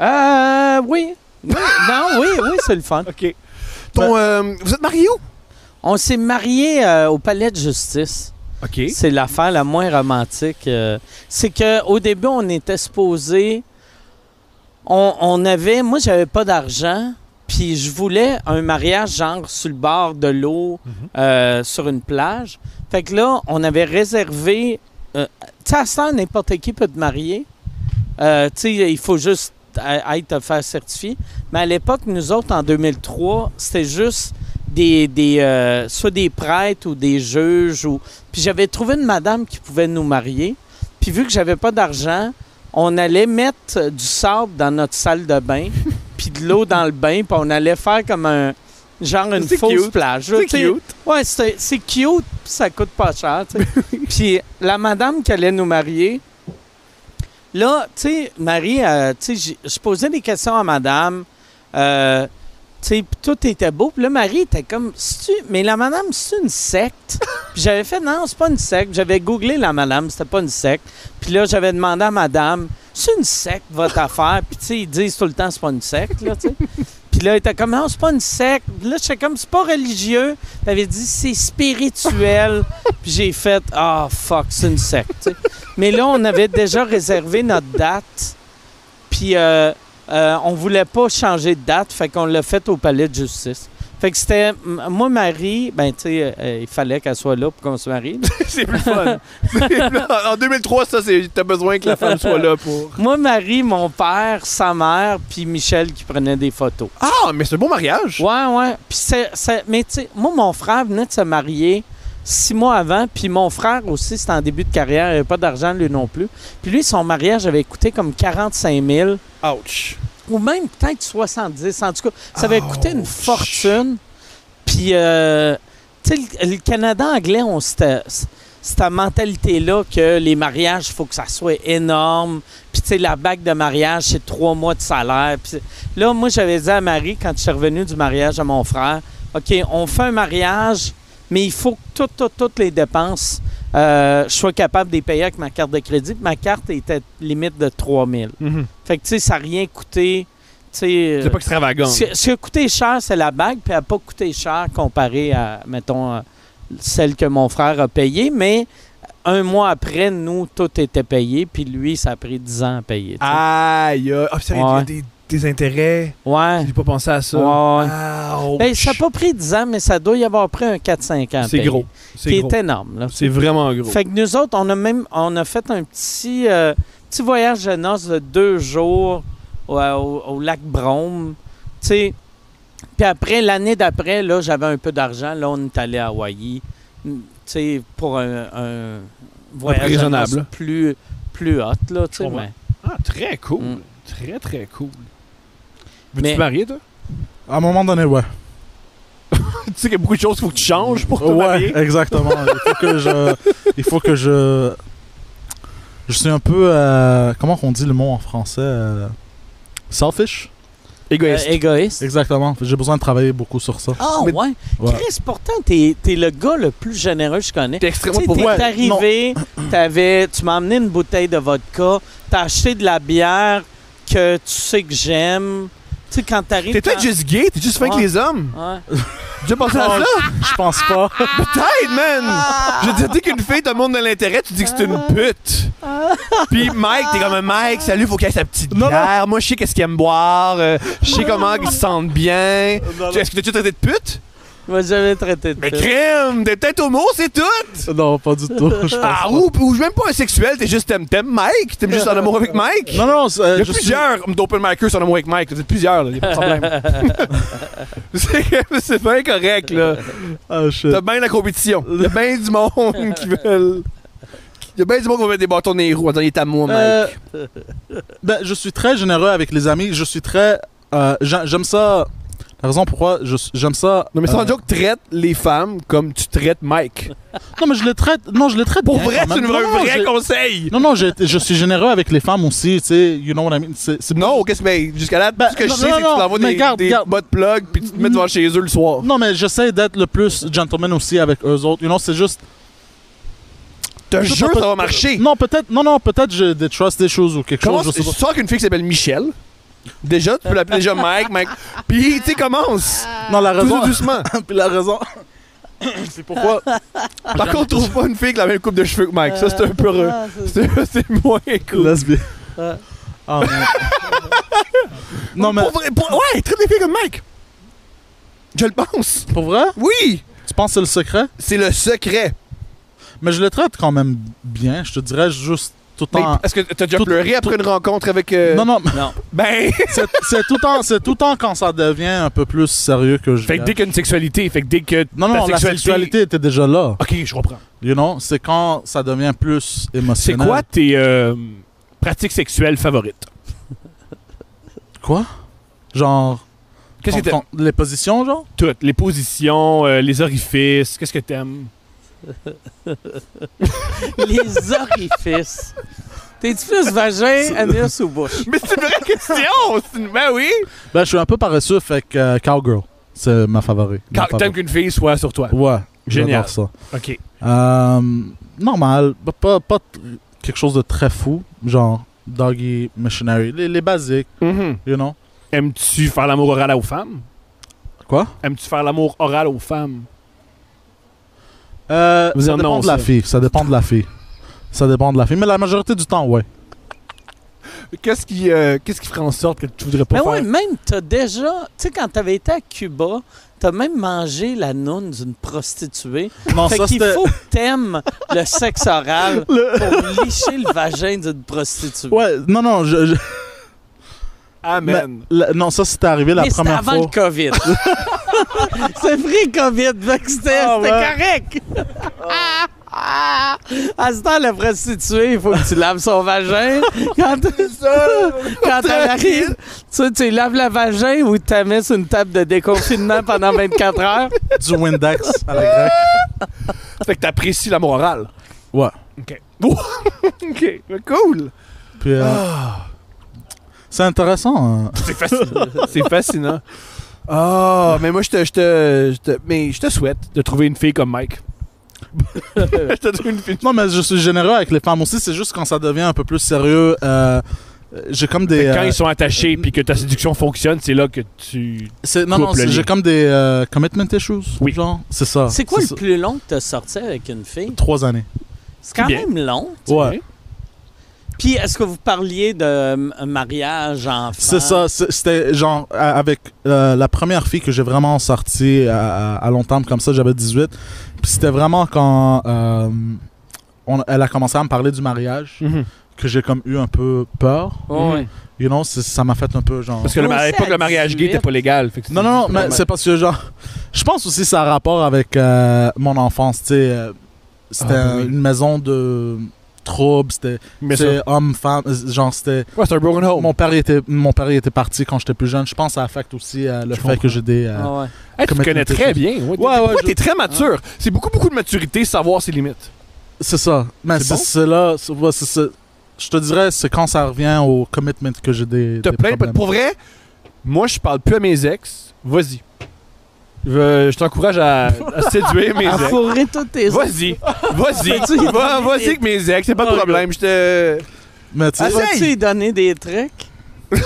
Speaker 4: euh, oui. Oui, Non, oui, oui, c'est le fun.
Speaker 3: OK. Ton, euh, vous êtes marié où?
Speaker 4: On s'est mariés euh, au palais de justice.
Speaker 3: OK.
Speaker 4: C'est l'affaire la moins romantique. euh. C'est que au début, on était supposé. On, on avait. Moi, j'avais pas d'argent. Puis je voulais un mariage genre sur le bord de l'eau, euh, sur une plage. Fait que là, on avait réservé. euh, tu sais, à ce temps, n'importe qui peut te marier. Euh, tu sais, il faut juste a- aller te faire certifier. Mais à l'époque, nous autres, en 2003, c'était juste des, des euh, soit des prêtres ou des juges ou puis j'avais trouvé une madame qui pouvait nous marier. Puis vu que j'avais pas d'argent, on allait mettre euh, du sable dans notre salle de bain, puis de l'eau dans le bain, puis on allait faire comme un genre une
Speaker 3: C'est
Speaker 4: fausse
Speaker 3: cute.
Speaker 4: plage.
Speaker 3: C'est
Speaker 4: Tu sais,
Speaker 3: cute.
Speaker 4: Ouais, c'est c'est cute, puis ça coûte pas cher, tu sais. Puis la madame qui allait nous marier, là, tu sais, Marie, euh, tu sais, j'ai- je posais des questions à madame. Euh, tu sais, puis tout était beau. Puis là, Marie était comme, tu mais la madame, c'est une secte? Puis j'avais fait, non, c'est pas une secte. J'avais googlé la madame, c'était pas une secte. Puis là, j'avais demandé à madame, c'est une secte, votre affaire? Puis tu sais, ils disent tout le temps, c'est pas une secte, là, tu sais. Puis là, elle était comme, non, c'est pas une secte. Puis là, j'étais comme, c'est pas religieux. Puis elle avait dit, c'est spirituel. Puis j'ai fait, ah, fuck, c'est une secte, tu sais. Mais là, on avait déjà réservé notre date. Puis euh, euh, on voulait pas changer de date, fait qu'on l'a fait au palais de justice. Fait que c'était, m- moi, Marie, ben, tu sais, euh, il fallait qu'elle soit là pour qu'on se marie.
Speaker 3: c'est plus fun. en 2003, ça, c'est- t'as besoin que la femme soit là pour.
Speaker 4: moi, Marie, mon père, sa mère, puis Michel qui prenait des photos.
Speaker 3: Ah, mais c'est un beau mariage.
Speaker 4: Ouais, ouais. Puis c'est, c'est- mais tu sais, moi, mon frère venait de se marier six mois avant. Puis mon frère aussi, c'était en début de carrière. Il n'avait pas d'argent, lui non plus. Puis lui, son mariage avait coûté comme 45 000
Speaker 3: Ouch.
Speaker 4: ou même peut-être 70. En tout cas, ça avait
Speaker 3: Ouch.
Speaker 4: coûté une fortune. Puis, euh, tu sais, le, le Canada anglais, on s'était- cette mentalité-là que les mariages, il faut que ça soit énorme. Puis, tu sais, la bague de mariage, c'est trois mois de salaire. Puis, là, moi, j'avais dit à Marie, quand je suis revenu du mariage à mon frère, OK, on fait un mariage, mais il faut que toutes, toutes, toutes les dépenses, euh, je sois capable de les payer avec ma carte de crédit. Puis Ma carte était limite de 3000 fait que, tu sais, ça n'a rien coûté. Tu sais,
Speaker 3: C'est
Speaker 4: euh,
Speaker 3: pas extravagant.
Speaker 4: ce, ce qui a coûté cher, c'est la bague, puis elle n'a pas coûté cher comparé à, mettons, euh, celle que mon frère a payée. Mais un mois après, nous, tout était payé, puis lui, ça a pris 10 ans à payer. tu sais.
Speaker 3: Aïe, euh, ah, ça, il y a
Speaker 4: Ouais.
Speaker 3: des, des intérêts.
Speaker 4: Ouais.
Speaker 3: J'ai pas pensé à ça.
Speaker 4: Ouais, ouais.
Speaker 3: Ouch.
Speaker 4: Ben, ça n'a pas pris 10 ans, mais ça doit y avoir pris un 4-5 ans. à
Speaker 3: C'est
Speaker 4: payer,
Speaker 3: gros.
Speaker 4: Qui
Speaker 3: C'est
Speaker 4: est
Speaker 3: gros.
Speaker 4: énorme, là.
Speaker 3: C'est vraiment gros.
Speaker 4: Fait que nous autres, on a même on a fait un petit, euh, petit voyage de euh, noces de deux jours au, au- au lac Brome. Tu sais, Puis après, l'année d'après, là, j'avais un peu d'argent. Là, on est allé à Hawaï. Tu sais, pour un, un voyage
Speaker 3: raisonnable.
Speaker 4: à noces plus, plus hot, là, tu sais.
Speaker 3: comprends.
Speaker 4: mais-
Speaker 3: Ah, très cool.
Speaker 4: Mm.
Speaker 3: Très, très cool. Veux-tu
Speaker 4: Mais-
Speaker 3: te marier, toi?
Speaker 2: À un moment donné, ouais.
Speaker 3: Tu sais qu'il y a beaucoup de choses qu'il faut que tu changes pour te
Speaker 2: Ouais,
Speaker 3: marier.
Speaker 2: exactement. Il faut que je. Il faut que je. Je suis un peu. euh, comment qu'on dit le mot en français euh, Selfish
Speaker 4: Euh,
Speaker 3: Égoïste.
Speaker 4: égoïste.
Speaker 2: Exactement. J'ai besoin de travailler beaucoup sur ça.
Speaker 4: Ah,
Speaker 3: Mais-
Speaker 4: ouais.
Speaker 2: Ouais.
Speaker 4: Chris, pourtant, t'es es le gars le plus généreux que je connais.
Speaker 3: T'es
Speaker 4: Euh, Tu
Speaker 3: extrêmement
Speaker 4: sais,
Speaker 3: pour
Speaker 4: t'es
Speaker 2: Ouais,
Speaker 4: arrivé, t'avais- tu m'as amené une bouteille de vodka, t'as acheté de la bière que tu sais que j'aime. Tu sais, quand t'arrives...
Speaker 3: T'es peut-être
Speaker 4: quand-
Speaker 3: juste gay, t'es juste fin que
Speaker 4: Ouais.
Speaker 3: les hommes.
Speaker 4: Ouais.
Speaker 3: J'ai déjà pensé
Speaker 4: Ah.
Speaker 3: à ça?
Speaker 2: Je pense pas.
Speaker 3: Peut-être,
Speaker 2: Ah.
Speaker 3: man! Je te dis qu'une fille te montre de l'intérêt, tu dis que c'est une pute. Puis Mike, t'es comme Mike, salut, faut qu'elle ait sa petite
Speaker 2: Non, non.
Speaker 3: bière. Moi, je sais qu'est-ce qu'il aime boire. euh, je sais comment il se sent bien. Tu- Est-ce que t'as-tu traité de pute?
Speaker 4: Moi, j'avais traité de
Speaker 3: Mais
Speaker 4: pute.
Speaker 3: crime! T'es peut-être homo, c'est tout!
Speaker 2: Non, pas du tout. Je pense
Speaker 3: Ah,
Speaker 2: pas.
Speaker 3: ou, ou même pas un sexuel, t'es juste t'aimes, t'aimes Mike? T'aimes juste en amour avec Mike?
Speaker 2: Non, non, c'est-
Speaker 3: Il y a
Speaker 2: Euh, je suis-
Speaker 3: plusieurs d'open micers en amour avec Mike. Il y a plusieurs, là. Il y a pas de problème. C'est- c'est bien correct, là.
Speaker 2: Ah, shit.
Speaker 3: T'as bien la compétition. Il y a bien du monde qui veulent. Il y a bien du monde qui va mettre des bâtons dans les roues en disant il est à moi, Mike.
Speaker 2: Euh, ben, je suis très généreux avec les amis. Je suis très. euh, j'a- j'aime ça. La raison pourquoi je suis- j'aime ça.
Speaker 3: non, mais sans
Speaker 2: euh,
Speaker 3: joke, traite les femmes comme tu traites Mike.
Speaker 2: Non, mais je le traite. Non, je le traite.
Speaker 3: Pour
Speaker 2: bien
Speaker 3: vrai,
Speaker 2: quand
Speaker 3: c'est
Speaker 2: même.
Speaker 3: une-
Speaker 2: Non,
Speaker 3: un
Speaker 2: non,
Speaker 3: vrai
Speaker 2: j'ai-
Speaker 3: conseil.
Speaker 2: Non, non, je, je suis généreux avec les femmes aussi, tu sais, you know what I mean. C'est, c'est-
Speaker 3: Non, qu'est-ce que mais jusqu'à là,
Speaker 2: Ben,
Speaker 3: tout ce que je
Speaker 2: non,
Speaker 3: sais, c'est
Speaker 2: non,
Speaker 3: que tu
Speaker 2: non,
Speaker 3: t'envoies
Speaker 2: mais
Speaker 3: des,
Speaker 2: garde,
Speaker 3: des
Speaker 2: garde.
Speaker 3: bottes plug puis tu te mets devant chez eux le soir.
Speaker 2: Non, mais j'essaie d'être le plus gentleman aussi avec eux autres. You know, c'est juste.
Speaker 3: Te
Speaker 2: je sais
Speaker 3: jure,
Speaker 2: pas,
Speaker 3: ça va
Speaker 2: peut-
Speaker 3: marcher.
Speaker 2: Non, peut-être, non, non, peut-être je détruste des choses ou quelque
Speaker 3: Comment
Speaker 2: chose.
Speaker 3: tu
Speaker 2: Je sais pas.
Speaker 3: sors qu'une fille qui s'appelle Michel? Déjà, tu peux l'appeler déjà Mike, Mike. Puis, tu sais, commence.
Speaker 2: Non, la
Speaker 3: Tout
Speaker 2: raison.
Speaker 3: doucement.
Speaker 2: Puis la raison. c'est pourquoi.
Speaker 3: Par contre, trouve pas une fille qui a la même coupe de cheveux que Mike. Ça, c'est un peu heureux.
Speaker 4: Ah,
Speaker 2: Euh.
Speaker 4: c'est-
Speaker 3: C'est c'est moins cool.
Speaker 2: Lesbienne.
Speaker 4: Ouais.
Speaker 2: Ah, non. non, mais
Speaker 3: Pour vrai, pour- ouais, traite les filles comme Mike. Je le pense.
Speaker 2: pour vrai,
Speaker 3: Oui,
Speaker 2: tu penses que c'est le secret?
Speaker 3: c'est le secret.
Speaker 2: Mais je le traite quand même bien. Je te dirais juste tout
Speaker 3: Mais
Speaker 2: en.
Speaker 3: Est-ce que t'as déjà
Speaker 2: Tout-
Speaker 3: pleuré après une rencontre avec. euh,
Speaker 2: Non, non,
Speaker 4: Non.
Speaker 3: Ben.
Speaker 2: c'est, c'est tout en, c'est tout en quand ça devient un peu plus sérieux que je.
Speaker 3: Fait que dès qu'il y a une sexualité, fait que dès que.
Speaker 2: Euh. Non, non,
Speaker 3: ta
Speaker 2: la sexualité était déjà là.
Speaker 3: Ok, je comprends.
Speaker 2: You know, c'est quand ça devient plus
Speaker 3: C'est
Speaker 2: émotionnel.
Speaker 3: quoi tes euh, pratiques sexuelles favorites?
Speaker 2: Quoi? Genre.
Speaker 3: Qu'est-ce que t'aimes?
Speaker 2: ton- ton- Les positions, genre?
Speaker 3: Toutes. Les positions, euh, les orifices, qu'est-ce que t'aimes?
Speaker 4: Les orifices. T'es-tu plus vagin, anus ou bouche?
Speaker 3: Mais c'est une vraie question! Ben oui!
Speaker 2: Ben, je suis un peu paresseux, fait que euh, Cowgirl, c'est ma favorite. Ma
Speaker 3: T'aimes
Speaker 2: favorite.
Speaker 3: qu'une fille soit sur toi.
Speaker 2: Ouais,
Speaker 3: Génial.
Speaker 2: j'adore ça.
Speaker 3: Ok.
Speaker 2: Euh, normal, pas, pas, pas t- quelque chose de très fou, genre Doggy Missionary, les, les basiques,
Speaker 3: Mm-hmm.
Speaker 2: you know?
Speaker 3: Aimes-tu faire l'amour oral aux femmes?
Speaker 2: Quoi?
Speaker 3: Aimes-tu faire l'amour oral aux femmes?
Speaker 2: Euh,
Speaker 3: Vous
Speaker 2: ça
Speaker 3: dire
Speaker 2: dépend
Speaker 3: non,
Speaker 2: de la
Speaker 3: ça.
Speaker 2: fille, ça dépend de la fille. Ça dépend de la fille, mais la majorité du temps, ouais.
Speaker 3: Qu'est-ce qui, euh, qu'est-ce qui ferait en sorte que tu voudrais pas
Speaker 4: Mais
Speaker 3: faire?
Speaker 4: ouais, même t'as déjà, tu sais, quand t'avais été à Cuba, t'as même mangé la noune d'une prostituée.
Speaker 2: Non,
Speaker 4: fait
Speaker 2: ça
Speaker 4: qu'il
Speaker 2: c'était.
Speaker 4: faut que t'aimes le sexe oral pour licher le vagin d'une prostituée.
Speaker 2: Ouais, non, non, je, je-
Speaker 3: Amen.
Speaker 2: la- non, ça c'était arrivé la
Speaker 4: Mais c'était
Speaker 2: première
Speaker 4: avant
Speaker 2: fois.
Speaker 4: le COVID. c'est pré-COVID, fait que c'était
Speaker 2: Ah,
Speaker 4: c'était
Speaker 2: ouais.
Speaker 4: correct. Ah. À ce temps, la prostituée, il faut que tu laves son vagin. Quand, quand elle arrive, tu, tu laves le vagin ou tu la mets sur une table de déconfinement pendant 24 heures.
Speaker 2: du Windex à la grecque.
Speaker 3: Fait que t'apprécies l'amour oral.
Speaker 2: Ouais.
Speaker 3: OK. OK. Cool.
Speaker 2: Puis, euh,
Speaker 4: Ah.
Speaker 2: c'est intéressant. hein.
Speaker 3: C'est fascinant. C'est fascinant. Ah, mais moi, je te, je te, je te- mais je te souhaite de trouver une fille comme Mike. je te trouve une fille.
Speaker 2: Non, mais je suis généreux avec les femmes aussi. C'est juste quand ça devient un peu plus sérieux. euh, euh, j'ai comme des.
Speaker 3: Quand
Speaker 2: euh,
Speaker 3: ils sont attachés puis que ta séduction fonctionne, c'est là que tu.
Speaker 2: c'est- non,
Speaker 3: coupent
Speaker 2: non,
Speaker 3: le
Speaker 2: c'est-
Speaker 3: lien.
Speaker 2: j'ai comme des euh, commitment issues.
Speaker 3: Oui.
Speaker 2: Genre, c'est ça.
Speaker 4: C'est quoi le
Speaker 2: ça.
Speaker 4: plus long que t'as sorti avec une fille?
Speaker 2: Trois années.
Speaker 4: C'est quand
Speaker 3: Bien.
Speaker 4: même long.
Speaker 2: Ouais.
Speaker 4: Puis est-ce que vous parliez de euh, mariage, enfant?
Speaker 2: C'est ça. c'est- C'était genre a- avec euh, la première fille que j'ai vraiment sortie euh, à, à- à long terme comme ça, j'avais 18.
Speaker 3: Mm-hmm.
Speaker 2: Puis c'était vraiment quand euh, on- elle a commencé à me parler du mariage. que j'ai comme eu un peu peur.
Speaker 4: Oh, ouais.
Speaker 2: You know, c'est- ça m'a fait un peu genre.
Speaker 3: Parce que le- à
Speaker 4: Grossesse
Speaker 3: l'époque, le mariage gay
Speaker 4: adulte.
Speaker 3: était pas légal. fait que
Speaker 2: Non, non, non, mais c'est parce que genre. Je pense aussi que ça a rapport avec euh, mon enfance, tu sais. euh, c'était
Speaker 3: Ah, oui.
Speaker 2: une maison de troubles, c'était
Speaker 3: Mais ça- Oh.
Speaker 2: c'était homme, femme, euh, genre c'était.
Speaker 3: Ouais, c'est un broken home.
Speaker 2: Mon père, il était, mon père il était parti quand j'étais plus jeune. Je pense que ça affecte aussi euh, le
Speaker 3: Je
Speaker 2: fait
Speaker 3: comprends.
Speaker 2: que j'ai des. euh,
Speaker 4: Ah, ouais.
Speaker 3: Hey, tu te
Speaker 2: Comment
Speaker 3: connais
Speaker 2: tu-
Speaker 3: très bien. Ouais, t'es-
Speaker 2: Ouais, ouais,
Speaker 3: ouais,
Speaker 2: je-
Speaker 3: t'es très mature. C'est beaucoup, beaucoup de maturité, savoir ses limites.
Speaker 2: C'est ça. Mais
Speaker 3: C'est
Speaker 2: c'est
Speaker 3: bon?
Speaker 2: cela. c'est- ouais, c'est ça. Je te dirais, c'est quand ça revient au commitment que j'ai des.
Speaker 3: Te
Speaker 2: des
Speaker 3: plains pas.
Speaker 2: problèmes.
Speaker 3: Pour vrai, moi, je parle plus à mes ex. Vas-y. Je, je t'encourage à, à séduire mes
Speaker 4: À
Speaker 3: ex.
Speaker 4: fourrer tous tes Peux-tu
Speaker 3: Vas-y.
Speaker 4: y
Speaker 3: Vas-y. Va- Vas-y avec mes ex, c'est
Speaker 2: Oh
Speaker 3: pas de problème. Je te.
Speaker 2: Mais tu sais,
Speaker 3: Essaye!
Speaker 4: Vas-tu y donner des trucs?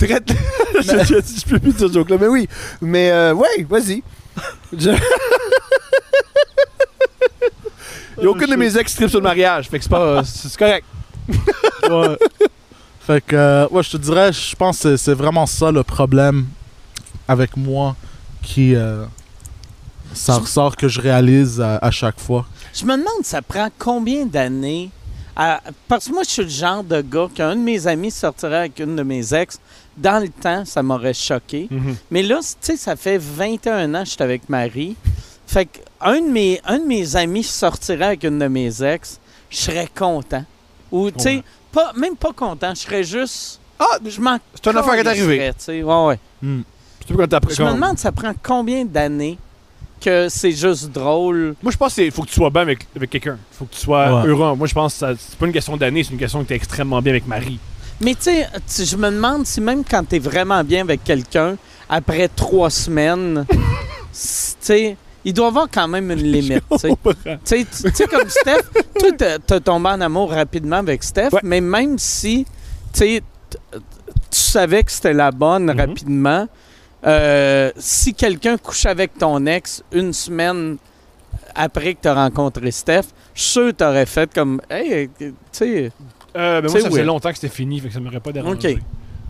Speaker 3: Traite. je, je- je peux plus dire ce joke-là, mais oui. Mais euh, ouais, vas-y. Je... Il y a aucune de mes ex qui tripe sur le mariage, fait que c'est pas. euh, C'est c'est correct.
Speaker 2: ouais. Fait que, euh, ouais, je te dirais, je pense que c'est- c'est vraiment ça le problème avec moi qui. euh, ça ressort que je réalise à, à chaque fois.
Speaker 4: Je me demande, ça prend combien d'années? à- Parce que moi, je suis le genre de gars qu'un de mes amis sortirait avec une de mes ex. Dans le temps, ça m'aurait choqué. Mais là, c- tu sais, ça fait 21 ans que je suis avec Marie. Fait que un de mes, un de mes amis sortirait avec une de mes ex, je serais content. Ou, tu sais,
Speaker 3: Ouais.
Speaker 4: pas, même pas content, je serais juste.
Speaker 3: Ah,
Speaker 4: Je m'en.
Speaker 3: c'est une affaire qui est arrivée.
Speaker 4: collerais, tu sais, ouais, ouais.
Speaker 3: Tu peux quand t'as
Speaker 4: Je me demande, ça prend combien d'années que c'est juste drôle?
Speaker 3: Moi, je pense qu'il faut que tu sois bien avec, avec quelqu'un. faut que tu sois
Speaker 2: Ouais.
Speaker 3: heureux. Moi, je pense que ça- c'est pas une question d'année, c'est une question que t'es extrêmement bien avec Marie.
Speaker 4: Mais tu sais, tu- je me demande si même quand t'es vraiment bien avec quelqu'un, après trois semaines, s- tu sais, il doit y avoir quand même une limite. tu sais. Tu sais, tu- tu sais, comme Steph, toi, t'as- t'as tombé en amour rapidement avec Steph,
Speaker 3: Ouais.
Speaker 4: mais même si tu sais, t- tu savais que c'était la bonne
Speaker 3: Mhm.
Speaker 4: rapidement, euh, si quelqu'un couche avec ton ex une semaine après que tu as rencontré Steph, je suis sûr que t'aurais fait comme, hey, tu sais,
Speaker 3: Euh, ben moi,
Speaker 4: C'est
Speaker 3: ça faisait
Speaker 4: weird.
Speaker 3: longtemps que c'était fini, fait que ça m'aurait pas dérangé.
Speaker 4: Ok.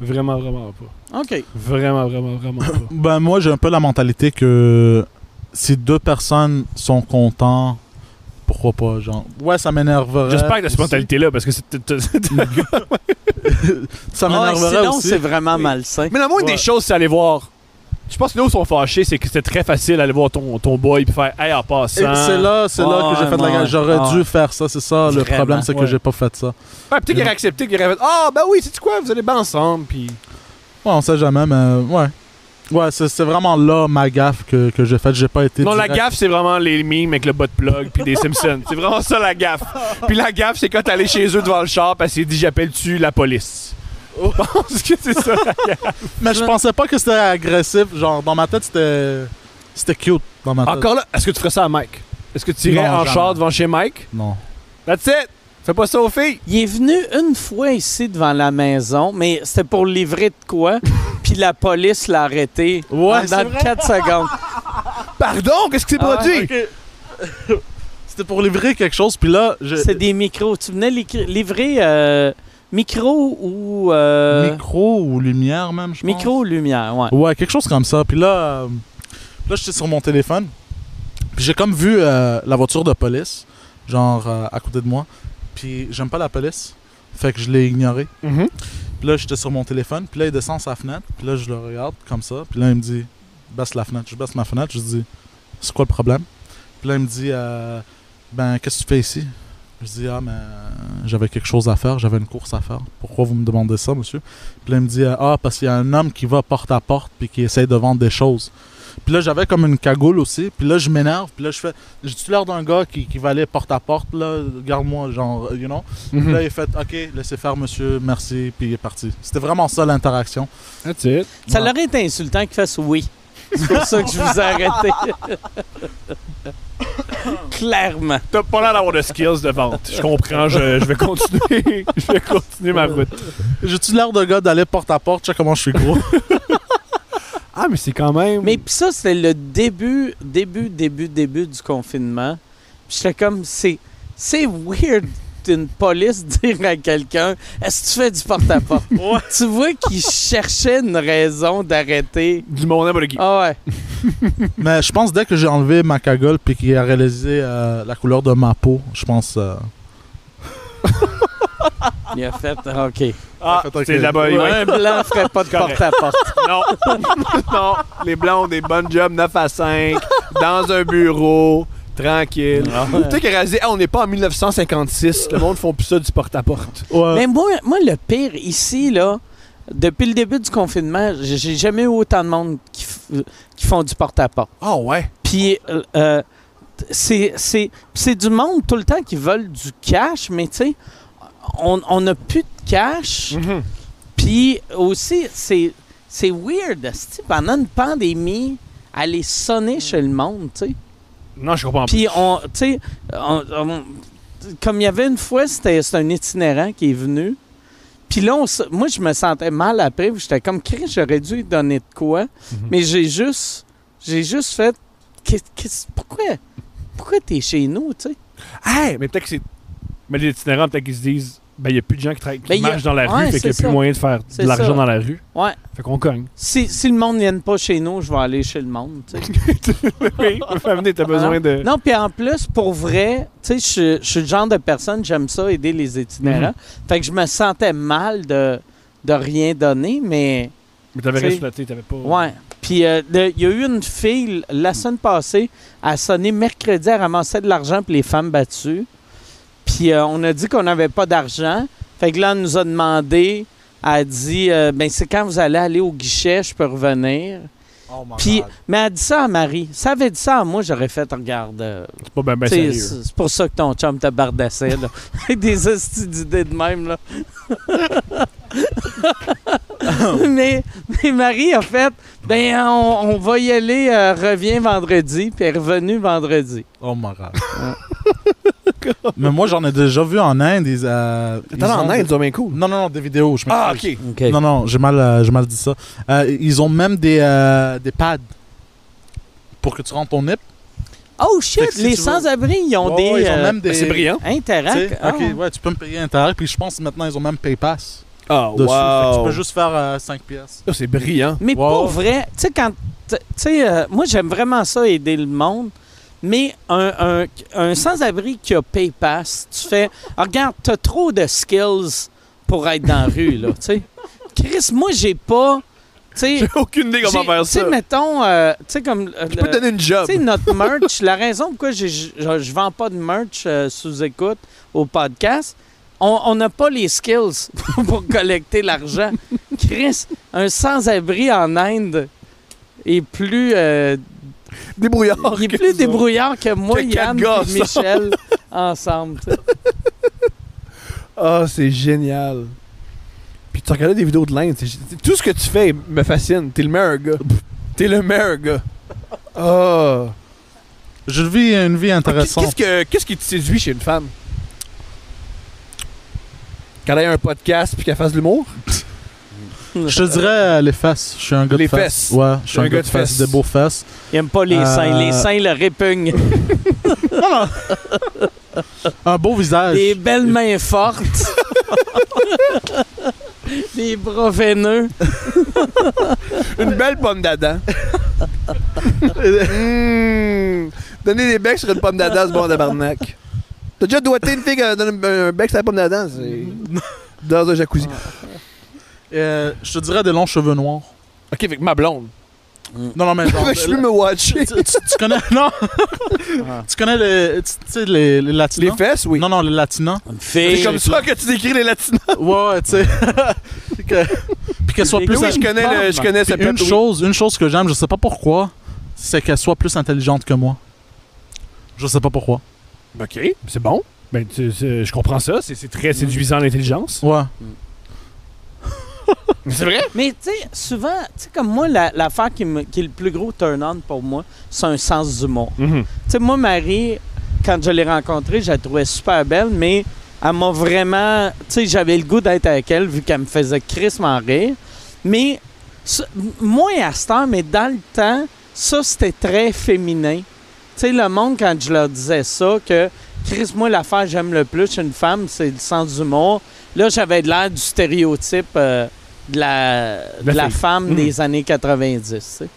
Speaker 3: Vraiment, vraiment pas.
Speaker 4: OK.
Speaker 3: Vraiment, vraiment, vraiment pas.
Speaker 2: Ben, moi, j'ai un peu la mentalité que si deux personnes sont contents, pourquoi pas, genre. Ouais, ça m'énerverait.
Speaker 3: J'espère que t'as cette
Speaker 2: aussi.
Speaker 3: mentalité-là, parce que c'est. t'as- t'as- t'as-
Speaker 2: Ça
Speaker 4: Ah,
Speaker 2: m'énerverait
Speaker 4: sinon,
Speaker 2: aussi.
Speaker 4: c'est vraiment malsain.
Speaker 3: Mais la moindre
Speaker 2: Ouais.
Speaker 3: des choses, c'est aller voir. Je pense que là où ils sont fâchés, c'est que c'était très facile d'aller voir ton, ton boy et faire Hey, en
Speaker 2: Et
Speaker 3: passant.
Speaker 2: C'est là, c'est là que j'ai
Speaker 4: Ouais,
Speaker 2: fait de la gueule.
Speaker 4: ouais,
Speaker 2: J'aurais
Speaker 4: ouais.
Speaker 2: dû faire ça, c'est ça. Le
Speaker 4: Vraiment,
Speaker 2: problème, c'est que
Speaker 3: ouais.
Speaker 2: j'ai pas fait ça.
Speaker 3: Ouais, peut-être qu'il aurait accepté, qu'il aurait fait Ah, ben oui, c'est quoi, vous allez bien ensemble. Puis.
Speaker 2: Ouais, on sait jamais, mais euh, ouais. Ouais, c'est c'est vraiment là ma gaffe que, que j'ai faite. J'ai pas été.
Speaker 3: Non, la
Speaker 2: direct.
Speaker 3: gaffe, c'est vraiment les mimes avec le bas de plug puis des Simpsons. C'est vraiment ça, la gaffe. Puis la gaffe, c'est quand t'es allé chez eux devant le char, parce qu'il dit J'appelle-tu la police.
Speaker 2: Oh.
Speaker 3: Je pense que c'est ça.
Speaker 2: Mais je pensais pas que c'était agressif. Genre, dans ma tête, c'était. C'était cute dans ma tête.
Speaker 3: Encore là, est-ce que tu ferais ça à Mike Est-ce que tu irais
Speaker 2: Non,
Speaker 3: en
Speaker 2: jamais.
Speaker 3: char devant chez Mike
Speaker 2: Non.
Speaker 3: That's it Fais pas ça aux filles
Speaker 4: Il est venu une fois ici devant la maison, mais c'était pour livrer de quoi, puis la police l'a arrêté
Speaker 2: Ouais, c'est
Speaker 4: dans
Speaker 2: vrai.
Speaker 4: 4 secondes.
Speaker 3: Pardon, qu'est-ce qui s'est
Speaker 4: Ah,
Speaker 3: produit
Speaker 2: C'était pour livrer quelque chose, puis là, j'ai.
Speaker 4: C'est des micros. Tu venais li- livrer euh, micro ou... euh,
Speaker 2: Micro ou lumière, même, je pense.
Speaker 4: micro ou lumière, ouais.
Speaker 2: Ouais, quelque chose comme ça. Puis là, euh, là j'étais sur mon téléphone. Puis j'ai comme vu euh, la voiture de police, genre euh, à côté de moi. Puis j'aime pas la police. Fait que je l'ai ignoré.
Speaker 3: Mhm.
Speaker 2: Puis là, j'étais sur mon téléphone. Puis là, il descend sa fenêtre. Puis là, je le regarde comme ça. Puis là, il me dit Baisse la fenêtre. Je baisse ma fenêtre. Je dis C'est quoi le problème Puis là, il me dit Euh, Ben, qu'est-ce que tu fais ici Je dis Ah, mais euh, j'avais quelque chose à faire. J'avais une course à faire. Pourquoi vous me demandez ça, monsieur Puis là, il me dit euh, Ah, parce qu'il y a un homme qui va porte à porte. Puis qui essaye de vendre des choses. Puis là, j'avais comme une cagoule aussi. Puis là, je m'énerve. Puis là, je fais J'ai-tu l'air d'un gars qui, qui va aller porte à porte là Garde-moi, genre, you know
Speaker 3: Mm-hmm.
Speaker 2: puis Là, il a fait OK, laissez faire, monsieur, merci, puis il est parti. C'était vraiment ça l'interaction.
Speaker 3: That's it.
Speaker 4: Ça
Speaker 2: Ouais.
Speaker 4: l'aurait été insultant qu'il fasse oui. C'est pour ça que je vous ai arrêté. Clairement.
Speaker 3: T'as pas l'air d'avoir de skills de vente. Je comprends, je, je vais continuer. je vais continuer ma route.
Speaker 2: J'ai-tu l'air de gars d'aller porte à porte, tu sais comment je suis gros?
Speaker 3: Ah, mais c'est quand même.
Speaker 4: Mais pis ça, c'était le début, début, début, début du confinement. Puis j'étais comme, c'est, c'est weird d'une police dire à quelqu'un, est-ce que tu fais du porte-à-porte? tu vois qu'il cherchait une raison d'arrêter.
Speaker 3: Du monde à Bologna.
Speaker 4: Ah ouais.
Speaker 2: Mais je pense dès que j'ai enlevé ma cagole puis qu'il a réalisé euh, la couleur de ma peau, je pense. euh,
Speaker 4: Il a fait, OK.
Speaker 3: Ah,
Speaker 2: Fait, ok.
Speaker 3: c'est de la bonne
Speaker 4: Un blanc ferait pas de
Speaker 3: Correct.
Speaker 4: porte-à-porte.
Speaker 3: Non. non. Les blancs ont des bonnes jobs 9 à 5, dans un bureau, tranquille. Tu sais qu'ils réalisé, Ah, on n'est pas en 1956, le monde font plus ça du porte-à-porte.
Speaker 4: Mais moi, moi, le pire ici, là, depuis le début du confinement, j'ai j'ai jamais eu autant de monde qui, f- qui font du porte-à-porte.
Speaker 3: Ah ouais.
Speaker 4: Puis, euh, euh, c'est- c'est c'est du monde tout le temps qui veulent du cash, mais tu sais, on on n'a plus de cash.
Speaker 3: Mhm.
Speaker 4: Puis aussi, c'est c'est weird, esti, pendant une pandémie, aller sonner chez le monde, tu sais.
Speaker 3: Non, je comprends pas.
Speaker 4: Puis, on, tu sais, on- on- comme il y avait une fois, c'était c'était un itinérant qui est venu. Puis là, on s- moi, je me sentais mal après. puis J'étais comme, Chris, j'aurais dû lui donner de quoi.
Speaker 3: Mhm.
Speaker 4: Mais j'ai juste, j'ai juste fait, Qu'est- qu'est-ce- pourquoi, pourquoi t'es chez nous, tu sais?
Speaker 3: Hey, mais peut-être que c'est. Mais les itinérants, peut-être qu'ils se disent, ben, il n'y a plus de gens qui, tra- qui
Speaker 4: Ben, y a-
Speaker 3: marchent dans la
Speaker 4: Ouais,
Speaker 3: rue, fait qu'il n'y a
Speaker 4: c'est
Speaker 3: plus
Speaker 4: ça.
Speaker 3: moyen de faire
Speaker 4: C'est
Speaker 3: de l'argent
Speaker 4: ça.
Speaker 3: dans la rue.
Speaker 4: Ouais.
Speaker 3: Fait qu'on cogne.
Speaker 4: Si, si le monde ne vienne pas chez nous, je vais aller chez le monde, tu sais.
Speaker 3: oui, Famené, t'as besoin de.
Speaker 4: Non, puis en plus, pour vrai, tu sais, je- je suis le genre de personne, j'aime ça, aider les itinérants. Fait que je me sentais mal de, de rien donner, mais...
Speaker 3: Mais t'avais
Speaker 4: Tu sais.
Speaker 3: rien tu t'avais pas.
Speaker 4: Ouais. Puis euh, le- il y a eu une fille la semaine passée, à sonné mercredi, elle ramassait de l'argent pour les femmes battues. Puis euh, on a dit qu'on n'avait pas d'argent. Fait que là, elle nous a demandé, elle a dit, euh, ben c'est quand vous allez aller au guichet, je peux revenir.
Speaker 2: Oh my
Speaker 4: Puis,
Speaker 2: God.
Speaker 4: mais elle a dit ça à Marie. Ça avait dit ça à moi, j'aurais fait, regarde, euh,
Speaker 3: C'est pas ben, ben
Speaker 4: tu sais,
Speaker 3: sérieux.
Speaker 4: c'est c'est pour ça que ton chum t'a bardassé, là. Avec des hosties d'idées de même, là. mais, mais Marie a fait, ben, on, on va y aller, euh, reviens vendredi, puis elle est revenue vendredi.
Speaker 2: Oh my god. Mais moi, j'en ai déjà vu en Inde. Ils, euh, ils
Speaker 3: T'as en
Speaker 2: ont-
Speaker 3: Inde, c'est bien cool.
Speaker 2: Non, non, non, des vidéos. Je
Speaker 3: Ah,
Speaker 2: m'excuse.
Speaker 3: ok.
Speaker 4: OK.
Speaker 2: Non, non, j'ai mal, euh, j'ai mal dit ça. Euh, ils ont même des, euh, des pads pour que tu rentres ton nip.
Speaker 4: Oh
Speaker 2: Fait
Speaker 4: shit,
Speaker 2: que si
Speaker 4: les
Speaker 2: tu veux-
Speaker 4: sans-abri, ils ont
Speaker 2: Ouais,
Speaker 4: des
Speaker 2: ouais, ils ont
Speaker 4: euh,
Speaker 2: même des.
Speaker 3: Ben, C'est brillant.
Speaker 2: tu
Speaker 3: Hein?
Speaker 2: sais,
Speaker 4: Interac. Ah,
Speaker 2: ok, ouais, tu peux me payer Interac. Puis je pense que maintenant, ils ont même PayPass
Speaker 3: Ah,
Speaker 2: dessus. Fait que tu
Speaker 3: wow.
Speaker 2: peux juste faire euh, 5 pièces.
Speaker 3: Oh, c'est brillant.
Speaker 4: Mais
Speaker 2: Wow.
Speaker 4: pour vrai, tu sais, quand. Tu sais, euh, moi, j'aime vraiment ça, aider le monde. Mais un, un, un sans-abri qui a PayPass, tu fais. Ah, Regarde, t'as trop de skills pour être dans la rue, là, tu sais. Chris, moi, j'ai pas. Tu sais.
Speaker 3: J'ai aucune idée comment
Speaker 4: j'ai-
Speaker 3: faire
Speaker 4: Tu sais,
Speaker 3: ça.
Speaker 4: mettons. euh, tu sais, comme. euh,
Speaker 3: Je peux te donner une
Speaker 4: tu
Speaker 3: job.
Speaker 4: sais, notre merch, la raison pourquoi j'ai- je je vends pas de merch euh, sous écoute au podcast, on on n'a pas les skills pour collecter l'argent. Chris, un sans-abri en Inde est plus, euh,
Speaker 3: Débrouillard.
Speaker 4: il est plus débrouillard que moi,
Speaker 3: Que quatre
Speaker 4: Yann
Speaker 3: gars
Speaker 4: et Michel ensemble. tu sais.
Speaker 3: Ah, c'est génial. Puis tu regardais des vidéos de l'Inde. c'est- c'est- Tout ce que tu fais me fascine. T'es le meilleur gars. T'es le meilleur gars. Ah.
Speaker 2: Je vis une vie
Speaker 3: Qu'est-ce,
Speaker 2: intéressante.
Speaker 3: que, qu'est-ce qui te séduit chez une femme? Qu'elle ait un podcast puis qu'elle fasse de l'humour?
Speaker 2: Je te dirais euh, les fesses. Je suis un gars
Speaker 3: Les
Speaker 2: de fesses.
Speaker 3: fesses.
Speaker 2: Ouais, je suis
Speaker 3: Un
Speaker 2: un
Speaker 3: gars
Speaker 2: gars de
Speaker 3: de
Speaker 2: fesses,
Speaker 3: fesses.
Speaker 2: des beaux fesses.
Speaker 4: Il aime pas les
Speaker 2: Euh,
Speaker 4: seins. Les seins le répugnent.
Speaker 2: Un beau visage.
Speaker 4: Des belles mains fortes. Des bras veineux.
Speaker 3: Une belle pomme d'Adam. Mmh. Donner des becs sur une pomme d'Adam, c'est bon tabarnak. T'as déjà doigté une fille qui donne un, un bec sur la pomme d'Adam? C'est... Dans un jacuzzi.
Speaker 2: Euh, je te dirais des longs cheveux noirs.
Speaker 3: Ok, avec ma blonde.
Speaker 2: Non, non, mais genre,
Speaker 3: Mm. je suis me watcher.
Speaker 2: tu, tu- tu connais non tu connais les tu tu sais les, les latinos
Speaker 3: Les fesses, oui.
Speaker 2: non non les latinos
Speaker 4: Une
Speaker 3: C'est
Speaker 4: fille.
Speaker 3: comme ça que tu décris les latinos.
Speaker 2: ouais ouais, tu sais Que- puis qu'elle soit
Speaker 4: Les
Speaker 2: plus
Speaker 4: gars,
Speaker 2: in-
Speaker 4: je connais le- je
Speaker 3: connais
Speaker 2: Puis une chose une chose que j'aime je sais pas pourquoi c'est qu'elle soit plus intelligente que moi je sais pas pourquoi
Speaker 3: Ok, c'est bon. Ben, tu- c'est- je comprends ça. C'est, c'est très
Speaker 4: Mm.
Speaker 3: séduisant l'intelligence.
Speaker 2: ouais
Speaker 3: C'est vrai?
Speaker 4: Mais tu sais, souvent, tu sais, comme moi, la- l'affaire qui, me- qui est le plus gros turn-on pour moi, c'est un sens d'humour.
Speaker 3: Mm-hmm.
Speaker 4: Tu sais, moi, Marie, quand je l'ai rencontrée, je la trouvais super belle, mais elle m'a vraiment. Tu sais, j'avais le goût d'être avec elle vu qu'elle me faisait crissement rire. Mais ce- m- moins à cette heure, mais dans le temps, ça, c'était très féminin. Tu sais, le monde, quand je leur disais ça, que Chris, moi, l'affaire que j'aime le plus chez une femme, c'est le sens d'humour. Là, j'avais de l'air du stéréotype euh, de la,
Speaker 3: La
Speaker 4: de la
Speaker 3: fille.
Speaker 4: femme
Speaker 3: Mhm.
Speaker 4: des années 90. tu sais.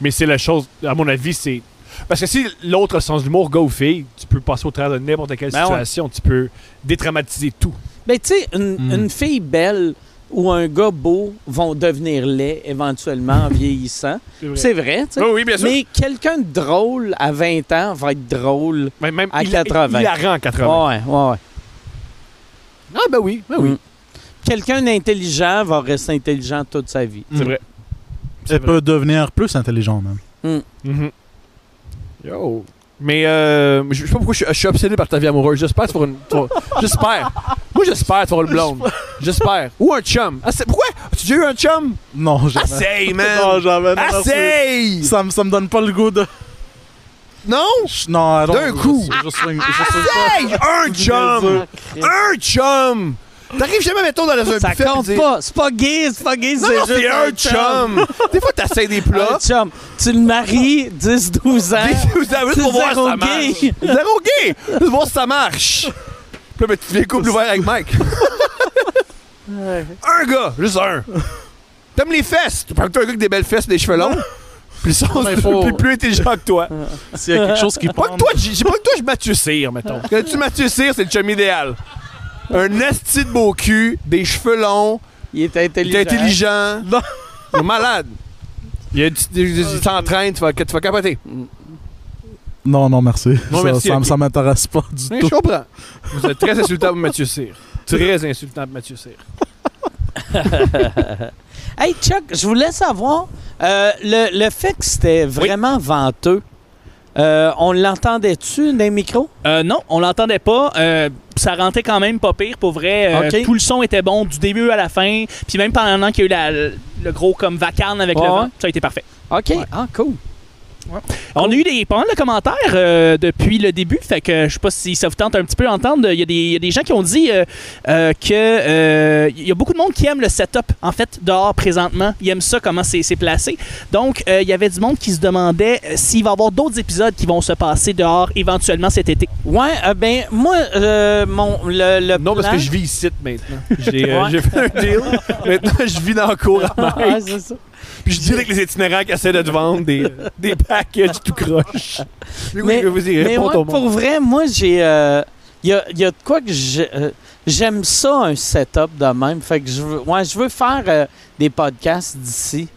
Speaker 3: Mais c'est la chose, à mon avis, c'est. Parce que si l'autre sens de l'humour, gars ou fille, tu peux passer au travers de n'importe quelle
Speaker 4: Ben ouais.
Speaker 3: situation, tu peux détraumatiser tout.
Speaker 4: Ben, tu sais, une,
Speaker 3: Hmm.
Speaker 2: Mm.
Speaker 4: une fille belle ou un gars beau vont devenir laid éventuellement en vieillissant. C'est vrai, tu sais.
Speaker 3: oui, bien
Speaker 4: Mais quelqu'un de drôle à 20 ans va être drôle.
Speaker 3: Mais même
Speaker 4: à
Speaker 3: il,
Speaker 4: 80.
Speaker 3: Il la rend 80.
Speaker 4: Ouais, ouais, ouais.
Speaker 3: Ah, ben oui, ben
Speaker 4: Mm. Quelqu'un d'intelligent va rester intelligent toute sa vie.
Speaker 3: C'est vrai.
Speaker 2: Elle peut devenir plus intelligent, même.
Speaker 3: Mhm.
Speaker 4: Mm.
Speaker 3: Yo. Mais euh, je je sais pas pourquoi je, suis- je suis obsédé par ta vie amoureuse. J'espère que tu vas une. tu vas- J'espère. Moi, j'espère que tu vas une blonde. J'espère. Ou un chum. Ah, c'est- pourquoi? As-tu déjà eu un chum?
Speaker 2: Non, jamais.
Speaker 3: Essaye,
Speaker 2: Non, jamais. Non, merci.
Speaker 3: Essaye!
Speaker 2: Ça, me- ça me donne pas le goût de.
Speaker 3: Non?
Speaker 2: Ch- Non, I don't-
Speaker 3: D'un coup.
Speaker 2: Je, je, swing- je swing pas.
Speaker 3: Essaye! Un chum! Un chum! T'arrives jamais, mettons, dans un
Speaker 4: Ça
Speaker 3: buffet.
Speaker 4: compte
Speaker 3: pis dis-
Speaker 4: pas. C'est pas gay, c'est pas gay,
Speaker 3: Non, non,
Speaker 4: c'est
Speaker 3: c'est
Speaker 4: juste
Speaker 3: un chum! Des fois, t'essayes des
Speaker 4: Un
Speaker 3: plats.
Speaker 4: chum. Tu le maries 10-12 ans.
Speaker 3: Des- Vous avez
Speaker 4: C'est
Speaker 3: pour voir si
Speaker 4: zéro
Speaker 3: ça marche.
Speaker 4: gay.
Speaker 3: Zéro gay! Juste voir si ça marche. Puis là, ben, tu les couples ouverts avec Mike. Un gars, juste un. T'aimes les fesses. Tu prends un gars avec des belles fesses et des cheveux longs. Puis ça,
Speaker 2: mais faut-
Speaker 3: plus, plus intelligent que toi.
Speaker 2: S'il y a quelque chose qui
Speaker 3: Pas que
Speaker 2: prend-
Speaker 3: toi, j'ai j'ai pas que toi, je Mathieu Cyr, mettons.
Speaker 4: Ah.
Speaker 3: Connais-tu Mathieu Cyr, c'est le chum idéal. Un esti de beau cul, des cheveux longs,
Speaker 4: Il est
Speaker 3: il
Speaker 4: intelligent.
Speaker 3: est intelligent, il est malade. Il, y a du- du- du- il s'entraîne, tu vas, tu vas capoter.
Speaker 2: Non, non, merci.
Speaker 3: Non,
Speaker 2: ça
Speaker 3: merci,
Speaker 2: ça,
Speaker 3: ok.
Speaker 2: ça m'intéresse pas du
Speaker 3: Mais
Speaker 2: tout.
Speaker 3: Je comprends. Vous êtes très insultant pour Mathieu Cyr. Très insultant pour Mathieu Cyr.
Speaker 4: Hey Chuck, je voulais savoir, euh, le, le fait que c'était vraiment venteux, euh, on l'entendait-tu dans les micros?
Speaker 5: Euh, non, on l'entendait pas. Euh, ça rentrait quand même pas pire, pour vrai. Euh,
Speaker 4: Ok.
Speaker 5: Tout le son était bon du début à la fin. Puis même pendant qu'il y a eu la- le gros comme vacarme avec
Speaker 4: Ouais,
Speaker 5: le vent,
Speaker 4: ouais.
Speaker 5: ça a été parfait.
Speaker 4: OK. Ah, cool.
Speaker 5: On a eu des, pas mal de commentaires euh, depuis le début, fait que je sais pas si ça vous tente un petit peu d'entendre. Il y, a des- il y a des gens qui ont dit euh, euh, que euh, il y a beaucoup de monde qui aime le setup en fait dehors présentement. Ils aiment ça comment c'est c'est placé. Donc euh, il y avait du monde qui se demandait euh, s'il va y avoir d'autres épisodes qui vont se passer dehors éventuellement cet été.
Speaker 4: Ouais, euh, ben, moi, euh, mon, le, le
Speaker 3: Non, parce
Speaker 4: plan-
Speaker 3: que je vis ici maintenant. J'ai euh,
Speaker 4: Ouais.
Speaker 3: j'ai fait un deal. Maintenant, je vis dans la cour à
Speaker 4: Ouais,
Speaker 3: Mike.
Speaker 4: c'est ça.
Speaker 3: Puis je dis avec les itinérants qui essaient de te vendre des, des packages tout croche.
Speaker 4: Mais-
Speaker 3: je vais vous y
Speaker 4: Mais
Speaker 3: répondre
Speaker 4: ouais,
Speaker 3: au
Speaker 4: pour
Speaker 3: monde.
Speaker 4: vrai, moi, j'ai... euh, Il y, a, y a de quoi que j'ai- euh, j'aime ça, un setup de même. Fait que je veux, ouais, je veux faire euh, des podcasts d'ici.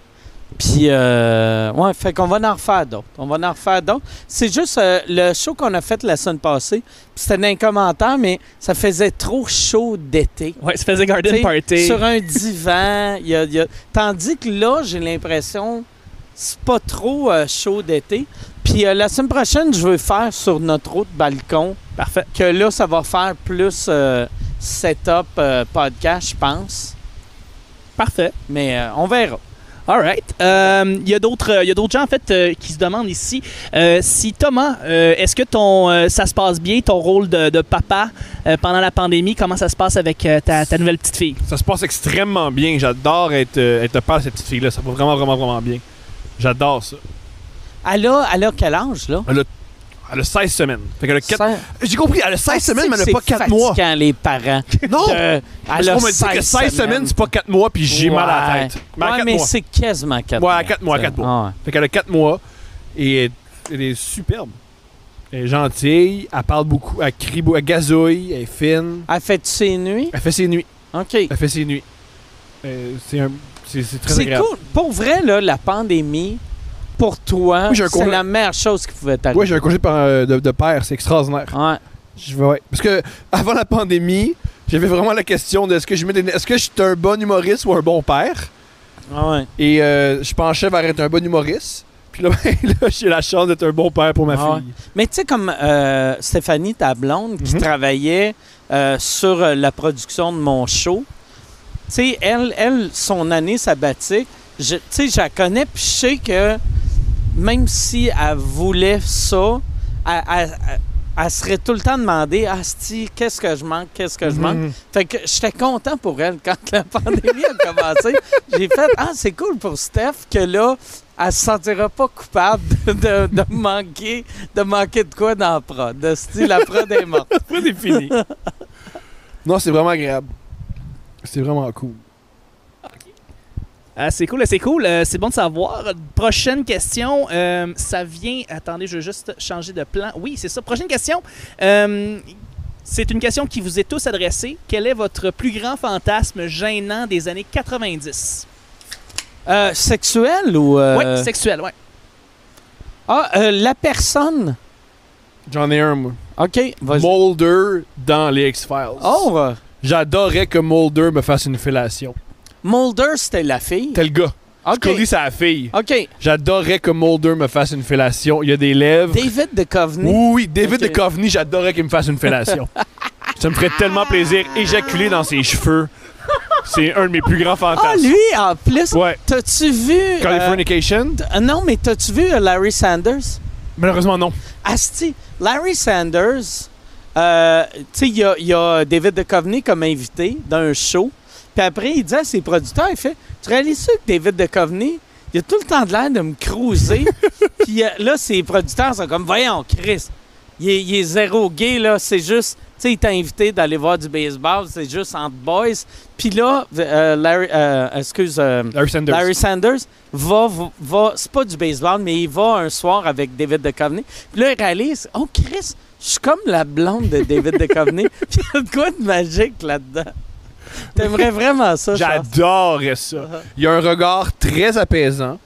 Speaker 4: Puis, euh, ouais, fait qu'on va en refaire d'autres. On va en refaire d'autres. C'est juste euh, le show qu'on a fait la semaine passée. puis C'était dans les commentaires, mais ça faisait trop chaud d'été.
Speaker 5: Ouais, ça faisait Garden
Speaker 4: T'sais,
Speaker 5: Party.
Speaker 4: Sur un divan. il y a- il y a- Tandis que là, j'ai l'impression c'est pas trop euh, chaud d'été. Puis euh, la semaine prochaine, je veux faire sur notre autre balcon,
Speaker 5: Parfait.
Speaker 4: que là, ça va faire plus euh, setup euh, podcast, je pense.
Speaker 5: Parfait.
Speaker 4: Mais euh, on verra.
Speaker 5: All right. Euh, Il y a d'autres euh, il y a d'autres gens, en fait, euh, qui se demandent ici euh, si Thomas, euh, est-ce que ton euh, ça se passe bien, ton rôle de, de papa euh, pendant la pandémie, comment ça se passe avec euh, ta, ta nouvelle petite fille?
Speaker 3: Ça se passe extrêmement bien. J'adore être, euh, être le père de cette petite fille-là. Ça va vraiment, vraiment, vraiment bien. J'adore ça.
Speaker 4: Elle a, elle a quel âge, là?
Speaker 3: Elle a 16 semaines. Fait qu'elle a 4...
Speaker 4: Cin-
Speaker 3: J'ai compris, elle a 16 semaines, mais elle
Speaker 4: C'est
Speaker 3: n'a pas 4
Speaker 4: fatigant,
Speaker 3: mois. Oh!
Speaker 4: les parents.
Speaker 3: Non!
Speaker 4: Euh,
Speaker 3: Parce
Speaker 4: elle a
Speaker 3: qu'on me dit
Speaker 4: 16
Speaker 3: que 16 semaines, c'est pas 4 mois, puis j'ai mal à la tête. Mais à
Speaker 4: Ouais,
Speaker 3: quatre
Speaker 4: mais
Speaker 3: mois.
Speaker 4: c'est quasiment 4
Speaker 3: Ouais,
Speaker 4: mois.
Speaker 3: à quatre mois, à quatre mois.
Speaker 4: Ouais.
Speaker 3: Fait qu'elle a 4 mois et elle est superbe. Elle est gentille, elle parle beaucoup, elle crie beaucoup, elle gazouille, elle est fine.
Speaker 4: Elle fait-tu ses nuits?
Speaker 3: Elle fait ses nuits.
Speaker 4: OK.
Speaker 3: Elle fait ses nuits. Euh, c'est un. C'est c'est très
Speaker 4: C'est
Speaker 3: agréable.
Speaker 4: cool. Pour vrai, là, la pandémie, pour toi,
Speaker 3: Oui, j'ai un
Speaker 4: c'est
Speaker 3: congé-
Speaker 4: la meilleure chose qui pouvait t'arriver.
Speaker 3: Ouais, j'ai un congé par- euh, de, de père, c'est extraordinaire.
Speaker 4: Ouais.
Speaker 3: Je vais- ouais. Parce que avant la pandémie, j'avais vraiment la question de est-ce que je mets des- est-ce que je suis un bon humoriste ou un bon père?
Speaker 4: Ouais.
Speaker 3: Et euh, je penchais vers être un bon humoriste. Puis là, ben, là, j'ai la chance d'être un bon père pour ma
Speaker 4: Ah
Speaker 3: fille.
Speaker 4: Mais tu sais, comme euh, Stéphanie, ta blonde, qui
Speaker 3: Mhm.
Speaker 4: travaillait euh, sur euh, la production de mon show, tu sais, elle, elle, son année sabbatique, je- tu sais, je la connais, puis je sais que même si elle voulait ça, elle, elle- elle- elle serait tout le temps demandée Ah, asti, qu'est-ce que je manque, qu'est-ce que je manque.
Speaker 3: Mhm.
Speaker 4: Fait que j'étais content pour elle quand la pandémie a commencé. J'ai fait Ah, c'est cool pour Steph que là, elle se sentira pas coupable de, de- de manquer de manquer de quoi dans la prod. De style, la prod est morte.
Speaker 3: c'est fini. non, c'est vraiment agréable. C'est vraiment cool.
Speaker 1: Ah, c'est cool, c'est cool. Euh, c'est bon de savoir. Prochaine question. euh, ça vient. Attendez, je vais juste changer de plan. Oui, c'est ça. Prochaine question. Euh, c'est une question qui vous est tous adressée. Quel est votre plus grand fantasme gênant des années 90
Speaker 4: Euh, sexuel ou. euh,
Speaker 1: Oui, sexuel, oui.
Speaker 4: Ah, euh, la personne.
Speaker 6: J'en ai un, moi.
Speaker 4: OK, vas-y.
Speaker 6: Mulder dans les X-Files.
Speaker 4: Oh, euh,
Speaker 6: J'adorais que Mulder me fasse une fellation.
Speaker 4: Mulder, c'était la fille.
Speaker 6: T'es le gars.
Speaker 4: OK.
Speaker 6: Scully, c'est la fille.
Speaker 4: OK.
Speaker 6: J'adorais que Mulder me fasse une fellation. Il y a des lèvres.
Speaker 4: David de
Speaker 6: Oui,
Speaker 4: Coveney.
Speaker 6: Oui, oui, David
Speaker 4: Ok.
Speaker 6: de Coveney, j'adorais qu'il me fasse une fellation. Ça me ferait tellement plaisir éjaculer dans ses cheveux. C'est un de mes plus grands
Speaker 4: Ah,
Speaker 6: fantasmes.
Speaker 4: lui, en plus.
Speaker 6: Ouais.
Speaker 4: T'as-tu vu. euh,
Speaker 6: Californication?
Speaker 4: Ah non, mais t'as-tu vu euh, Larry Sanders?
Speaker 6: Malheureusement, non.
Speaker 4: Asti, Larry Sanders, euh, tu sais, il y a, il y a David Duchovny comme invité dans un show. Puis après, il dit à ses producteurs, il fait « Tu réalises que David Duchovny, il a tout le temps de l'air de me cruiser. » Puis euh, là, ses producteurs sont comme « Voyons, Chris, il est, il est zéro gay, là. C'est juste... » Tu sais, il t'a invité d'aller voir du baseball, c'est juste entre boys. Puis là, euh, Larry... euh, excuse... euh,
Speaker 6: Larry Sanders.
Speaker 4: Larry Sanders va, va c'est pas du baseball, mais il va un soir avec David Duchovny. Puis là, il réalise, oh Chris, je suis comme la blonde de David Duchovny. Puis il y a de quoi de magique là-dedans. T'aimerais vraiment ça, Charles?
Speaker 6: J'adorais ça. Il a un regard très apaisant.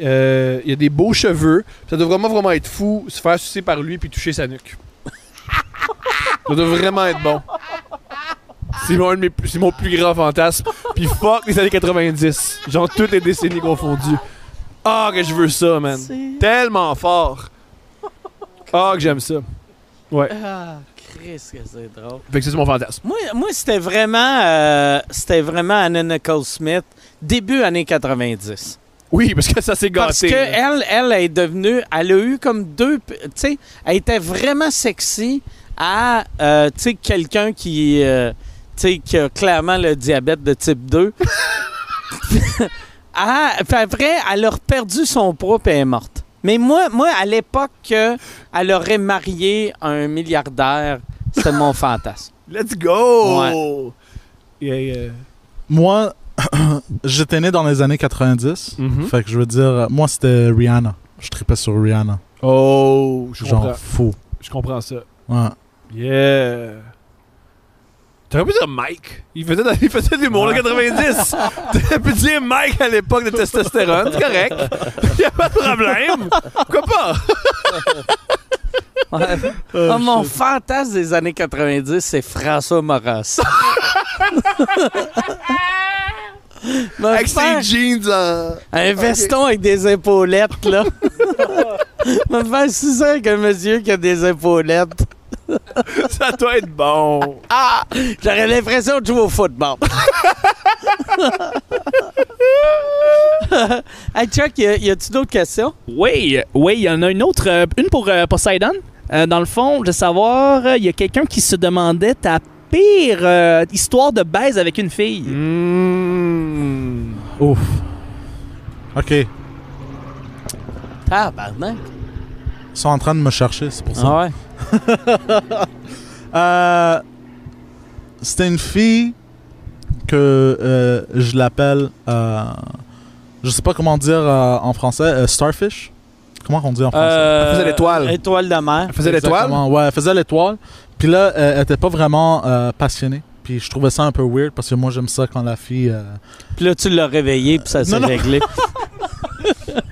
Speaker 6: Euh, il a des beaux cheveux. Ça doit vraiment, vraiment être fou se faire sucer par lui puis toucher sa nuque. Ça doit vraiment être bon. C'est mon, un de mes plus- c'est mon plus grand fantasme. Puis fuck les années 90. Genre toutes les décennies confondues. Ah, que je veux ça, man.
Speaker 4: C'est-
Speaker 6: Tellement fort. Ah, que j'aime ça.
Speaker 4: Ah, Chris, que c'est drôle.
Speaker 6: Fait que c'est mon fantasme.
Speaker 4: Moi, moi c'était vraiment, euh, c'était vraiment Anna Nicole Smith, début années 90.
Speaker 6: Oui, parce que ça s'est gâté.
Speaker 4: Parce que
Speaker 6: là.
Speaker 4: elle, elle est devenue, elle a eu comme deux, p- tu sais, elle était vraiment sexy à, euh, tu sais, quelqu'un qui, euh, tu sais, qui a clairement le diabète de type 2. ah, puis après, elle a perdu son poids et elle est morte. Mais moi, moi, à l'époque, que elle aurait marié un milliardaire, c'était mon fantasme.
Speaker 6: Let's go! Et, euh,
Speaker 2: Moi, j'étais né dans les années 90.
Speaker 6: Mhm.
Speaker 2: Fait que je veux dire, euh, moi, c'était Rihanna. Je tripais sur Rihanna.
Speaker 6: Oh, je comprends.
Speaker 2: Genre fou.
Speaker 6: Je comprends ça.
Speaker 2: Ouais.
Speaker 6: Yeah. T'aurais pu dire Mike. Il faisait, il faisait de l'humour en 90. T'aurais pu dire Mike à l'époque de testostérone. C'est correct. Y a pas de problème. Pourquoi pas?
Speaker 4: Ouais. Ah, mon fantasme des années 90, c'est François Maurras. Mon
Speaker 6: Avec ses
Speaker 4: père-
Speaker 6: jeans. euh,
Speaker 4: Un veston avec des épaulettes, là. Me faire sucer avec un monsieur qui a des épaulettes.
Speaker 6: Ça doit être bon.
Speaker 4: Ah! J'aurais l'impression de jouer au football. hey Chuck, y a- y a-tu d'autres questions?
Speaker 1: Oui, euh, oui, il y en a une autre, euh, une pour euh, Poseidon. Euh, dans le fond, de savoir, euh, il y a quelqu'un qui se demandait ta pire euh, histoire de baise avec une fille.
Speaker 2: Hmm.
Speaker 6: Mmh.
Speaker 2: Ouf. Ok. Ils
Speaker 4: Tabarnak.
Speaker 2: sont en train de me chercher, c'est pour ça.
Speaker 4: Ah ouais?
Speaker 2: Euh, c'était une fille que euh, je l'appelle. euh, je sais pas comment dire euh, en français. euh, starfish Comment on dit en
Speaker 4: Euh,
Speaker 2: français
Speaker 1: Euh,
Speaker 6: Elle faisait l'étoile.
Speaker 4: Étoile de mer.
Speaker 6: Elle faisait l'étoile.
Speaker 2: Exactement, Ouais, elle faisait l'étoile. Puis là, euh, elle était pas vraiment euh, passionnée. Puis je trouvais ça un peu weird parce que moi, j'aime ça quand la fille. euh,
Speaker 4: Puis là, tu l'as réveillé, puis ça s'est
Speaker 2: non, non.
Speaker 4: réglé.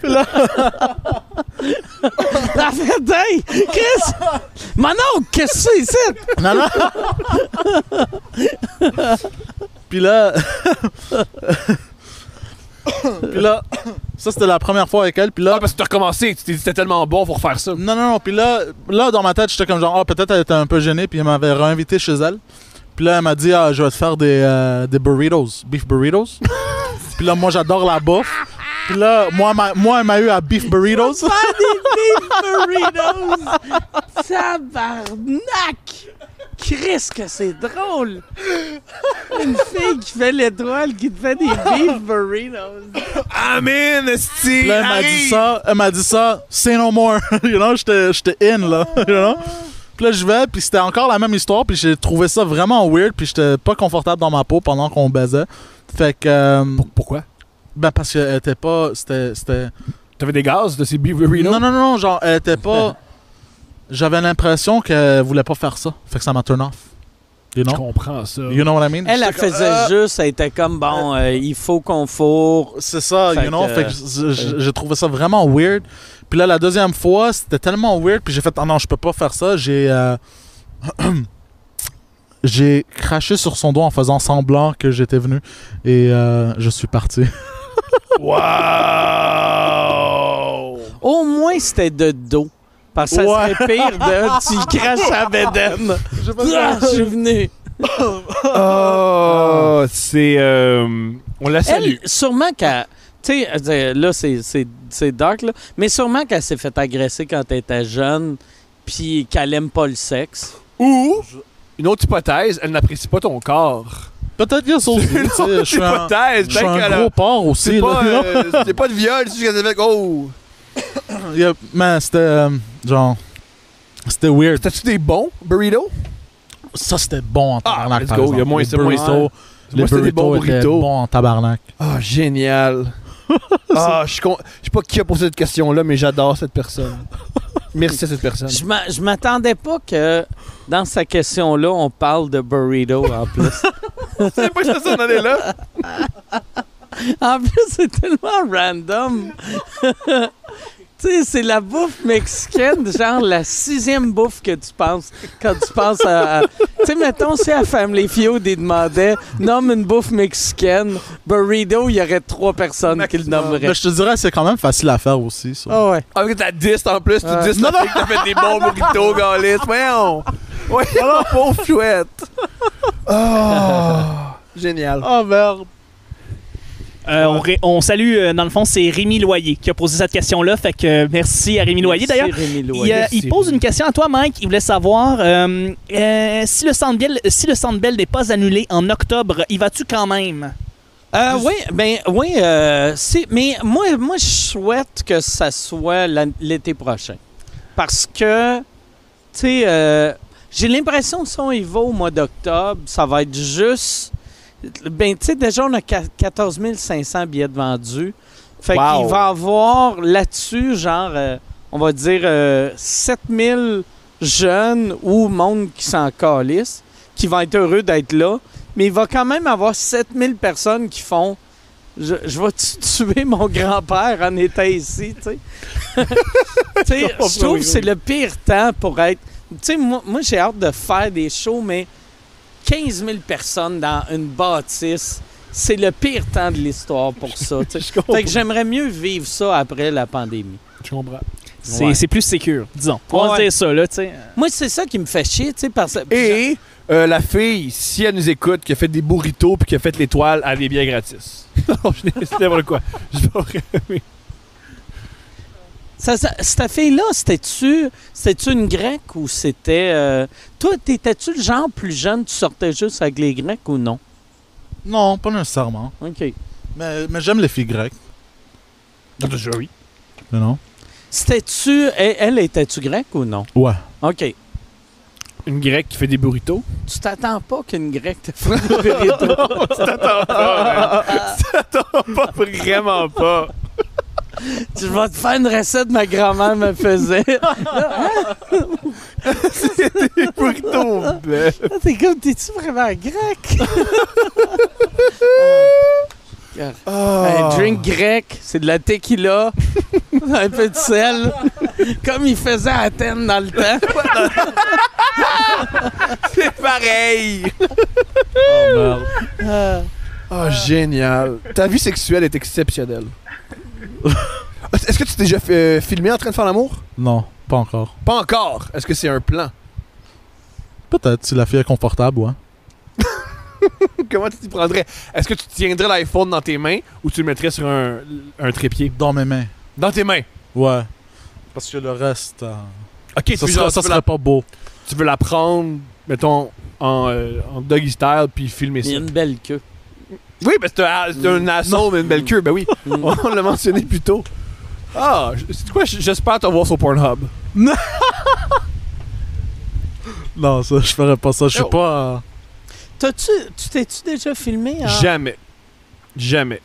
Speaker 4: La fête, hey! Qu'est-ce? Mon oncle, qu'est-ce que c'est ici?
Speaker 2: Non, non! Puis là. Puis là, ça c'était la première fois avec elle. Puis là,
Speaker 6: Ah, parce que t'as recommencé. Tu t'es dit que c'était tellement bon pour faire ça.
Speaker 2: Non, non, non. Puis là, là, dans ma tête, j'étais comme genre, ah, peut-être elle était un peu gênée. Puis elle m'avait réinvité chez elle. Puis là, elle m'a dit, ah, je vais te faire des, euh, des burritos, beef burritos. puis là, moi, j'adore la bouffe. Puis là, moi, elle m'a- moi elle m'a eu à beef burritos.
Speaker 4: Burritos! Tabarnak! Chris, que c'est drôle! Une fille qui fait l'étoile, qui te fait des beef burritos.
Speaker 6: Amen, Esti.
Speaker 2: Puis là, elle m'a dit ça, elle m'a dit ça, say no more. you know, j'étais j'étais in, là. you know? Puis là, je vais, puis c'était encore la même histoire, puis j'ai trouvé ça vraiment weird, puis j'étais pas confortable dans ma peau pendant qu'on baisait. Fait que. euh,
Speaker 6: Pourquoi?
Speaker 2: Ben, parce qu'elle était pas. C'était. c'était-
Speaker 6: T'avais des gaz de ces beef Burrito?
Speaker 2: Non, non, non, non, genre, elle était pas. J'avais l'impression qu'elle voulait pas faire ça. Fait que ça m'a turn off. You
Speaker 6: Je
Speaker 2: know?
Speaker 6: comprends ça.
Speaker 2: You know what I mean?
Speaker 4: Elle, elle
Speaker 2: J'étais comme,
Speaker 4: faisait
Speaker 2: Ah!
Speaker 4: juste, elle était comme, bon, euh, il faut qu'on fourre.
Speaker 2: C'est ça,
Speaker 4: Fait
Speaker 2: you know.
Speaker 4: que-
Speaker 2: Fait que je- je- j'ai trouvé ça vraiment weird. Puis là, la deuxième fois, c'était tellement weird. Puis j'ai fait, ah non, je peux pas faire ça. J'ai. euh, j'ai craché sur son dos en faisant semblant que j'étais venu. Et euh, je suis parti.
Speaker 6: Wow!
Speaker 4: Au moins, c'était de dos. Parce que ça
Speaker 2: Ouais.
Speaker 4: serait pire de, tu y craches à bédaine. Ah, je suis venu.
Speaker 6: Oh, c'est. euh, on la salue.
Speaker 4: Elle, sûrement qu'elle. Tu sais, euh, là, c'est- c'est c'est dark, là. Mais sûrement qu'elle s'est fait agresser quand elle était jeune, puis qu'elle aime pas le sexe.
Speaker 6: Ou, une autre hypothèse, elle n'apprécie pas ton corps.
Speaker 2: Peut-être qu'il y a ça aussi. tu sais, Je suis un,
Speaker 6: hypothèse,
Speaker 2: je suis
Speaker 6: peut-être
Speaker 2: un
Speaker 6: qu'elle a-
Speaker 2: gros porc aussi.
Speaker 6: C'est pas,
Speaker 2: là.
Speaker 6: euh, c'est pas de viol, c'est juste qu'elle s'est fait. Oh!
Speaker 2: Il y a- mais c'était. euh, genre. C'était weird.
Speaker 6: T'as-tu des bons burritos?
Speaker 2: Ça, c'était bon en tabarnak.
Speaker 6: Ah, let's
Speaker 2: par
Speaker 6: go,
Speaker 2: exemple.
Speaker 6: il y a moins-
Speaker 2: Les
Speaker 6: c'est moins
Speaker 2: burritos- Les
Speaker 6: Moi, c'était des bons
Speaker 2: burritos étaient
Speaker 6: burritos.
Speaker 2: bons en tabarnak.
Speaker 6: Ah, génial! Ah, je suis con- je sais pas qui a posé cette question-là, mais j'adore cette personne. Merci à cette personne.
Speaker 4: Je m'a- Je m'attendais pas que dans sa question-là, on parle de burrito en plus.
Speaker 6: savais pas que ça en allait là.
Speaker 4: en plus, c'est tellement random. tu sais, c'est la bouffe mexicaine, genre la sixième bouffe que tu penses quand tu penses à. à- tu sais, mettons, si à Family Feud, ils demandaient nomme une bouffe mexicaine, burrito, il y aurait trois personnes qui le
Speaker 2: Mais
Speaker 4: nommeraient.
Speaker 2: je te dirais, c'est quand même facile à faire aussi, ça.
Speaker 4: Ah ouais.
Speaker 6: Avec ta 10 en plus, tu
Speaker 4: Ah.
Speaker 6: dis non, non. que t'as fait des bons burritos, Galis. Voyons! Voyons, pauvre chouette! Oh! Génial.
Speaker 2: Oh merde.
Speaker 1: Euh, on, ré- on salue, euh, dans le fond, c'est Rémi Loyer qui a posé cette question-là. Fait que euh, merci à Rémi Loyer.
Speaker 4: Merci,
Speaker 1: D'ailleurs,
Speaker 4: Rémi
Speaker 1: il,
Speaker 4: Loyer.
Speaker 1: euh, il
Speaker 6: Merci,
Speaker 1: pose
Speaker 6: Rémi.
Speaker 1: une question à toi, Mike. Il voulait savoir euh, euh, si le Centre Bell si le Centre Bell n'est pas annulé en octobre, y vas-tu quand même?
Speaker 4: Euh, oui, ben oui, euh, c'est- mais moi, moi, je souhaite que ça soit l'an- l'été prochain, parce que, tu sais, euh, j'ai l'impression que si on y va au mois d'octobre, ça va être juste, ben tu sais, déjà on a qua- 14 500 billets de vendus, fait
Speaker 6: Wow.
Speaker 4: qu'il va avoir là-dessus genre, euh, on va dire euh, 7 000 jeunes ou monde qui s'en calisse, qui vont être heureux d'être là, mais il va quand même avoir 7000 personnes qui font je, je vais tuer mon grand-père en étant ici, tu sais. Tu sais,
Speaker 1: Oh,
Speaker 4: je trouve que c'est le pire temps pour être. Tu sais, moi, moi, j'ai hâte de faire des shows, mais 15 000 personnes dans une bâtisse, c'est le pire temps de l'histoire pour ça. tu sais. Fait que j'aimerais mieux vivre ça après la pandémie.
Speaker 6: Je comprends.
Speaker 1: C'est
Speaker 4: Ouais.
Speaker 1: c'est plus sécure, disons. On va
Speaker 4: Ouais.
Speaker 1: se dire ça, là, tu sais.
Speaker 4: Moi, c'est ça qui me fait chier, tu sais, parce que.
Speaker 6: Et euh, la fille, si elle nous écoute, qui a fait des burritos puis qui a fait l'étoile, elle est bien gratis. non, je n'ai- c'est n'importe quoi. Je vais rêver.
Speaker 4: Ça, ça- cette fille-là, c'était-tu c'était-tu une grecque ou c'était. euh, Toi, t'étais-tu le genre plus jeune, tu sortais juste avec les grecs ou non?
Speaker 2: Non, pas nécessairement.
Speaker 4: OK.
Speaker 2: Mais, mais j'aime les filles grecques.
Speaker 6: oui.
Speaker 2: You know?
Speaker 4: C'était-tu. Elle, elle, était-tu grecque ou non?
Speaker 2: Ouais.
Speaker 4: OK.
Speaker 6: Une grecque qui fait des burritos.
Speaker 4: Tu t'attends pas qu'une grecque te fasse un burrito.
Speaker 6: pas vraiment pas.
Speaker 4: Je vais te faire une recette, ma grand-mère me faisait.
Speaker 6: Des burritos. ben.
Speaker 4: Là, T'es comme, t'es-tu vraiment grec? Un Ah. drink grec, c'est de la tequila, un peu de sel, comme il faisait à Athènes dans le temps.
Speaker 6: C'est pareil. Oh, génial. Ta vie sexuelle est exceptionnelle. Est-ce que tu t'es déjà fait, euh, filmé en train de faire l'amour?
Speaker 2: Non, pas encore.
Speaker 6: Pas encore. Est-ce que c'est un plan?
Speaker 2: Peut-être si la fille est confortable, ouais.
Speaker 6: Comment tu t'y prendrais? Est-ce que tu tiendrais l'iPhone dans tes mains ou tu le mettrais sur un, un trépied?
Speaker 2: Dans mes mains.
Speaker 6: Dans tes mains.
Speaker 2: Ouais. Parce que le reste, euh,
Speaker 6: Ok, tu,
Speaker 2: ça
Speaker 6: veux,
Speaker 2: serait,
Speaker 6: genre,
Speaker 2: ça
Speaker 6: tu veux
Speaker 2: serait
Speaker 6: la,
Speaker 2: pas beau.
Speaker 6: tu veux la prendre, mettons, en, euh, en doggy style puis filmer
Speaker 4: Il y
Speaker 6: ça.
Speaker 2: Mm.
Speaker 4: a une belle queue.
Speaker 6: Oui, parce que c'est un- c'est un assaut, mais une belle queue, ben oui.
Speaker 2: Mm.
Speaker 6: On l'a mentionné plus tôt. Ah, je- c'est quoi? j- J'espère te voir sur Pornhub.
Speaker 2: Non, ça, je ferais pas ça. Je
Speaker 6: Oh.
Speaker 2: suis pas. euh,
Speaker 4: Ah. T'as-tu, tu t'es-tu déjà filmé? en-
Speaker 6: Jamais. Jamais.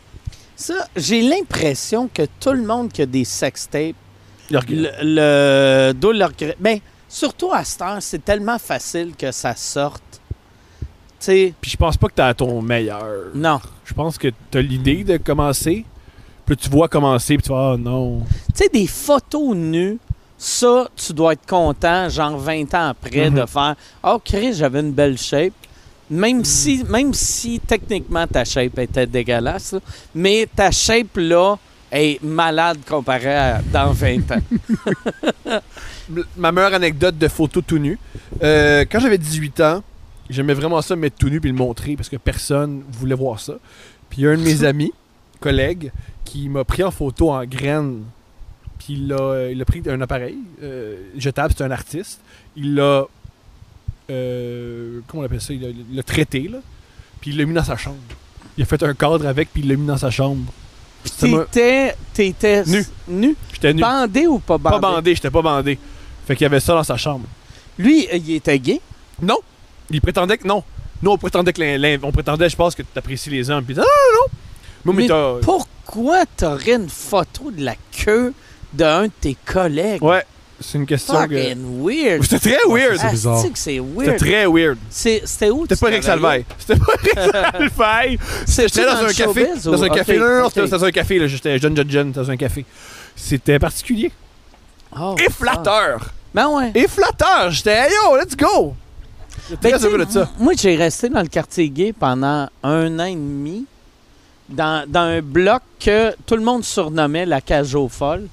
Speaker 4: Ça, j'ai l'impression que tout le monde qui a des sextapes,
Speaker 2: Le
Speaker 4: le, le, doit le regret- Ben, surtout à cette heure, c'est tellement facile que ça sorte. Tu sais,
Speaker 6: Puis je pense pas que t'as ton meilleur.
Speaker 4: non.
Speaker 6: Je pense que t'as l'idée de commencer. Puis tu vois commencer, puis tu vas, ah non.
Speaker 4: Tu sais, des photos nues, ça, tu dois être content, genre 20 ans après,
Speaker 6: Mhm.
Speaker 4: de faire Oh, Chris, j'avais une belle shape. Même,
Speaker 6: Mm.
Speaker 4: si, même si techniquement ta shape était dégueulasse, là, mais ta shape là est malade comparée à dans 20 ans.
Speaker 6: Ma meilleure anecdote de photo tout nu. Euh, quand j'avais 18 ans, j'aimais vraiment ça, me mettre tout nu puis le montrer parce que personne voulait voir ça. Puis un de mes amis, collègue, qui m'a pris en photo en graine. Puis il a, il a pris un appareil euh, jetable, c'est un artiste. Il l'a. euh, comment on appelle ça Il l'a- il l'a traité, là. Puis il l'a mis dans sa chambre. Il a fait un cadre avec, puis il l'a mis dans sa chambre.
Speaker 4: Puis
Speaker 6: Ça m'a-
Speaker 4: t'étais, t'étais
Speaker 6: Nu.
Speaker 4: nu.
Speaker 6: J'étais nu.
Speaker 4: Bandé ou pas bandé?
Speaker 6: Pas bandé, j'étais pas bandé. Fait qu'il y avait ça dans sa chambre.
Speaker 4: Lui, euh, il était gay.
Speaker 6: Non. Il prétendait que non. Nous, on prétendait que l'in- l'in- on prétendait, je pense, que t'apprécies les hommes. Puis il disait, ah, non, non, non. Moi, mais
Speaker 4: Mais
Speaker 6: t'as-
Speaker 4: Pourquoi t'aurais une photo de la queue d'un de tes collègues?
Speaker 6: Ouais, c'est une question que.
Speaker 4: Fucking weird.
Speaker 6: C'était très weird.
Speaker 4: Ah,
Speaker 2: bizarre.
Speaker 4: c'est-tu que c'est
Speaker 6: C'était
Speaker 4: weird.
Speaker 6: très weird.
Speaker 4: C'est- C'était où?
Speaker 6: C'était
Speaker 4: tu
Speaker 6: pas Rick
Speaker 4: travaillais?
Speaker 6: Salvaille. C'était pas Rick Salvaille.
Speaker 4: C'est-tu
Speaker 6: J'étais dans, un
Speaker 4: le
Speaker 6: café.
Speaker 4: showbiz
Speaker 6: Dans
Speaker 4: ou-
Speaker 6: un
Speaker 4: Ok,
Speaker 6: café. Non, non, non,
Speaker 4: ok.
Speaker 6: c'était dans un café. là. J'étais jeune, jeune, jeune, dans un café. C'était particulier.
Speaker 4: Oh,
Speaker 6: Et
Speaker 4: fuck.
Speaker 6: flatteur.
Speaker 4: Ben ouais.
Speaker 6: Et flatteur. J'étais, hey, yo, let's go.
Speaker 4: Ben,
Speaker 6: très
Speaker 4: tu sais,
Speaker 6: heureux de ça.
Speaker 4: m- Moi, j'ai resté dans le quartier gay pendant un an et demi, dans, dans un bloc que tout le monde surnommait la cage aux folles.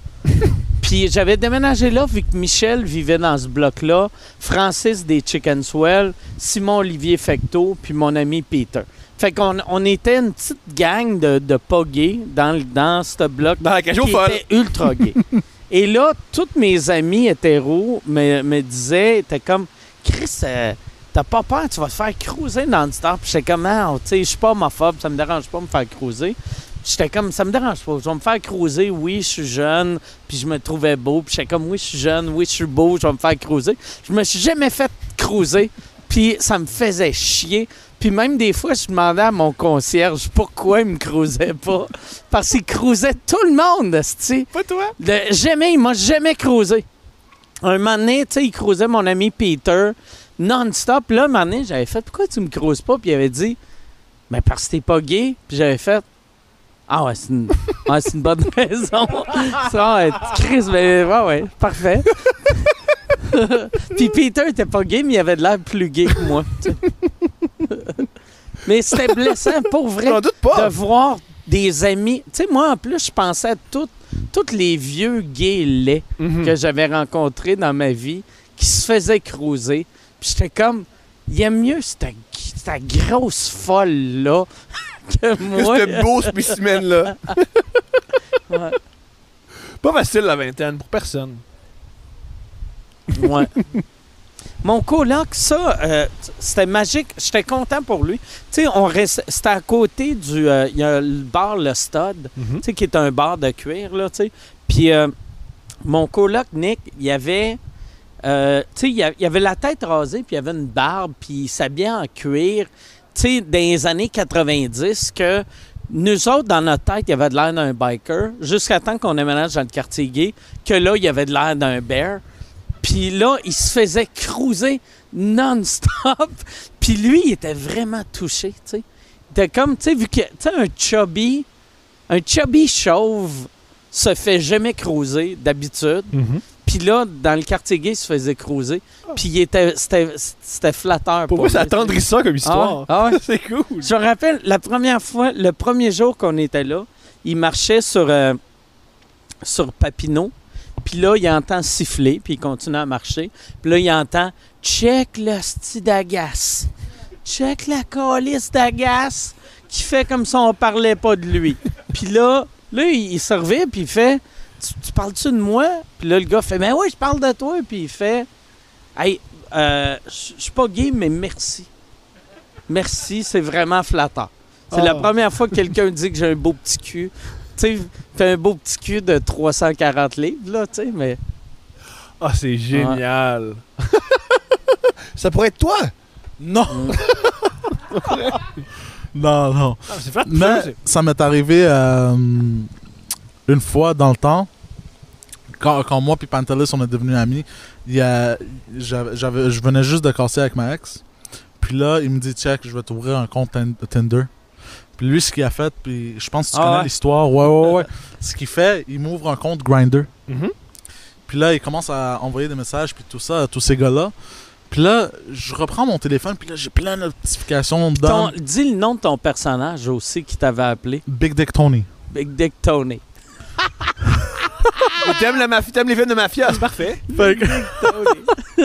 Speaker 4: Puis j'avais déménagé là, vu que Michel vivait dans ce bloc-là, Francis des Chicken Swell, Simon-Olivier Fecteau, puis mon ami Peter. Fait qu'on on était une petite gang de, de pas gays dans, le- dans ce bloc
Speaker 6: Dans la cage aux
Speaker 4: qui
Speaker 6: folles.
Speaker 4: était ultra gay. Et là, toutes mes amis hétéros me, me disaient, étaient comme, Chris, euh, t'as pas peur, tu vas te faire cruiser non-stop. Puis J'étais comme, Ah, tu sais, je suis pas homophobe, ça me dérange pas de me faire cruiser. J'étais comme, ça me dérange pas, je vais me faire cruiser, oui, je suis jeune, puis je me trouvais beau, puis j'étais comme, oui, je suis jeune, oui, je suis beau, je vais me faire cruiser. Je me suis jamais fait cruiser, puis ça me faisait chier. Puis même des fois, je demandais à mon concierge pourquoi il me cruisait pas. Parce qu'il cruisait tout le monde, tu
Speaker 6: Pas toi.
Speaker 4: de- jamais, il m'a jamais creusé. Un moment donné, tu sais, il creusait mon ami Peter non-stop. Là, un moment donné, j'avais fait Pourquoi tu me creuses pas Puis il avait dit Mais parce que t'es pas gay. Puis j'avais fait Ah ouais, c'est une, ouais, c'est une bonne raison. Ça, ouais, Chris, mais ouais, ouais, parfait. Puis Peter était pas gay, mais il avait de l'air plus gay que moi. tu sais. mais c'était blessant pour vrai
Speaker 6: J'en doute
Speaker 4: de
Speaker 6: pas.
Speaker 4: voir des amis. Tu sais, moi, en plus, je pensais à tous toutes les vieux gays laids
Speaker 6: Mhm.
Speaker 4: que j'avais rencontrés dans ma vie qui se faisaient creuser. Puis j'étais comme, il aime mieux cette, cette grosse folle-là que
Speaker 6: Que
Speaker 4: moi.
Speaker 6: ce beau spécimen-là.
Speaker 4: Ouais.
Speaker 6: Pas facile, la vingtaine, pour personne.
Speaker 4: Ouais. Mon coloc, ça, euh, c'était magique. J'étais content pour lui. Tu sais, on reste- c'était à côté du, euh, il y a le bar Le Stade, tu sais, qui est un bar de cuir là, tu sais. Puis euh, mon coloc Nick, il y avait, euh, tu sais, il y a- il y avait la tête rasée, puis il y avait une barbe, puis il s'habillait en cuir, tu sais, dans les années 90 que nous autres, dans notre tête, il y avait de l'air d'un biker, jusqu'à temps qu'on déménage dans le quartier gay, que là, il y avait de l'air d'un bear. Puis là, il se faisait cruiser non-stop. Puis lui, il était vraiment touché, tu sais. Il était comme, tu sais, vu que, tu sais, un chubby, un chubby chauve se fait jamais cruiser d'habitude.
Speaker 6: Mm-hmm.
Speaker 4: Puis là, dans le quartier gay, il se faisait cruiser. Puis il était, c'était, c'était flatteur.
Speaker 6: Ah. Pour moi,
Speaker 4: lui,
Speaker 6: ça
Speaker 4: tu sais.
Speaker 6: attendrit ça comme histoire.
Speaker 4: Ah ouais, ah ouais.
Speaker 6: C'est cool.
Speaker 4: Je me rappelle, la première fois, le premier jour qu'on était là, il marchait sur, euh, sur Papineau. Puis là, il entend siffler, puis il continue à marcher. Puis là, il entend « Check le sti d'agace! Check la calice d'agace! » Qui fait comme si on parlait pas de lui. Puis là, là il, il se revient, puis il fait « Tu, tu parles-tu de moi? » Puis là, le gars fait « Ben oui, je parle de toi! » Puis il fait « Hey, euh, je je suis pas gay, mais merci. » Merci, c'est vraiment flatteur. C'est
Speaker 6: Ah.
Speaker 4: la première fois que quelqu'un dit que j'ai un beau petit cul. Tu sais, t'as un beau petit cul de 340 livres, là, tu sais, mais.
Speaker 6: Ah, c'est génial. ça pourrait être toi.
Speaker 2: Non! Non, non.
Speaker 3: Ah, c'est flat.
Speaker 2: Mais ça m'est arrivé euh, une fois dans le temps, quand, quand moi puis Pantelis on est devenus amis, il y a- j'avais- j'avais- je venais juste de casser avec ma ex. Puis là, il me dit check, je vais t'ouvrir un compte Tin- Tinder. Puis lui, ce qu'il a fait, puis je pense que tu
Speaker 4: Ah
Speaker 2: connais
Speaker 4: ouais?
Speaker 2: l'histoire. Ouais, ouais, ouais. ce qu'il fait, il m'ouvre un compte Grinder.
Speaker 3: Mhm.
Speaker 4: Mm-hmm.
Speaker 2: Puis là, il commence à envoyer des messages, puis tout ça, à tous ces gars-là. Puis là, je reprends mon téléphone, puis là, j'ai plein de notifications dans
Speaker 4: Ton- dis le nom de ton personnage aussi qui t'avait appelé.
Speaker 2: Big Dick Tony.
Speaker 4: Big Dick Tony.
Speaker 3: T'aimes, la mafia, t'aimes les films de mafia, c'est parfait.
Speaker 2: Fait que-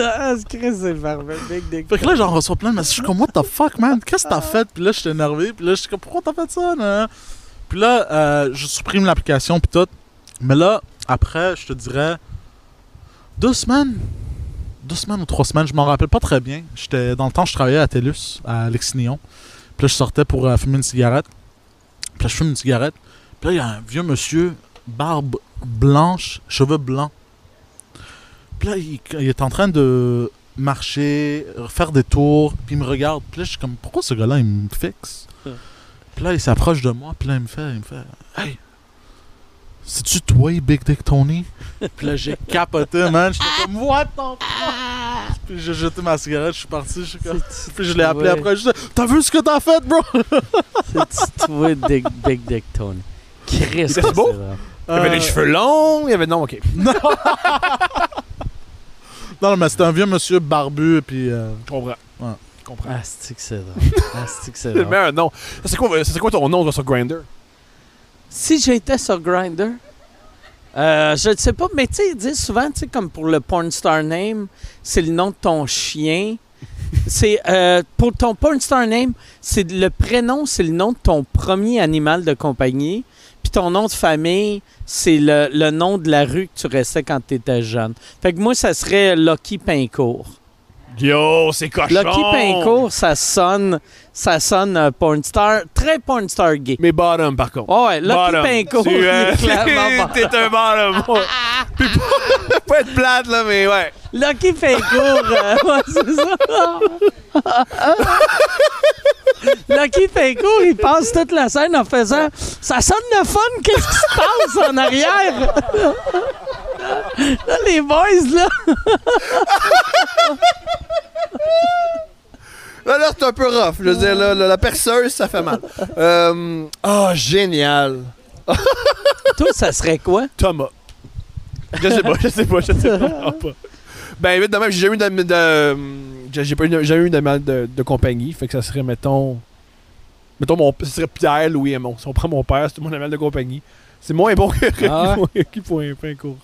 Speaker 4: ah, c'est Chris, c'est parfait. Big Dick
Speaker 2: Fait que là, j'en reçois plein, mais je suis comme, what the fuck, man? Qu'est-ce que t'as fait? Puis là, je suis énervé. Puis là, je suis comme, pourquoi t'as fait ça? nan, nan? Puis là, euh, je supprime l'application, puis tout. Mais là, après, je te dirais, deux semaines, deux semaines ou trois semaines, je m'en rappelle pas très bien. J'étais Dans le temps, je travaillais à TELUS, à Lexignon. Puis là, je sortais pour euh, fumer une cigarette. Puis là, je fume une cigarette. Puis là, il y a un vieux monsieur, barbe blanche, cheveux blancs. Puis là, il- il est en train de marcher, faire des tours, puis il me regarde. Puis là, je suis comme, pourquoi ce gars-là, il me fixe? Puis là, il s'approche de moi, puis là, il me fait, il me fait, hey, c'est-tu toi, Big Dick Tony? Puis là, j'ai capoté, man. J'étais comme, what the fuck? Puis j'ai jeté ma cigarette, je suis parti, je suis comme... Puis je l'ai appelé
Speaker 4: Ouais.
Speaker 2: après, je dis, t'as vu ce que t'as fait, bro?
Speaker 4: C'est toi, Big, Big Dick Tony. Chris,
Speaker 3: était beau?
Speaker 4: c'est vrai.
Speaker 3: Il avait les cheveux longs, il avait. Non, ok.
Speaker 2: Non, mais c'était un vieux monsieur barbu, puis... euh,
Speaker 3: Je comprends.
Speaker 2: Ouais.
Speaker 3: Je comprends.
Speaker 4: Ah, c'est que c'est drôle. Ah, c'est que c'est
Speaker 3: C'est le
Speaker 4: drôle.
Speaker 3: meilleur nom. Ça, C'est quoi, ça, c'est quoi ton nom toi, sur Grinder?
Speaker 4: Si j'étais sur Grinder, je ne sais pas, mais tu sais, ils disent souvent, tu sais, comme pour le porn star name, c'est le nom de ton chien. C'est euh, pour ton porn star name, c'est le prénom, c'est le nom de ton premier animal de compagnie, puis ton nom de famille, c'est le, le nom de la rue que tu restais quand tu étais jeune. Fait que moi, ça serait Lucky Pincourt.
Speaker 3: Yo, c'est cochon!
Speaker 4: Lucky Pincourt, ça sonne, ça sonne euh, porn star, très porn star gay.
Speaker 3: Mais bottom, par contre.
Speaker 4: Ah ouais, Lucky
Speaker 3: Bottom.
Speaker 4: Pincourt,
Speaker 3: Tu,
Speaker 4: il
Speaker 3: euh,
Speaker 4: est clairement bottom. Ah,
Speaker 3: T'es un bottom. Puis pas- pas être plate, là, mais ouais.
Speaker 4: Lucky Pincourt, euh, ouais, c'est ça. Lucky Pincourt, il passe toute la scène en faisant Ça sonne le fun, qu'est-ce qui se passe en arrière? là, les boys, là.
Speaker 6: Là, là, c'est un peu rough. Je veux dire, là, là, la perceuse, ça fait mal. Euh, oh, génial.
Speaker 4: Toi, ça serait quoi?
Speaker 3: Thomas.
Speaker 6: Je sais pas, je sais pas, je sais pas. vraiment pas.
Speaker 3: Ah, Ben, vite de même, j'ai jamais eu de. de- j'ai- j'ai pas eu- jamais eu d'animal de, de compagnie. Fait que ça serait, mettons. Mettons, mon, ce serait Pierre, Louis et mon. Si on prend mon père, c'est mon animal de compagnie. C'est moins bon que
Speaker 4: Ah
Speaker 3: qui qui pour un pain court.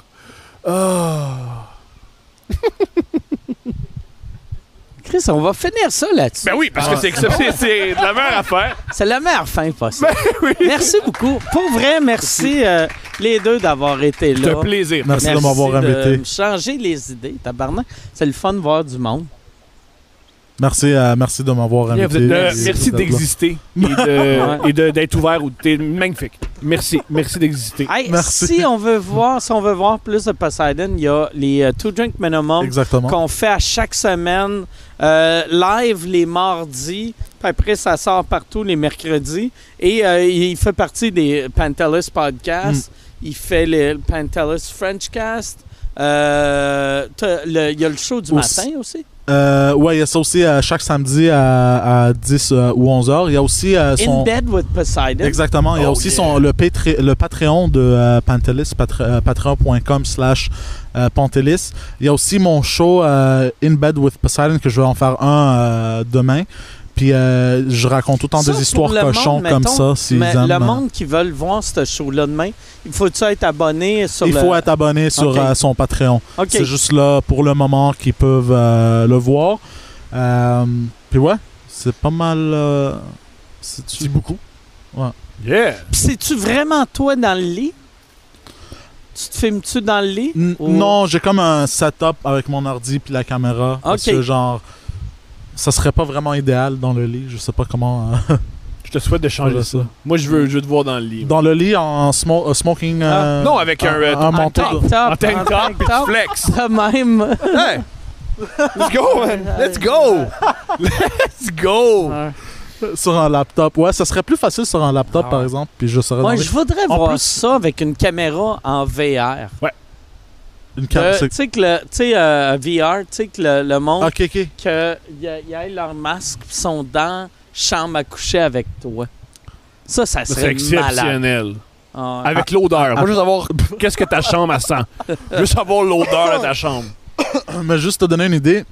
Speaker 3: Ah.
Speaker 4: Chris, on va finir ça là-dessus.
Speaker 3: Ben oui, parce que c'est exceptionnel. C'est de la meilleure affaire.
Speaker 4: C'est la meilleure fin possible.
Speaker 3: Ben
Speaker 4: Merci beaucoup. Pour vrai, merci euh, les deux d'avoir été là.
Speaker 3: C'est un plaisir.
Speaker 2: merci, de m'avoir invité.
Speaker 4: me changer les idées, tabarnak. C'est le fun de voir du monde.
Speaker 2: Merci, euh, merci de m'avoir
Speaker 3: Bien,
Speaker 2: invité.
Speaker 3: vous êtes- euh,
Speaker 2: Et-
Speaker 3: merci
Speaker 2: d'être là.
Speaker 3: d'exister et de- et de- d'être ouvert. ou- T'es magnifique. Merci. Merci d'exister.
Speaker 4: Hey,
Speaker 2: Merci.
Speaker 4: Si on veut voir, si on veut voir plus de Poseidon, il y a les euh, Two Drink Minimum
Speaker 2: Exactement.
Speaker 4: qu'on fait à chaque semaine euh, live les mardis. Puis après, ça sort partout les mercredis. Et euh, il fait partie des Pantelis Podcasts.
Speaker 2: Mm.
Speaker 4: Il fait le Pantelis Frenchcast. Euh, t'as le- il y a le show du
Speaker 2: Aussi-
Speaker 4: matin aussi.
Speaker 2: Euh, ouais, il y a ça aussi euh, chaque samedi à, à 10 euh, ou 11 heures. Il y a aussi euh,
Speaker 4: In
Speaker 2: son.
Speaker 4: Bed with Poseidon.
Speaker 2: Exactement. Il y a
Speaker 4: Oh,
Speaker 2: aussi
Speaker 4: yeah.
Speaker 2: son, le, Patre- le Patreon de euh, Pantelis, patre- euh, patreon.com slash euh, Pantelis. Il y a aussi mon show euh, In Bed with Poseidon que je vais en faire un euh, demain. Puis euh, je raconte tout le temps
Speaker 4: Ça,
Speaker 2: des
Speaker 4: pour
Speaker 2: histoires
Speaker 4: le monde,
Speaker 2: cochons comme
Speaker 4: mettons,
Speaker 2: ça. s'ils
Speaker 4: Mais
Speaker 2: aiment, euh,
Speaker 4: le monde qui veut voir ce show-là demain, il faut-tu être abonné sur
Speaker 2: il
Speaker 4: le...
Speaker 2: faut être abonné sur
Speaker 4: Ok.
Speaker 2: euh, son Patreon.
Speaker 4: OK.
Speaker 2: C'est juste là pour le moment qu'ils peuvent euh, le voir. Euh, puis ouais, c'est pas mal. euh, c'est-tu-
Speaker 3: C'est beaucoup.
Speaker 2: Ouais.
Speaker 3: Yeah.
Speaker 4: Puis c'est-tu vraiment toi dans le lit? Tu te filmes-tu dans le lit?
Speaker 2: N-
Speaker 4: Ou-
Speaker 2: Non, j'ai comme un setup avec mon ordi puis la caméra. Parce
Speaker 4: Ok.
Speaker 2: que genre, ça serait pas vraiment idéal dans le lit. Je sais pas comment. euh,
Speaker 3: Je te souhaite de changer
Speaker 2: Changer
Speaker 3: ça.
Speaker 2: ça.
Speaker 3: Moi, je veux, je veux te voir dans le lit.
Speaker 2: dans le lit en smo- euh, smoking.
Speaker 4: Ah,
Speaker 2: euh,
Speaker 3: non, avec un, euh,
Speaker 2: un
Speaker 4: En
Speaker 2: manteau.
Speaker 4: tank
Speaker 2: de-
Speaker 4: top,
Speaker 3: en tank top, puis tu flex.
Speaker 4: de même.
Speaker 6: Hey! Let's go, man! Let's go! Let's go!
Speaker 2: sur un laptop. Ouais, ça serait plus facile sur un laptop,
Speaker 4: Ah.
Speaker 2: par exemple, puis je serais
Speaker 4: Moi,
Speaker 2: dans
Speaker 4: je voudrais
Speaker 2: En
Speaker 4: voir
Speaker 2: plus-
Speaker 4: ça avec une caméra en VR.
Speaker 2: une cam.
Speaker 4: Euh,
Speaker 2: c'est-
Speaker 4: Tu sais que le tu sais, euh, VR, tu sais que le, le monde
Speaker 2: Ok, ok.
Speaker 4: que y a- y a leur masque pis sont dans chambre à coucher avec toi. Ça, ça
Speaker 3: C'est
Speaker 4: serait malade.
Speaker 3: exceptionnel.
Speaker 4: Ah, ouais.
Speaker 3: Avec l'odeur. Moi, je veux savoir qu'est-ce que ta chambre elle sent. Je veux savoir l'odeur de ta chambre.
Speaker 2: Mais juste te donner une idée,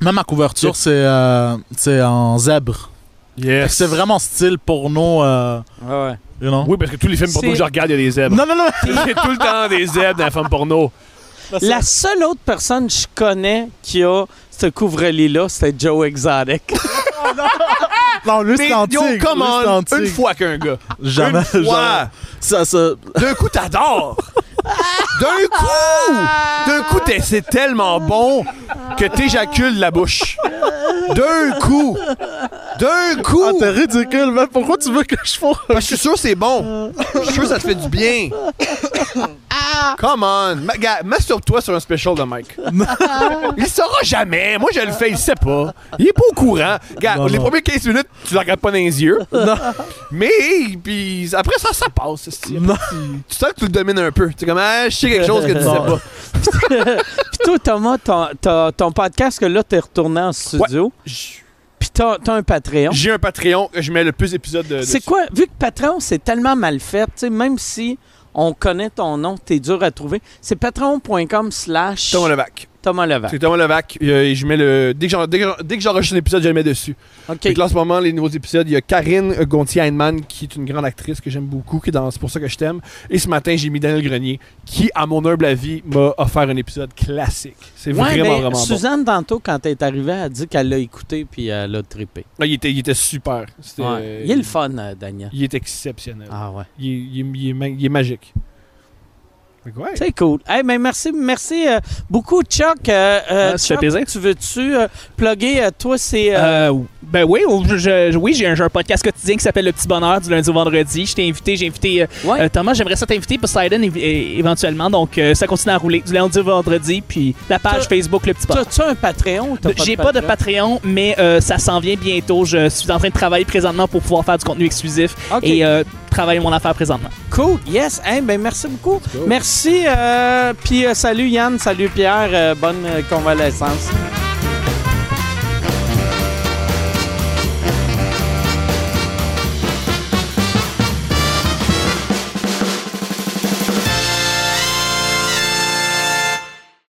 Speaker 2: même ma couverture, c'est euh, c'est en zèbre. Fait que
Speaker 3: Yes.
Speaker 2: C'est vraiment style porno, euh,
Speaker 4: Ah, ouais.
Speaker 2: you know.
Speaker 3: Oui, parce que tous les films porno
Speaker 4: C'est-
Speaker 3: que je regarde, il y a des zèbres.
Speaker 2: Non, non, non.
Speaker 3: Il y a tout le temps des zèbres dans les femmes porno.
Speaker 4: La seule autre personne que je connais qui a ce couvre-lit-là, c'était Joe Exotic.
Speaker 2: Non, lui,
Speaker 3: Mais
Speaker 2: c'est antique.
Speaker 3: yo,
Speaker 2: Lui,
Speaker 3: come
Speaker 2: c'est
Speaker 3: on,
Speaker 2: antique.
Speaker 3: une fois qu'un gars.
Speaker 2: Jamais.
Speaker 6: Une
Speaker 2: genre,
Speaker 6: fois.
Speaker 2: ça, ça,
Speaker 6: D'un coup, t'adores. D'un coup. D'un coup, t'es- c'est tellement bon que t'éjacules la bouche. D'un coup. D'un
Speaker 2: Ah,
Speaker 6: coup.
Speaker 2: t'es ridicule, man. Pourquoi tu veux que je fasse
Speaker 6: Parce que je suis sûr que c'est bon. Je suis sûr que ça te fait du bien. Come on. Ma- gars, Masturbe-toi sur un special de Mike. il le saura jamais. Moi, je le fais, il sait pas. Il est pas au courant. Gars,
Speaker 2: Non,
Speaker 6: les
Speaker 2: non.
Speaker 6: premières 15 minutes, tu le regardes pas dans les yeux. Mais puis après ça, ça passe. esti.
Speaker 2: Non.
Speaker 6: Tu sens que tu le domines un peu. Tu es comme, ah, je sais quelque chose que tu sais
Speaker 2: Non.
Speaker 6: pas.
Speaker 4: Puis toi, Thomas, ton, ton- ton podcast, que là, t'es retourné en studio.
Speaker 6: J-
Speaker 4: Puis t'as, t'as un Patreon.
Speaker 6: J'ai un Patreon, je mets le plus d'épisodes de.
Speaker 4: C'est quoi? Vu que Patreon, c'est tellement mal fait, tu sais, même si on connaît ton nom, t'es dur à trouver, c'est patreon.com slash
Speaker 6: Thomas Levac.
Speaker 4: Thomas Levac.
Speaker 6: C'est Thomas Levac. euh, Et je mets le. Dès que j'en- dès que j'en- dès que j'enregistre un épisode, je le mets dessus.
Speaker 4: OK.
Speaker 6: Fait que là, en ce moment, les nouveaux épisodes, il y a Karine Gontier-Heinemann, qui est une grande actrice que j'aime beaucoup, qui est dans C'est pour ça que je t'aime. Et ce matin, j'ai mis Daniel Grenier, qui, à mon humble avis, m'a offert un épisode classique. C'est
Speaker 4: Ouais,
Speaker 6: vraiment,
Speaker 4: mais
Speaker 6: vraiment bon.
Speaker 4: Suzanne, tantôt, quand elle est arrivée, elle a dit qu'elle l'a écouté puis elle l'a trippé.
Speaker 6: Ah, il, était, il était super. C'était-
Speaker 4: Ouais. Il est le fun, euh, Daniel.
Speaker 6: Il est exceptionnel.
Speaker 4: Ah ouais.
Speaker 6: Il, est, il est- il est ma- il est magique. Fait que ouais.
Speaker 4: C'est cool. Hey, mais merci, merci euh, beaucoup, Chuck. Euh, euh,
Speaker 5: Ah, ça fait
Speaker 4: Chuck,
Speaker 5: plaisir.
Speaker 4: Tu veux-tu euh, plugger, euh, toi, c'est... euh,
Speaker 5: Euh, ben oui, oh, je- je- oui, j'ai un, j'ai un podcast quotidien qui s'appelle Le Petit Bonheur du lundi au vendredi. Je t'ai invité, j'ai invité euh,
Speaker 4: ouais.
Speaker 5: euh, Thomas, j'aimerais ça t'inviter Poseidon évi- é- éventuellement. Donc euh, ça continue à rouler du lundi au vendredi. Puis la page
Speaker 4: T'as-
Speaker 5: Facebook Le Petit Bonheur.
Speaker 4: T'as-tu un Patreon ou t'as pas
Speaker 5: bah. J'ai pas de Patreon, mais euh, ça s'en vient bientôt. Je suis en train de travailler présentement pour pouvoir faire du contenu exclusif
Speaker 4: Ok.
Speaker 5: et euh, travailler mon affaire présentement.
Speaker 4: Cool, yes. Hey, ben merci beaucoup. Merci. euh, Puis euh, salut Yann, salut Pierre. euh, bonne euh, convalescence.